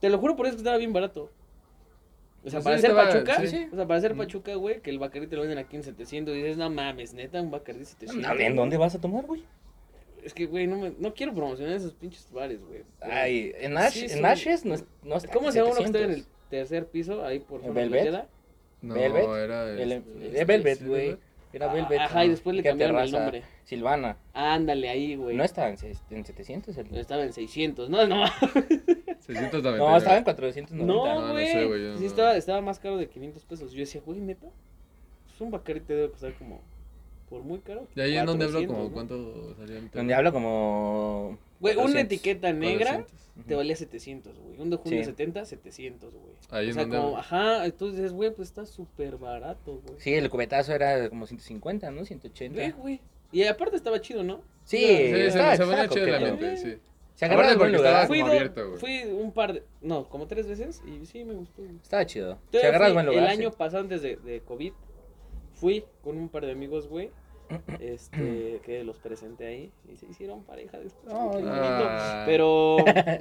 Speaker 3: Te lo juro por eso que estaba bien barato. O sea,
Speaker 1: Sí,
Speaker 3: para ser
Speaker 1: estaba-
Speaker 3: Pachuca,
Speaker 1: sí, sí.
Speaker 3: o sea, para ser
Speaker 1: Mm.
Speaker 3: Pachuca, güey, que el Bacardi te lo venden aquí en 700 y dices, no mames, neta, un Bacardi 700.
Speaker 2: No, ¿En dónde vas a tomar, güey?
Speaker 3: Es que, güey, no, me- no quiero promocionar esos pinches bares, güey. pero-
Speaker 2: Ay, en, Ash,
Speaker 3: Sí,
Speaker 2: en
Speaker 3: son-
Speaker 2: Ashes no, es- no está
Speaker 3: ¿Cómo se llama uno que está en
Speaker 2: 700.
Speaker 3: el tercer piso, ahí por zona
Speaker 2: ¿Velvet?
Speaker 3: plateada?
Speaker 1: No,
Speaker 2: Velvet,
Speaker 1: era.
Speaker 2: El,
Speaker 1: este,
Speaker 2: el Velvet,
Speaker 1: sí,
Speaker 2: güey. Era
Speaker 3: Ah,
Speaker 2: Velvet.
Speaker 3: ajá, y después le
Speaker 2: Qué
Speaker 3: cambiaron el
Speaker 2: terraza.
Speaker 3: nombre.
Speaker 2: Silvana.
Speaker 3: Ándale ahí, güey. Este,
Speaker 2: No estaba en, ses- en 700. el-
Speaker 3: Estaba en 600, no, no.
Speaker 1: 699.
Speaker 2: No, estaba en 490.
Speaker 1: no
Speaker 3: No, güey.
Speaker 1: sé, güey, yo
Speaker 3: sí,
Speaker 1: no.
Speaker 3: estaba, estaba más caro de 500 pesos. Yo decía, güey, neta, pues un Bacardi te debe costar como, por muy caro.
Speaker 1: Y ahí en donde hablo,
Speaker 3: 400,
Speaker 1: como
Speaker 3: ¿no?
Speaker 1: cuánto salía mi
Speaker 2: Donde hablo como.
Speaker 3: Güey, una
Speaker 2: 400.
Speaker 3: etiqueta negra
Speaker 1: 400.
Speaker 3: te valía 700, güey. Un de junio
Speaker 2: Sí.
Speaker 3: 70, 700, güey.
Speaker 1: Ahí
Speaker 3: O
Speaker 1: en
Speaker 3: sea,
Speaker 1: donde
Speaker 3: como,
Speaker 1: hablo.
Speaker 3: ajá, entonces dices, güey, pues está súper barato, güey.
Speaker 2: Sí, el cubetazo era como 150, ¿no? 180.
Speaker 3: Ve, güey. Y aparte estaba chido, ¿no?
Speaker 2: Sí,
Speaker 1: Sí,
Speaker 3: eh,
Speaker 1: se,
Speaker 2: estaba-
Speaker 1: se venía
Speaker 2: estaba
Speaker 1: chido el
Speaker 2: coqueto.
Speaker 1: ambiente, sí.
Speaker 2: Se agarraba
Speaker 1: Aparte
Speaker 2: algún
Speaker 1: porque
Speaker 2: lugar.
Speaker 1: estaba-
Speaker 3: Fui,
Speaker 1: como
Speaker 3: do-
Speaker 1: abierto, güey.
Speaker 3: fui un par de, no, como tres veces y sí me gustó. güey.
Speaker 2: Estaba chido. Se
Speaker 3: Todavía
Speaker 2: agarras
Speaker 3: fui
Speaker 2: buen lugar.
Speaker 3: El
Speaker 2: sí.
Speaker 3: año pasado, antes de, de COVID, fui con un par de
Speaker 2: [clears throat]
Speaker 3: amigos, güey. Este, que los presenté ahí y se hicieron pareja después.
Speaker 2: Ay,
Speaker 3: qué bonito.
Speaker 1: ah.
Speaker 2: [laughs]
Speaker 3: Pero.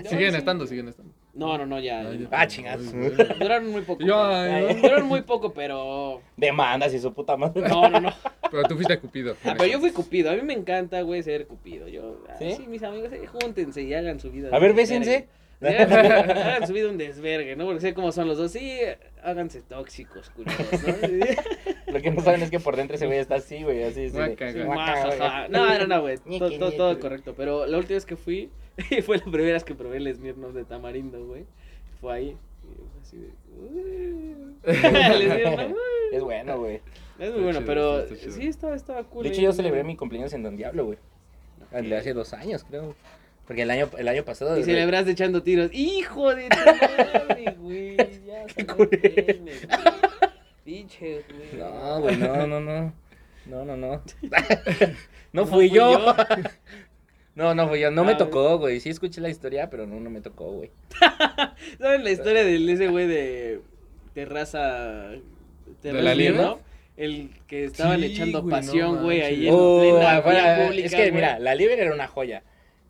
Speaker 1: Siguen
Speaker 3: sí.
Speaker 1: estando, siguen estando.
Speaker 3: No, no, no, ya.
Speaker 1: Ay,
Speaker 3: ya.
Speaker 2: Ah, chingas.
Speaker 1: ay, güey.
Speaker 3: Duraron muy poco.
Speaker 1: Yo,
Speaker 3: güey.
Speaker 1: ay,
Speaker 2: Ay.
Speaker 1: güey.
Speaker 3: Duraron muy poco, pero.
Speaker 2: Demandas y su puta madre.
Speaker 3: No, no, no.
Speaker 1: Pero tú fuiste a Cupido.
Speaker 3: Pero yo fui Cupido. A mí me encanta, güey, ser Cupido. Yo, ay,
Speaker 2: ¿Sí?
Speaker 3: ¿Sí? mis amigos, eh, júntense y hagan su vida.
Speaker 2: A ver,
Speaker 3: un desvergue.
Speaker 2: bésense.
Speaker 3: Sí, Hagan su- hagan su vida un desvergue, ¿no? Porque sé cómo son los dos. Sí, háganse tóxicos, culeros,
Speaker 2: [laughs]
Speaker 3: ¿no? Sí.
Speaker 2: Lo que no saben es que por dentro ese güey está así, güey. Así, así. de-
Speaker 1: Guaca,
Speaker 3: Sí,
Speaker 1: guaca.
Speaker 2: guaca,
Speaker 1: [laughs]
Speaker 2: guaca.
Speaker 3: guajaja. No, no, no, güey.
Speaker 2: Ñiqui,
Speaker 3: Todo, todo,
Speaker 2: ñiqui.
Speaker 3: todo correcto. Pero la última vez que fui, [laughs] fue la primera vez que probé el Smirnoff de tamarindo, güey. Fue ahí. y fue así de, [laughs] "Uh".
Speaker 1: [laughs]
Speaker 3: El Smirnoff, "Uh".
Speaker 2: Es bueno, güey.
Speaker 3: Es
Speaker 1: Está
Speaker 3: muy bueno,
Speaker 1: chido,
Speaker 3: pero
Speaker 1: está chido.
Speaker 3: sí estaba, estaba cool.
Speaker 2: De hecho,
Speaker 3: ahí,
Speaker 2: yo
Speaker 3: güey.
Speaker 2: celebré mi cumpleaños en Don Diablo, güey. Al- Hace dos años, creo. Porque el año, el año pasado.
Speaker 3: Y celebraste echando tiros. ¡Hijo
Speaker 1: [laughs]
Speaker 3: de tu madre, güey! Ya salió bien, güey. [laughs] Pinche, güey.
Speaker 2: No, güey, no, no, no. No, [laughs] no, no. no fui yo. [laughs] No, no fui yo. No me
Speaker 3: Ah,
Speaker 2: tocó, güey. Sí escuché la historia, pero no, no me tocó, güey.
Speaker 3: ¿Saben la historia del ese güey de terraza
Speaker 1: ¿De la liga?
Speaker 3: ¿no? El que estaban
Speaker 1: Sí,
Speaker 3: echando
Speaker 1: güey,
Speaker 3: pasión,
Speaker 1: no
Speaker 3: güey,
Speaker 1: manches.
Speaker 3: ahí en
Speaker 2: Oh,
Speaker 3: plena
Speaker 2: afuera,
Speaker 3: vía pública.
Speaker 2: es que,
Speaker 3: güey.
Speaker 2: mira, la Libre era una joya.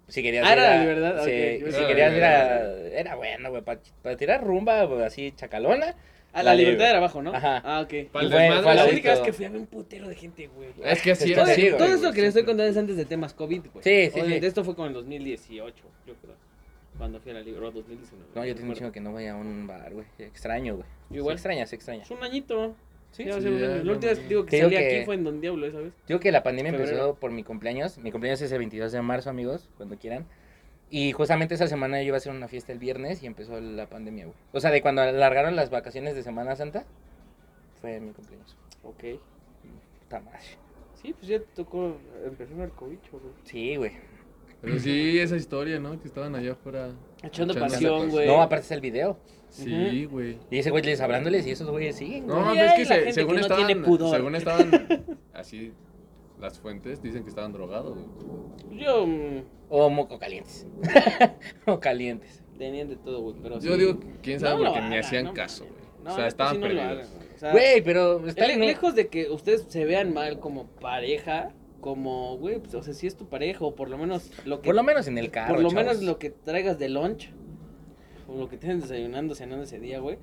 Speaker 2: Si querías
Speaker 3: Ah,
Speaker 2: ir
Speaker 3: era
Speaker 2: a-
Speaker 3: la verdad,
Speaker 2: si,
Speaker 3: ok, ok.
Speaker 2: si
Speaker 1: Era la
Speaker 2: querías ir a-
Speaker 1: Libre.
Speaker 2: Era bueno, güey. Para tirar rumba, güey, así chacalona.
Speaker 3: Ah, la,
Speaker 2: la
Speaker 3: libertad
Speaker 2: libre.
Speaker 3: era abajo, ¿no?
Speaker 2: Ajá.
Speaker 3: Ah, ok.
Speaker 1: Pa'l
Speaker 2: Y fue-
Speaker 1: desmadre,
Speaker 2: fue
Speaker 3: la
Speaker 2: así
Speaker 3: única vez
Speaker 2: todo.
Speaker 3: que fui había un putero de gente, güey.
Speaker 1: Es que así
Speaker 2: Es
Speaker 1: era.
Speaker 2: que sí,
Speaker 1: así,
Speaker 2: güey.
Speaker 1: güey,
Speaker 3: Todo esto
Speaker 1: güey,
Speaker 3: que les estoy
Speaker 1: siempre.
Speaker 3: contando es antes de temas COVID, güey.
Speaker 2: Sí, sí,
Speaker 3: O
Speaker 2: sí.
Speaker 3: de- Esto fue como en 2018, yo creo. Cuando fui a la libre, o 2019.
Speaker 2: No, yo tengo un
Speaker 3: recuerdo.
Speaker 2: chingo que no vaya a un bar, güey. Extraño, güey.
Speaker 3: Yo igual.
Speaker 2: Se extraña, se extraña.
Speaker 3: Es un añito.
Speaker 2: Sí,
Speaker 3: Sí, ya va a
Speaker 1: sí,
Speaker 3: ser un
Speaker 1: ya,
Speaker 3: año.
Speaker 1: no
Speaker 3: La última vez
Speaker 1: mames.
Speaker 3: digo que
Speaker 2: Te digo
Speaker 3: salí
Speaker 2: que-
Speaker 3: aquí fue en Don Diablo, esa vez.
Speaker 2: Digo que la pandemia empezó
Speaker 3: Febrero.
Speaker 2: por mi cumpleaños. Mi cumpleaños es el 22 de marzo, amigos, cuando quieran. Y justamente esa semana yo iba a hacer una fiesta el viernes y empezó la pandemia, güey. O sea, de cuando alargaron las vacaciones de Semana Santa, fue mi cumpleaños.
Speaker 3: Ok.
Speaker 2: Puta madre.
Speaker 3: Sí, pues ya te tocó empezar el cobicho, güey.
Speaker 2: Sí, güey.
Speaker 1: Pero sí, esa historia, ¿no? Que estaban allá afuera. Echando
Speaker 3: Echando pasión,
Speaker 1: pasión.
Speaker 3: güey.
Speaker 2: No, aparte está el video.
Speaker 1: Sí, güey.
Speaker 2: Y ese güey les hablándoles y esos güeyes siguen, güey.
Speaker 1: No,
Speaker 3: Y
Speaker 1: pero es
Speaker 3: hay
Speaker 1: que,
Speaker 3: la
Speaker 1: se-
Speaker 3: gente
Speaker 1: según,
Speaker 3: que no
Speaker 1: estaban,
Speaker 3: tiene pudor.
Speaker 1: según estaban así las fuentes, dicen que estaban drogados. güey.
Speaker 3: Yo mm,
Speaker 2: O moco calientes. [laughs] o calientes.
Speaker 3: tenían de todo, güey, pero
Speaker 1: Yo
Speaker 3: sí.
Speaker 1: digo, quién sabe,
Speaker 3: No lo
Speaker 1: porque ni
Speaker 3: hagan,
Speaker 1: hacían
Speaker 3: no
Speaker 1: caso,
Speaker 3: mames.
Speaker 1: güey.
Speaker 3: No,
Speaker 1: o sea,
Speaker 3: neta,
Speaker 1: estaban
Speaker 3: sí no lo
Speaker 1: perdidos.
Speaker 3: hagan, güey. O sea,
Speaker 2: Güey, pero está
Speaker 3: le-
Speaker 2: en-
Speaker 3: Ah. lejos de que ustedes se vean mal como pareja, como, güey, pues, o sea, si es tu pareja, o por lo menos lo que...
Speaker 2: Por lo menos en el carro,
Speaker 3: por lo
Speaker 2: chavos.
Speaker 3: menos lo que traigas de lunch, o lo que tienen desayunando, cenando ese día, güey.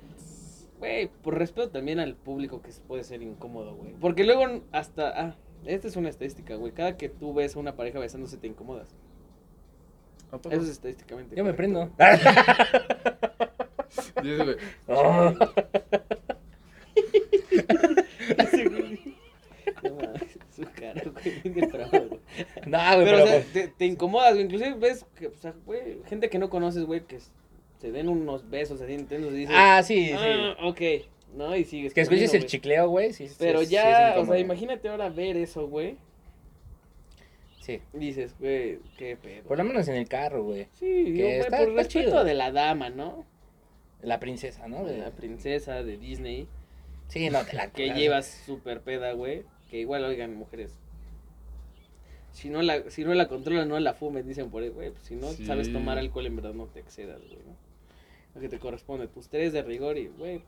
Speaker 3: Güey, por respeto también al público que puede ser incómodo, güey. Porque luego hasta... Ah, esta es una estadística, güey. Cada que tú ves a una pareja besándose te incomodas.
Speaker 1: ¿A poco?
Speaker 3: Eso es estadísticamente.
Speaker 2: Yo me
Speaker 3: correcto, [laughs]
Speaker 2: prendo. [laughs]
Speaker 1: Y ese güey,
Speaker 2: Oh.
Speaker 3: [laughs] No mames, su cara, güey, bien
Speaker 2: [laughs]
Speaker 3: depravado, güey.
Speaker 2: No, güey,
Speaker 3: Pero,
Speaker 2: pero... pues,
Speaker 3: o sea, te, te incomodas, güey. Inclusive ves que, o sea, güey, gente que no conoces, güey, que s- se den unos besos, se den intensos y dices,
Speaker 2: Ah, sí, sí.
Speaker 3: "Ah, ok, no, y sigues.
Speaker 2: Es que escuches
Speaker 3: comiendo,
Speaker 2: el
Speaker 3: güey.
Speaker 2: chicleo, güey. Sí, sí,
Speaker 3: Pero
Speaker 2: sí, sí
Speaker 3: ya,
Speaker 2: es
Speaker 3: o
Speaker 2: incómodo.
Speaker 3: sea, imagínate ahora ver eso, güey,
Speaker 2: Sí.
Speaker 3: y dices, güey, qué pedo.
Speaker 2: Por lo menos en el carro, güey.
Speaker 3: Sí, digo, güey,
Speaker 2: está-
Speaker 3: por
Speaker 2: está
Speaker 3: respeto
Speaker 2: chido.
Speaker 3: de la dama, ¿no?
Speaker 2: La princesa, ¿no?
Speaker 3: De la princesa de Disney,
Speaker 2: Sí, no, te la
Speaker 3: [laughs] que
Speaker 2: curas.
Speaker 3: llevas súper peda, güey. Que igual, oigan, mujeres. Si no la, si no la controlan, no la fumes, dicen por ahí, güey. Pues si no
Speaker 1: Sí.
Speaker 3: sabes tomar alcohol, en verdad no te excedas, güey. ¿no? Lo que te corresponde, tus tres de rigor y, güey.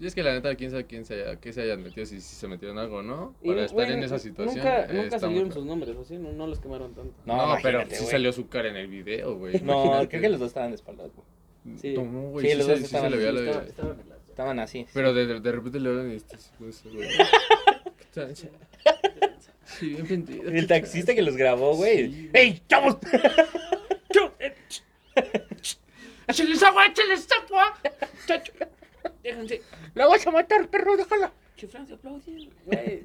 Speaker 1: Y es que la neta, quién sabe quién se, haya- qué se hayan metido, si, si se metieron algo o no,
Speaker 3: Y,
Speaker 1: para estar
Speaker 3: güey,
Speaker 1: en esa
Speaker 3: nu-
Speaker 1: situación.
Speaker 3: Nunca,
Speaker 1: eh,
Speaker 3: nunca
Speaker 1: está
Speaker 3: salieron
Speaker 1: muy
Speaker 3: sus nombres, ¿o sí? No, no los quemaron tanto.
Speaker 1: No, no pero
Speaker 2: imagínate,
Speaker 1: sí
Speaker 2: güey.
Speaker 1: salió su cara en el video, güey.
Speaker 2: No,
Speaker 3: [laughs]
Speaker 1: imagínate.
Speaker 2: creo que los dos estaban de espaldas, güey.
Speaker 3: sí.
Speaker 1: No, güey,
Speaker 2: Sí,
Speaker 1: sí,
Speaker 2: los
Speaker 1: se,
Speaker 2: dos
Speaker 1: sí se
Speaker 2: estaban-
Speaker 1: le veía la
Speaker 2: estaban- Estaban así. sí.
Speaker 1: Pero de, de, de repente le hablan y este sí, pues,
Speaker 3: [laughs]
Speaker 1: güey. Sí, bien pendido.
Speaker 2: El taxista que los grabó, güey.
Speaker 1: Sí.
Speaker 2: ¡Ey, chavos! [laughs]
Speaker 3: ¡Échenles agua, échenles agua! Chacho, déjense.
Speaker 2: ¡La vas a matar, perro! ¡Déjala!
Speaker 3: Chifrán se aplauden, güey.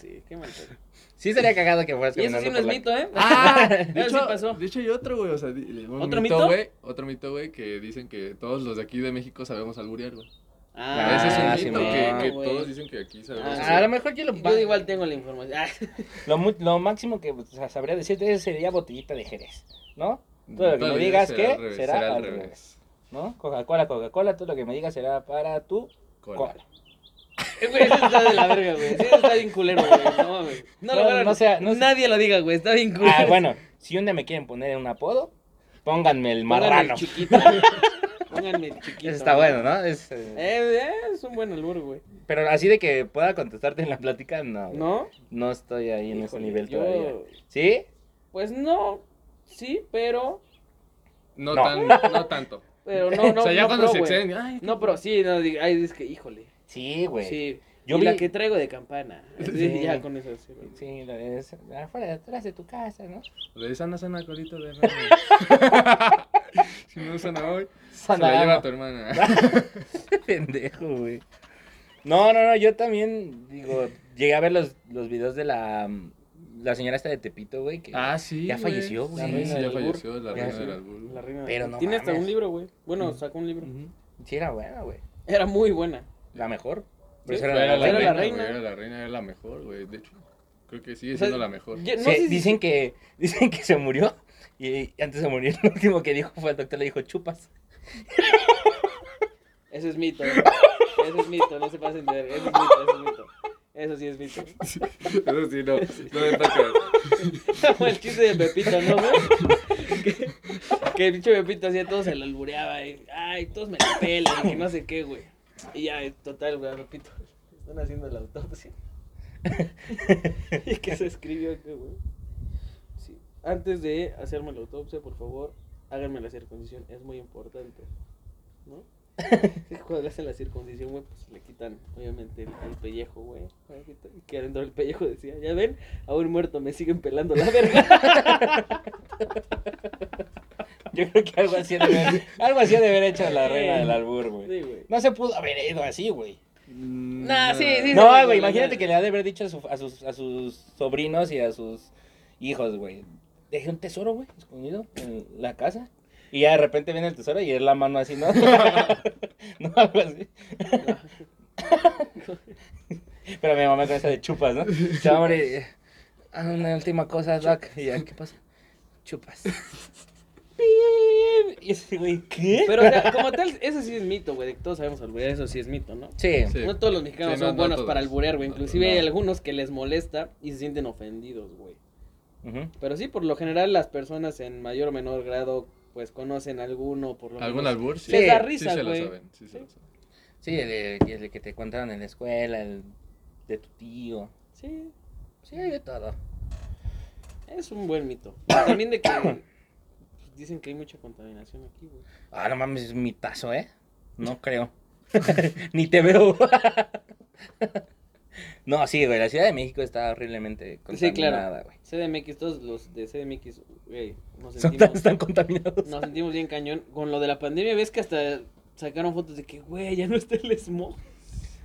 Speaker 3: Sí, qué mal. pedo.
Speaker 2: Sí sería cagado que fueras
Speaker 3: Y eso
Speaker 2: caminando
Speaker 3: sí no
Speaker 2: por la-
Speaker 3: es mito, ¿eh?
Speaker 1: Ah, de
Speaker 3: Eso sí
Speaker 1: hecho,
Speaker 3: pasó.
Speaker 1: de hecho hay otro, güey. O sea, di- le- un
Speaker 3: ¿Otro mito?
Speaker 1: güey, otro mito, güey, que dicen que todos los de aquí de México sabemos alburear, güey.
Speaker 2: Ah,
Speaker 1: Ese es un
Speaker 2: sí,
Speaker 1: mito que,
Speaker 2: no,
Speaker 1: que
Speaker 3: Ah, güey.
Speaker 1: todos dicen que aquí sabemos.
Speaker 3: Ah,
Speaker 2: Ah, A lo mejor yo lo...
Speaker 3: Yo igual tengo la información. Ah,
Speaker 2: Lo, mu- lo máximo que o sea, sabría decirte sería botellita de Jerez, ¿no? Todo lo que
Speaker 1: Todavía
Speaker 2: me digas
Speaker 1: será
Speaker 2: que
Speaker 1: al revés,
Speaker 2: será, al revés, ¿no? Coca-Cola, Coca-Cola, todo lo que me digas será para tu
Speaker 1: Cola.
Speaker 2: cola.
Speaker 3: Eh, Güey, eso está de la verga, güey. Sí, eso está bien culero, güey.
Speaker 2: [laughs]
Speaker 3: No mames. No,
Speaker 2: No,
Speaker 3: lo van a-
Speaker 2: no sea- no sea-
Speaker 3: Nadie lo diga, güey. Está bien culero.
Speaker 2: Ah,
Speaker 3: [laughs]
Speaker 2: bueno, si un día me quieren poner un apodo, pónganme el
Speaker 3: Pónganme
Speaker 2: marrano.
Speaker 3: el
Speaker 2: [laughs]
Speaker 3: chiquito. güey. Pónganme el chiquito.
Speaker 2: Eso está
Speaker 3: güey.
Speaker 2: bueno, ¿no? Es, eh,
Speaker 3: Eh, eh, es un buen albur, güey.
Speaker 2: Pero así de que pueda contestarte en la plática, no. güey.
Speaker 3: ¿No?
Speaker 2: No estoy ahí en ese
Speaker 3: Híjole,
Speaker 2: nivel
Speaker 3: yo-
Speaker 2: todavía. ¿Sí?
Speaker 3: Pues no. Sí, pero.
Speaker 1: No,
Speaker 2: No.
Speaker 1: tan,
Speaker 2: [laughs]
Speaker 1: no tanto.
Speaker 3: Pero no, no.
Speaker 1: o sea, ya
Speaker 3: no
Speaker 1: cuando
Speaker 3: pro,
Speaker 1: se
Speaker 3: güey.
Speaker 1: exceden, ay,
Speaker 3: No, pero sí, no, diga, ay, es que, híjole.
Speaker 2: Sí, güey. Sí.
Speaker 3: Sí.
Speaker 2: Yo
Speaker 3: Yo
Speaker 2: vi-
Speaker 3: la que traigo
Speaker 2: [laughs]
Speaker 3: de campana. Sí,
Speaker 2: Sí.
Speaker 3: ya con eso. Sí, güey.
Speaker 2: la es afuera, detrás de tu casa, ¿no?
Speaker 1: De esa no sana colito
Speaker 2: [laughs]
Speaker 1: de rana. [laughs] si no sana hoy, se la lleva a tu
Speaker 2: [laughs]
Speaker 1: hermana.
Speaker 2: Pendejo, güey. No, no, no, yo también, digo, llegué a ver los, los videos de la, la señora esta de Tepito, güey, que...
Speaker 1: ah, sí.
Speaker 2: Ya
Speaker 1: güey.
Speaker 2: falleció,
Speaker 1: Sí,
Speaker 2: güey.
Speaker 1: Sí,
Speaker 2: La reina
Speaker 1: ya
Speaker 3: del albur.
Speaker 1: falleció, la
Speaker 2: Ya,
Speaker 1: reina
Speaker 2: sí.
Speaker 1: del albur.
Speaker 3: La reina.
Speaker 2: Pero no
Speaker 3: Tiene hasta
Speaker 2: mames. Mm.
Speaker 3: un libro, güey. Bueno, sacó un libro.
Speaker 1: Ujú.
Speaker 2: Sí, era buena, güey.
Speaker 3: Era muy buena.
Speaker 2: La mejor.
Speaker 3: Sí,
Speaker 2: Esa
Speaker 1: Era, la,
Speaker 2: era la-
Speaker 1: reina,
Speaker 3: era la
Speaker 1: güey,
Speaker 3: reina.
Speaker 1: era la reina, era la mejor, güey. De hecho, creo que sigue
Speaker 3: O sea,
Speaker 1: siendo la mejor.
Speaker 3: Ya- no
Speaker 2: Se-
Speaker 3: sé si-
Speaker 2: dicen que [laughs] dicen que se murió y antes de morir [laughs] lo último que dijo fue al doctor le dijo chupas. [laughs]
Speaker 3: Eso es mito. Eso es mito, no se pasen de verga. Eso es mito, eso es mito. Eso sí es mito.
Speaker 1: [laughs] Eso sí, no. No me toca.
Speaker 3: Como el chiste de Pepito, ¿no, güey? Que, que el pinche Pepito hacía todo, se lo albureaba. Y, Ay, todos me la pelan, que no sé qué, güey. Y ya, en total, güey, Pepito. Están haciendo la autopsia. [laughs] y que se escribió acá, güey. Sí. Antes de hacerme la autopsia, por favor, háganme la circuncisión. Es muy importante. ¿No? Sí, Cuando le hacen la circuncisión, güey, pues le quitan, obviamente, el, el pellejo, güey. Y Que adentro del pellejo decía, ya ven, aún muerto me siguen pelando la verga.
Speaker 2: Yo creo que algo así ha de haber, algo así ha de haber hecho la reina del albur, güey.
Speaker 3: Sí, güey.
Speaker 2: No se pudo haber ido así, güey.
Speaker 3: [laughs] Nah, sí, sí,
Speaker 2: No,
Speaker 3: no,
Speaker 2: güey,
Speaker 3: no,
Speaker 2: imagínate
Speaker 3: no.
Speaker 2: que le ha de haber dicho a, su- a sus, a sus sobrinos y a sus hijos, güey. Dejé un tesoro, güey, escondido en la casa. Y ya de repente viene el tesoro y es la mano así, ¿no? [laughs] no, algo así. Pero mi mamá con esa de chupas, ¿no? Se va a morir. Ah, una última cosa, Doc. Y ya, ¿qué pasa? Chupas. Pim. [laughs] Y ese güey, ¿qué?
Speaker 3: Pero, o sea, como tal, eso sí es mito, güey. de que Todos sabemos alburear, eso sí es mito, ¿no?
Speaker 2: Sí.
Speaker 1: Mm, Sí.
Speaker 3: No todos los mexicanos
Speaker 1: Sí, no,
Speaker 3: son
Speaker 1: no
Speaker 3: buenos
Speaker 1: todos.
Speaker 3: para alburear, güey.
Speaker 1: No,
Speaker 3: Inclusive hay
Speaker 1: no.
Speaker 3: algunos que les molesta y se sienten ofendidos, güey.
Speaker 2: Ujú.
Speaker 3: Pero sí, por lo general, las personas en mayor o menor grado, pues, conocen alguno, por lo
Speaker 1: ¿Algún
Speaker 3: menos.
Speaker 1: albur? Sí,
Speaker 3: Les da
Speaker 1: sí
Speaker 3: risa,
Speaker 1: se lo
Speaker 3: güey.
Speaker 1: saben. Sí, se lo saben.
Speaker 2: Sí, el, el- el que te contaron en la escuela, el de tu tío.
Speaker 3: Sí,
Speaker 2: Sí, hay de todo.
Speaker 3: es un buen mito.
Speaker 1: [coughs]
Speaker 3: También de que pues, dicen que hay mucha contaminación aquí, güey.
Speaker 2: Ah, no mames, es mi tazo, ¿eh?
Speaker 3: [laughs]
Speaker 2: No creo. [laughs] Ni te veo. [laughs] no, sí, güey, la Ciudad de México está horriblemente
Speaker 3: Sí, claro.
Speaker 2: contaminada, güey.
Speaker 3: CDMX, todos los de CDMX, güey, nos
Speaker 2: Son tan,
Speaker 3: sentimos,
Speaker 2: están contaminados. [laughs]
Speaker 3: nos sentimos bien cañón. Con lo de la pandemia, ves que hasta sacaron fotos de que, güey, ya no está el smog.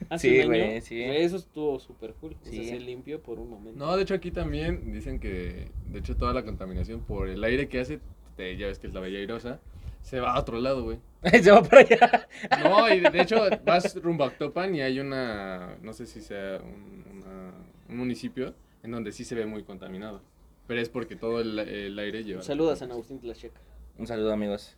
Speaker 3: Hace
Speaker 2: Sí,
Speaker 3: un año,
Speaker 2: güey, sí.
Speaker 3: güey, eso estuvo súper cool. O
Speaker 2: Sí.
Speaker 3: sea, se limpió por un momento.
Speaker 1: No, de hecho aquí también dicen que, de hecho, toda la contaminación por el aire que hace, te- ya ves que es la bella airosa, se va a otro lado, güey.
Speaker 2: Se va para allá.
Speaker 1: No, y de, de hecho vas rumbo a Actopan y hay una, no sé si sea un, una- un municipio en donde sí se ve muy contaminado. Pero es porque todo el, el aire lleva.
Speaker 3: Un saludo a San Agustín Tlaxeca.
Speaker 2: Un saludo, amigos.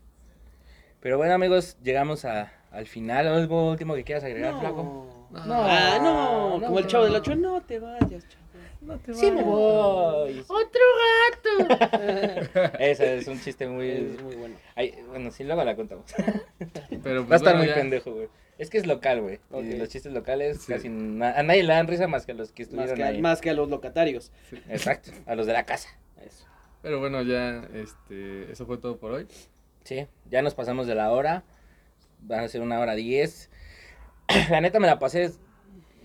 Speaker 2: Pero bueno, amigos, llegamos a- al final. ¿Algo último que quieras agregar, Flaco?
Speaker 3: No. Ah, no,
Speaker 2: no,
Speaker 3: como el
Speaker 2: no,
Speaker 3: chavo
Speaker 1: no.
Speaker 3: del 8, no te vayas, chavo. No te
Speaker 2: Sí me
Speaker 3: vayas.
Speaker 2: voy.
Speaker 3: ¡Otro gato!
Speaker 2: Ese es un chiste muy...
Speaker 3: es muy bueno.
Speaker 2: Ay, bueno, sí, luego la contamos.
Speaker 1: Pero
Speaker 2: Va a
Speaker 1: pues,
Speaker 2: estar
Speaker 1: bueno,
Speaker 2: muy
Speaker 1: ya.
Speaker 2: pendejo, güey. Es que es local, güey.
Speaker 3: Ok.
Speaker 2: Y los chistes locales
Speaker 1: Sí.
Speaker 2: casi na- a nadie le dan risa más que a los que
Speaker 3: Más
Speaker 2: estuvieron
Speaker 3: que, a,
Speaker 2: ahí.
Speaker 3: más que a los locatarios.
Speaker 2: Exacto, a los de la casa.
Speaker 3: Eso.
Speaker 1: Pero bueno, ya, este, eso fue todo por hoy.
Speaker 2: Sí, ya nos pasamos de la hora. Van a ser una hora diez. [clears throat] La neta me la pasé.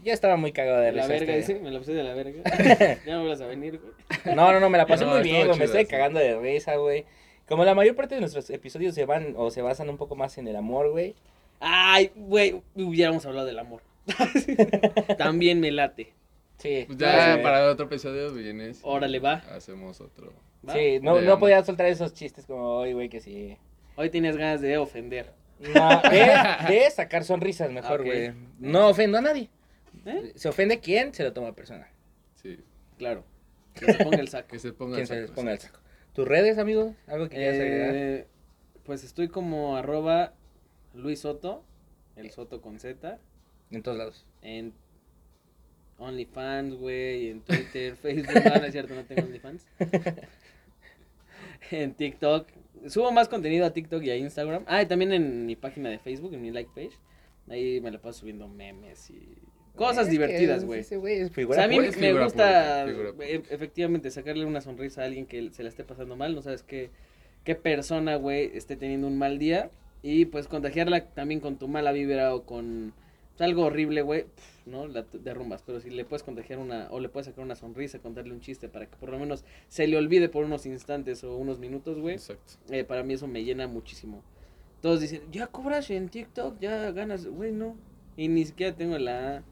Speaker 2: Ya estaba muy cagado de
Speaker 3: De
Speaker 2: risa.
Speaker 3: la verga,
Speaker 2: este-
Speaker 3: dice. Me la puse de la
Speaker 2: [laughs]
Speaker 3: verga. ya no vuelvas a venir, güey.
Speaker 2: No, no, no, me la pasé
Speaker 1: [laughs] No,
Speaker 2: muy
Speaker 1: estuvo
Speaker 2: bien, güey.
Speaker 1: chido,
Speaker 2: Me estoy
Speaker 1: sí.
Speaker 2: cagando de risa, güey. Como la mayor parte de nuestros episodios se van o se basan un poco más en el amor, güey.
Speaker 3: Ay, güey, hubiéramos hablado del amor. [laughs] También me late.
Speaker 2: Sí.
Speaker 1: Pues ya
Speaker 2: sí,
Speaker 1: para otro episodio vienes. y
Speaker 3: Órale, va.
Speaker 1: Hacemos otro.
Speaker 3: ¿va?
Speaker 2: Sí, no,
Speaker 1: De
Speaker 2: no
Speaker 1: amor.
Speaker 2: podía soltar esos chistes como hoy, güey, que sí.
Speaker 3: Hoy tenías ganas de ofender.
Speaker 2: [laughs] No, de, de sacar sonrisas mejor,
Speaker 3: Ok.
Speaker 2: güey. No ofendo a nadie.
Speaker 3: Ah, ¿Eh?
Speaker 2: Se ofende quien se lo toma persona.
Speaker 1: Sí,
Speaker 3: Claro. Que se ponga el
Speaker 2: [laughs]
Speaker 3: saco.
Speaker 1: que se ponga
Speaker 2: Quien
Speaker 1: el
Speaker 2: se les
Speaker 1: saco,
Speaker 2: ponga el saco. ¿Tus redes, amigo? ¿Algo que quieras agregar?
Speaker 3: Eh, pues estoy como arroba Luis Soto, el Soto con Z,
Speaker 2: En todos lados.
Speaker 3: en OnlyFans, güey, en Twitter, [laughs] Facebook, no, no es cierto, no tengo OnlyFans. en TikTok. Subo más contenido a TikTok y a Instagram. Ah, y también en mi página de Facebook, en mi like page. Ahí me la paso subiendo memes y cosas
Speaker 2: Es que
Speaker 3: divertidas,
Speaker 2: es
Speaker 3: güey.
Speaker 2: eh, ese güey es
Speaker 3: O
Speaker 2: figura
Speaker 3: sea, a mí
Speaker 1: pública,
Speaker 3: me
Speaker 1: figura
Speaker 3: gusta
Speaker 1: pública, figura
Speaker 3: e- efectivamente sacarle una sonrisa a alguien que se la esté pasando mal, no sabes qué, qué persona, güey, esté teniendo un mal día y pues contagiarla también con tu mala vibra o con pues, algo horrible, güey, pf, ¿no? La t- derrumbas, pero si le puedes contagiar una o le puedes sacar una sonrisa, contarle un chiste para que por lo menos se le olvide por unos instantes o unos minutos, güey,
Speaker 1: Exacto.
Speaker 3: eh, para mí eso me llena muchísimo. Todos dicen, ya cobras en TikTok, ya ganas, güey, no. Y ni siquiera tengo la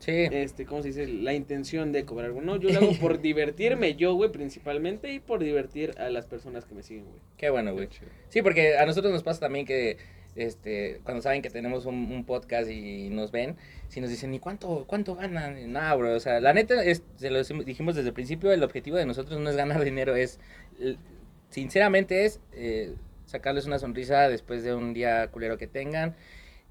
Speaker 2: Sí.
Speaker 3: este, ¿cómo se dice? La intención de cobrar algo. No,
Speaker 2: [laughs]
Speaker 3: yo lo hago por divertirme yo, güey, principalmente y por divertir a las personas que me siguen, güey.
Speaker 2: Qué bueno,
Speaker 1: Qué
Speaker 2: Ah, güey.
Speaker 1: chido.
Speaker 2: Sí, porque a nosotros nos pasa también que este, cuando saben que tenemos un, un podcast y nos ven, si nos dicen, ¿y cuánto, cuánto ganan? Y No, bro, o sea, la neta, es, se lo decimos- dijimos desde el principio, el objetivo de nosotros no es ganar dinero, es, eh, sinceramente es eh, sacarles una sonrisa después de un día culero que tengan.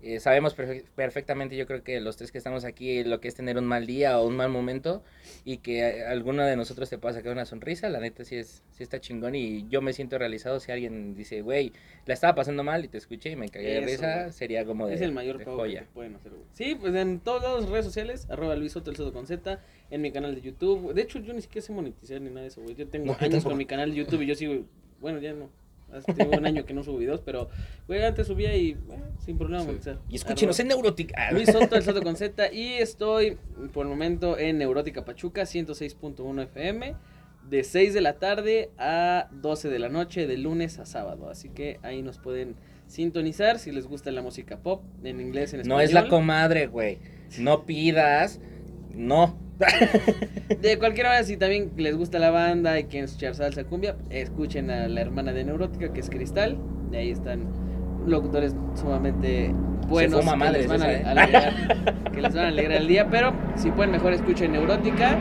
Speaker 2: Eh, sabemos perfe- perfectamente, yo creo que los tres que estamos aquí, lo que es tener un mal día o un mal momento y que eh, alguno de nosotros te pueda sacar una sonrisa, la neta sí, es, sí está chingón y yo me siento realizado si alguien dice, güey, la estaba pasando mal y te escuché y me cagué de
Speaker 3: Eso,
Speaker 2: risa,
Speaker 3: güey.
Speaker 2: sería como de,
Speaker 3: es el mayor
Speaker 2: de
Speaker 3: pago que
Speaker 2: joya.
Speaker 3: te pueden hacer, güey. Sí, pues en todos lados, redes sociales, arroba Luis Soto, el Soto con Z, en mi canal de YouTube. güey. De hecho, yo ni siquiera sé monetizar ni nada de eso, güey. Yo tengo
Speaker 2: No, yo
Speaker 3: años
Speaker 2: tampoco.
Speaker 3: con mi canal de YouTube y yo sigo, bueno, ya no. Hace tengo un año que no subo videos, pero, güey, antes subía y, bueno, sin problema
Speaker 1: Sí.
Speaker 3: monetizar.
Speaker 2: Y escúchenos
Speaker 3: Arroba-
Speaker 2: en Neurotic. Ah,
Speaker 3: Luis Soto, el Soto con Z, y estoy por el momento en Neurótica Pachuca, 106.1 FM, de 6 de la tarde a 12 de la noche, de lunes a sábado. Así que ahí nos pueden sintonizar si les gusta la música pop en inglés, en español.
Speaker 2: No es la comadre, güey. No pidas. No.
Speaker 3: De cualquier hora, si también les gusta la banda y quieren escuchar salsa cumbia, escuchen a la hermana de Neurótica, que es Cristal. De ahí están locutores sumamente buenos
Speaker 2: fuma
Speaker 3: que,
Speaker 2: madres
Speaker 3: les van a
Speaker 2: esa, ¿eh?
Speaker 3: alegrar, que les van a alegrar el día. Pero si pueden, mejor escuchen Neurótica.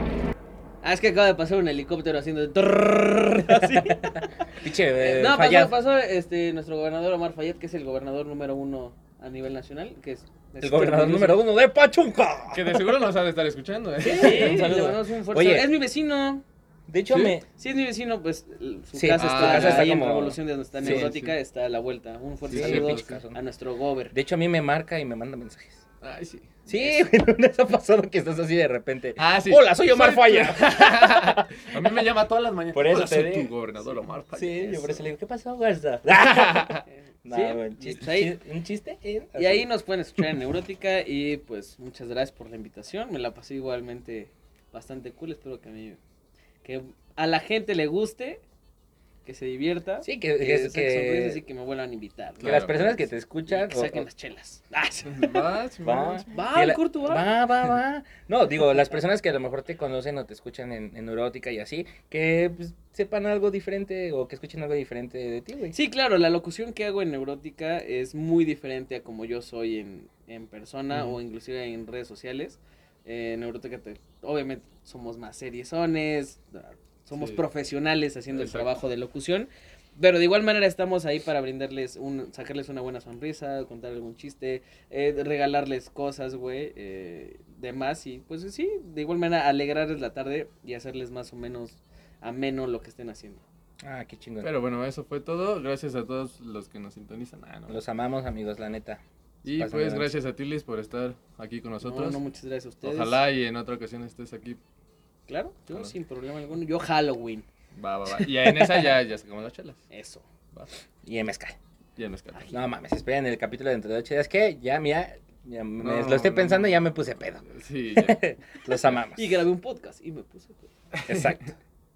Speaker 3: Ah, es que acaba de pasar un helicóptero haciendo... de trrrr, así.
Speaker 2: Piche, eh,
Speaker 3: no,
Speaker 2: falla.
Speaker 3: pasó, pasó este, nuestro gobernador Omar Fayet, que es el gobernador número uno a nivel nacional. Que es,
Speaker 2: El gobernador número uno de Pachuca.
Speaker 1: Que de seguro nos ha de estar escuchando,
Speaker 2: [laughs]
Speaker 1: ¿eh?
Speaker 3: Sí,
Speaker 2: Un
Speaker 3: le
Speaker 2: saludo.
Speaker 3: mandamos un fuerte
Speaker 2: Oye.
Speaker 3: saludo. Es mi vecino.
Speaker 2: De hecho,
Speaker 1: ¿Sí?
Speaker 2: me.
Speaker 3: Si es mi vecino, pues l- su
Speaker 2: Sí,
Speaker 3: casa
Speaker 1: ah,
Speaker 3: está,
Speaker 1: su casa está
Speaker 3: ahí
Speaker 2: como-
Speaker 3: en Revolución de donde está
Speaker 2: Sí,
Speaker 3: Neurótica,
Speaker 1: sí.
Speaker 3: está a la vuelta. Un fuerte
Speaker 1: Sí, sí,
Speaker 3: saludo
Speaker 1: sí.
Speaker 3: a nuestro gober.
Speaker 2: De hecho, a mí me marca y me manda mensajes.
Speaker 1: Ay, sí.
Speaker 2: Sí, güey, ¿no les ha pasado que estás así de repente?
Speaker 1: Ah, sí.
Speaker 2: Hola, soy Omar Falla. [laughs]
Speaker 1: A mí me llama todas las mañanas.
Speaker 2: Por eso
Speaker 1: Hola,
Speaker 2: te
Speaker 1: soy
Speaker 2: digo.
Speaker 1: tu gobernador Omar Falla.
Speaker 2: Sí, yo
Speaker 1: Eso.
Speaker 2: por eso le digo, ¿qué pasó, Garza? Ah,
Speaker 3: Eh, Sí,
Speaker 2: un
Speaker 3: está
Speaker 2: chiste.
Speaker 3: ahí.
Speaker 2: Un chiste. eh,
Speaker 3: Y ahí
Speaker 2: así.
Speaker 3: nos pueden escuchar en Neurótica y pues muchas gracias por la invitación. Me la pasé igualmente bastante cool. Espero que a mí, que a la gente le guste, que se divierta.
Speaker 2: Sí, que.
Speaker 3: que,
Speaker 2: que,
Speaker 3: saquen sonrisas y
Speaker 2: que,
Speaker 3: que me vuelvan a invitar. ¿no?
Speaker 2: que
Speaker 1: Claro.
Speaker 2: las personas que te escuchan.
Speaker 3: Que
Speaker 2: o-
Speaker 3: saquen las
Speaker 2: [laughs]
Speaker 3: chelas. Ah, sí.
Speaker 1: Va, sí,
Speaker 2: Va.
Speaker 3: Va,
Speaker 2: Que la-
Speaker 3: Curto, va.
Speaker 2: Va, va, va. No, digo, las personas que a lo mejor te conocen o te escuchan en, en Neurótica y así, que pues, sepan algo diferente o que escuchen algo diferente de ti, güey.
Speaker 3: Sí, claro, la locución que hago en Neurótica es muy diferente a como yo soy en, en persona
Speaker 2: Ujú.
Speaker 3: o inclusive en redes sociales. Eh, en Neurótica, te- obviamente, somos más seriezones, somos
Speaker 1: Sí.
Speaker 3: profesionales haciendo
Speaker 1: Exacto.
Speaker 3: el trabajo de locución. Pero de igual manera estamos ahí para brindarles un, sacarles una buena sonrisa, contar algún chiste, eh, regalarles cosas, güey. eh, demás y pues sí, de igual manera alegrarles la tarde y hacerles más o menos ameno lo que estén haciendo.
Speaker 2: Ah, qué chingón.
Speaker 1: Pero bueno, eso fue todo. Gracias a todos los que nos sintonizan. Ah, no.
Speaker 2: Los amamos, amigos, la neta.
Speaker 1: Y
Speaker 2: Pásenla
Speaker 1: pues
Speaker 2: bien.
Speaker 1: gracias a ti, Liz, por estar aquí con
Speaker 3: No,
Speaker 1: nosotros.
Speaker 3: no, muchas gracias a ustedes.
Speaker 1: Ojalá y en otra ocasión estés aquí.
Speaker 3: Claro, yo
Speaker 1: Ojalá.
Speaker 3: sin problema alguno. Yo Halloween.
Speaker 1: Va, va, va. Y en esa ya, ya sacamos las chelas.
Speaker 3: Eso.
Speaker 1: Va.
Speaker 2: Y en mezcal.
Speaker 1: Y en mezcal.
Speaker 2: No mames, esperen el capítulo dentro de ocho días que ya, mira, ya me-
Speaker 1: No,
Speaker 2: lo estoy pensando
Speaker 1: no.
Speaker 2: y ya me puse pedo.
Speaker 1: Sí, ya. [laughs]
Speaker 2: Los amamos.
Speaker 3: Y grabé un podcast y me puse.
Speaker 2: Exacto.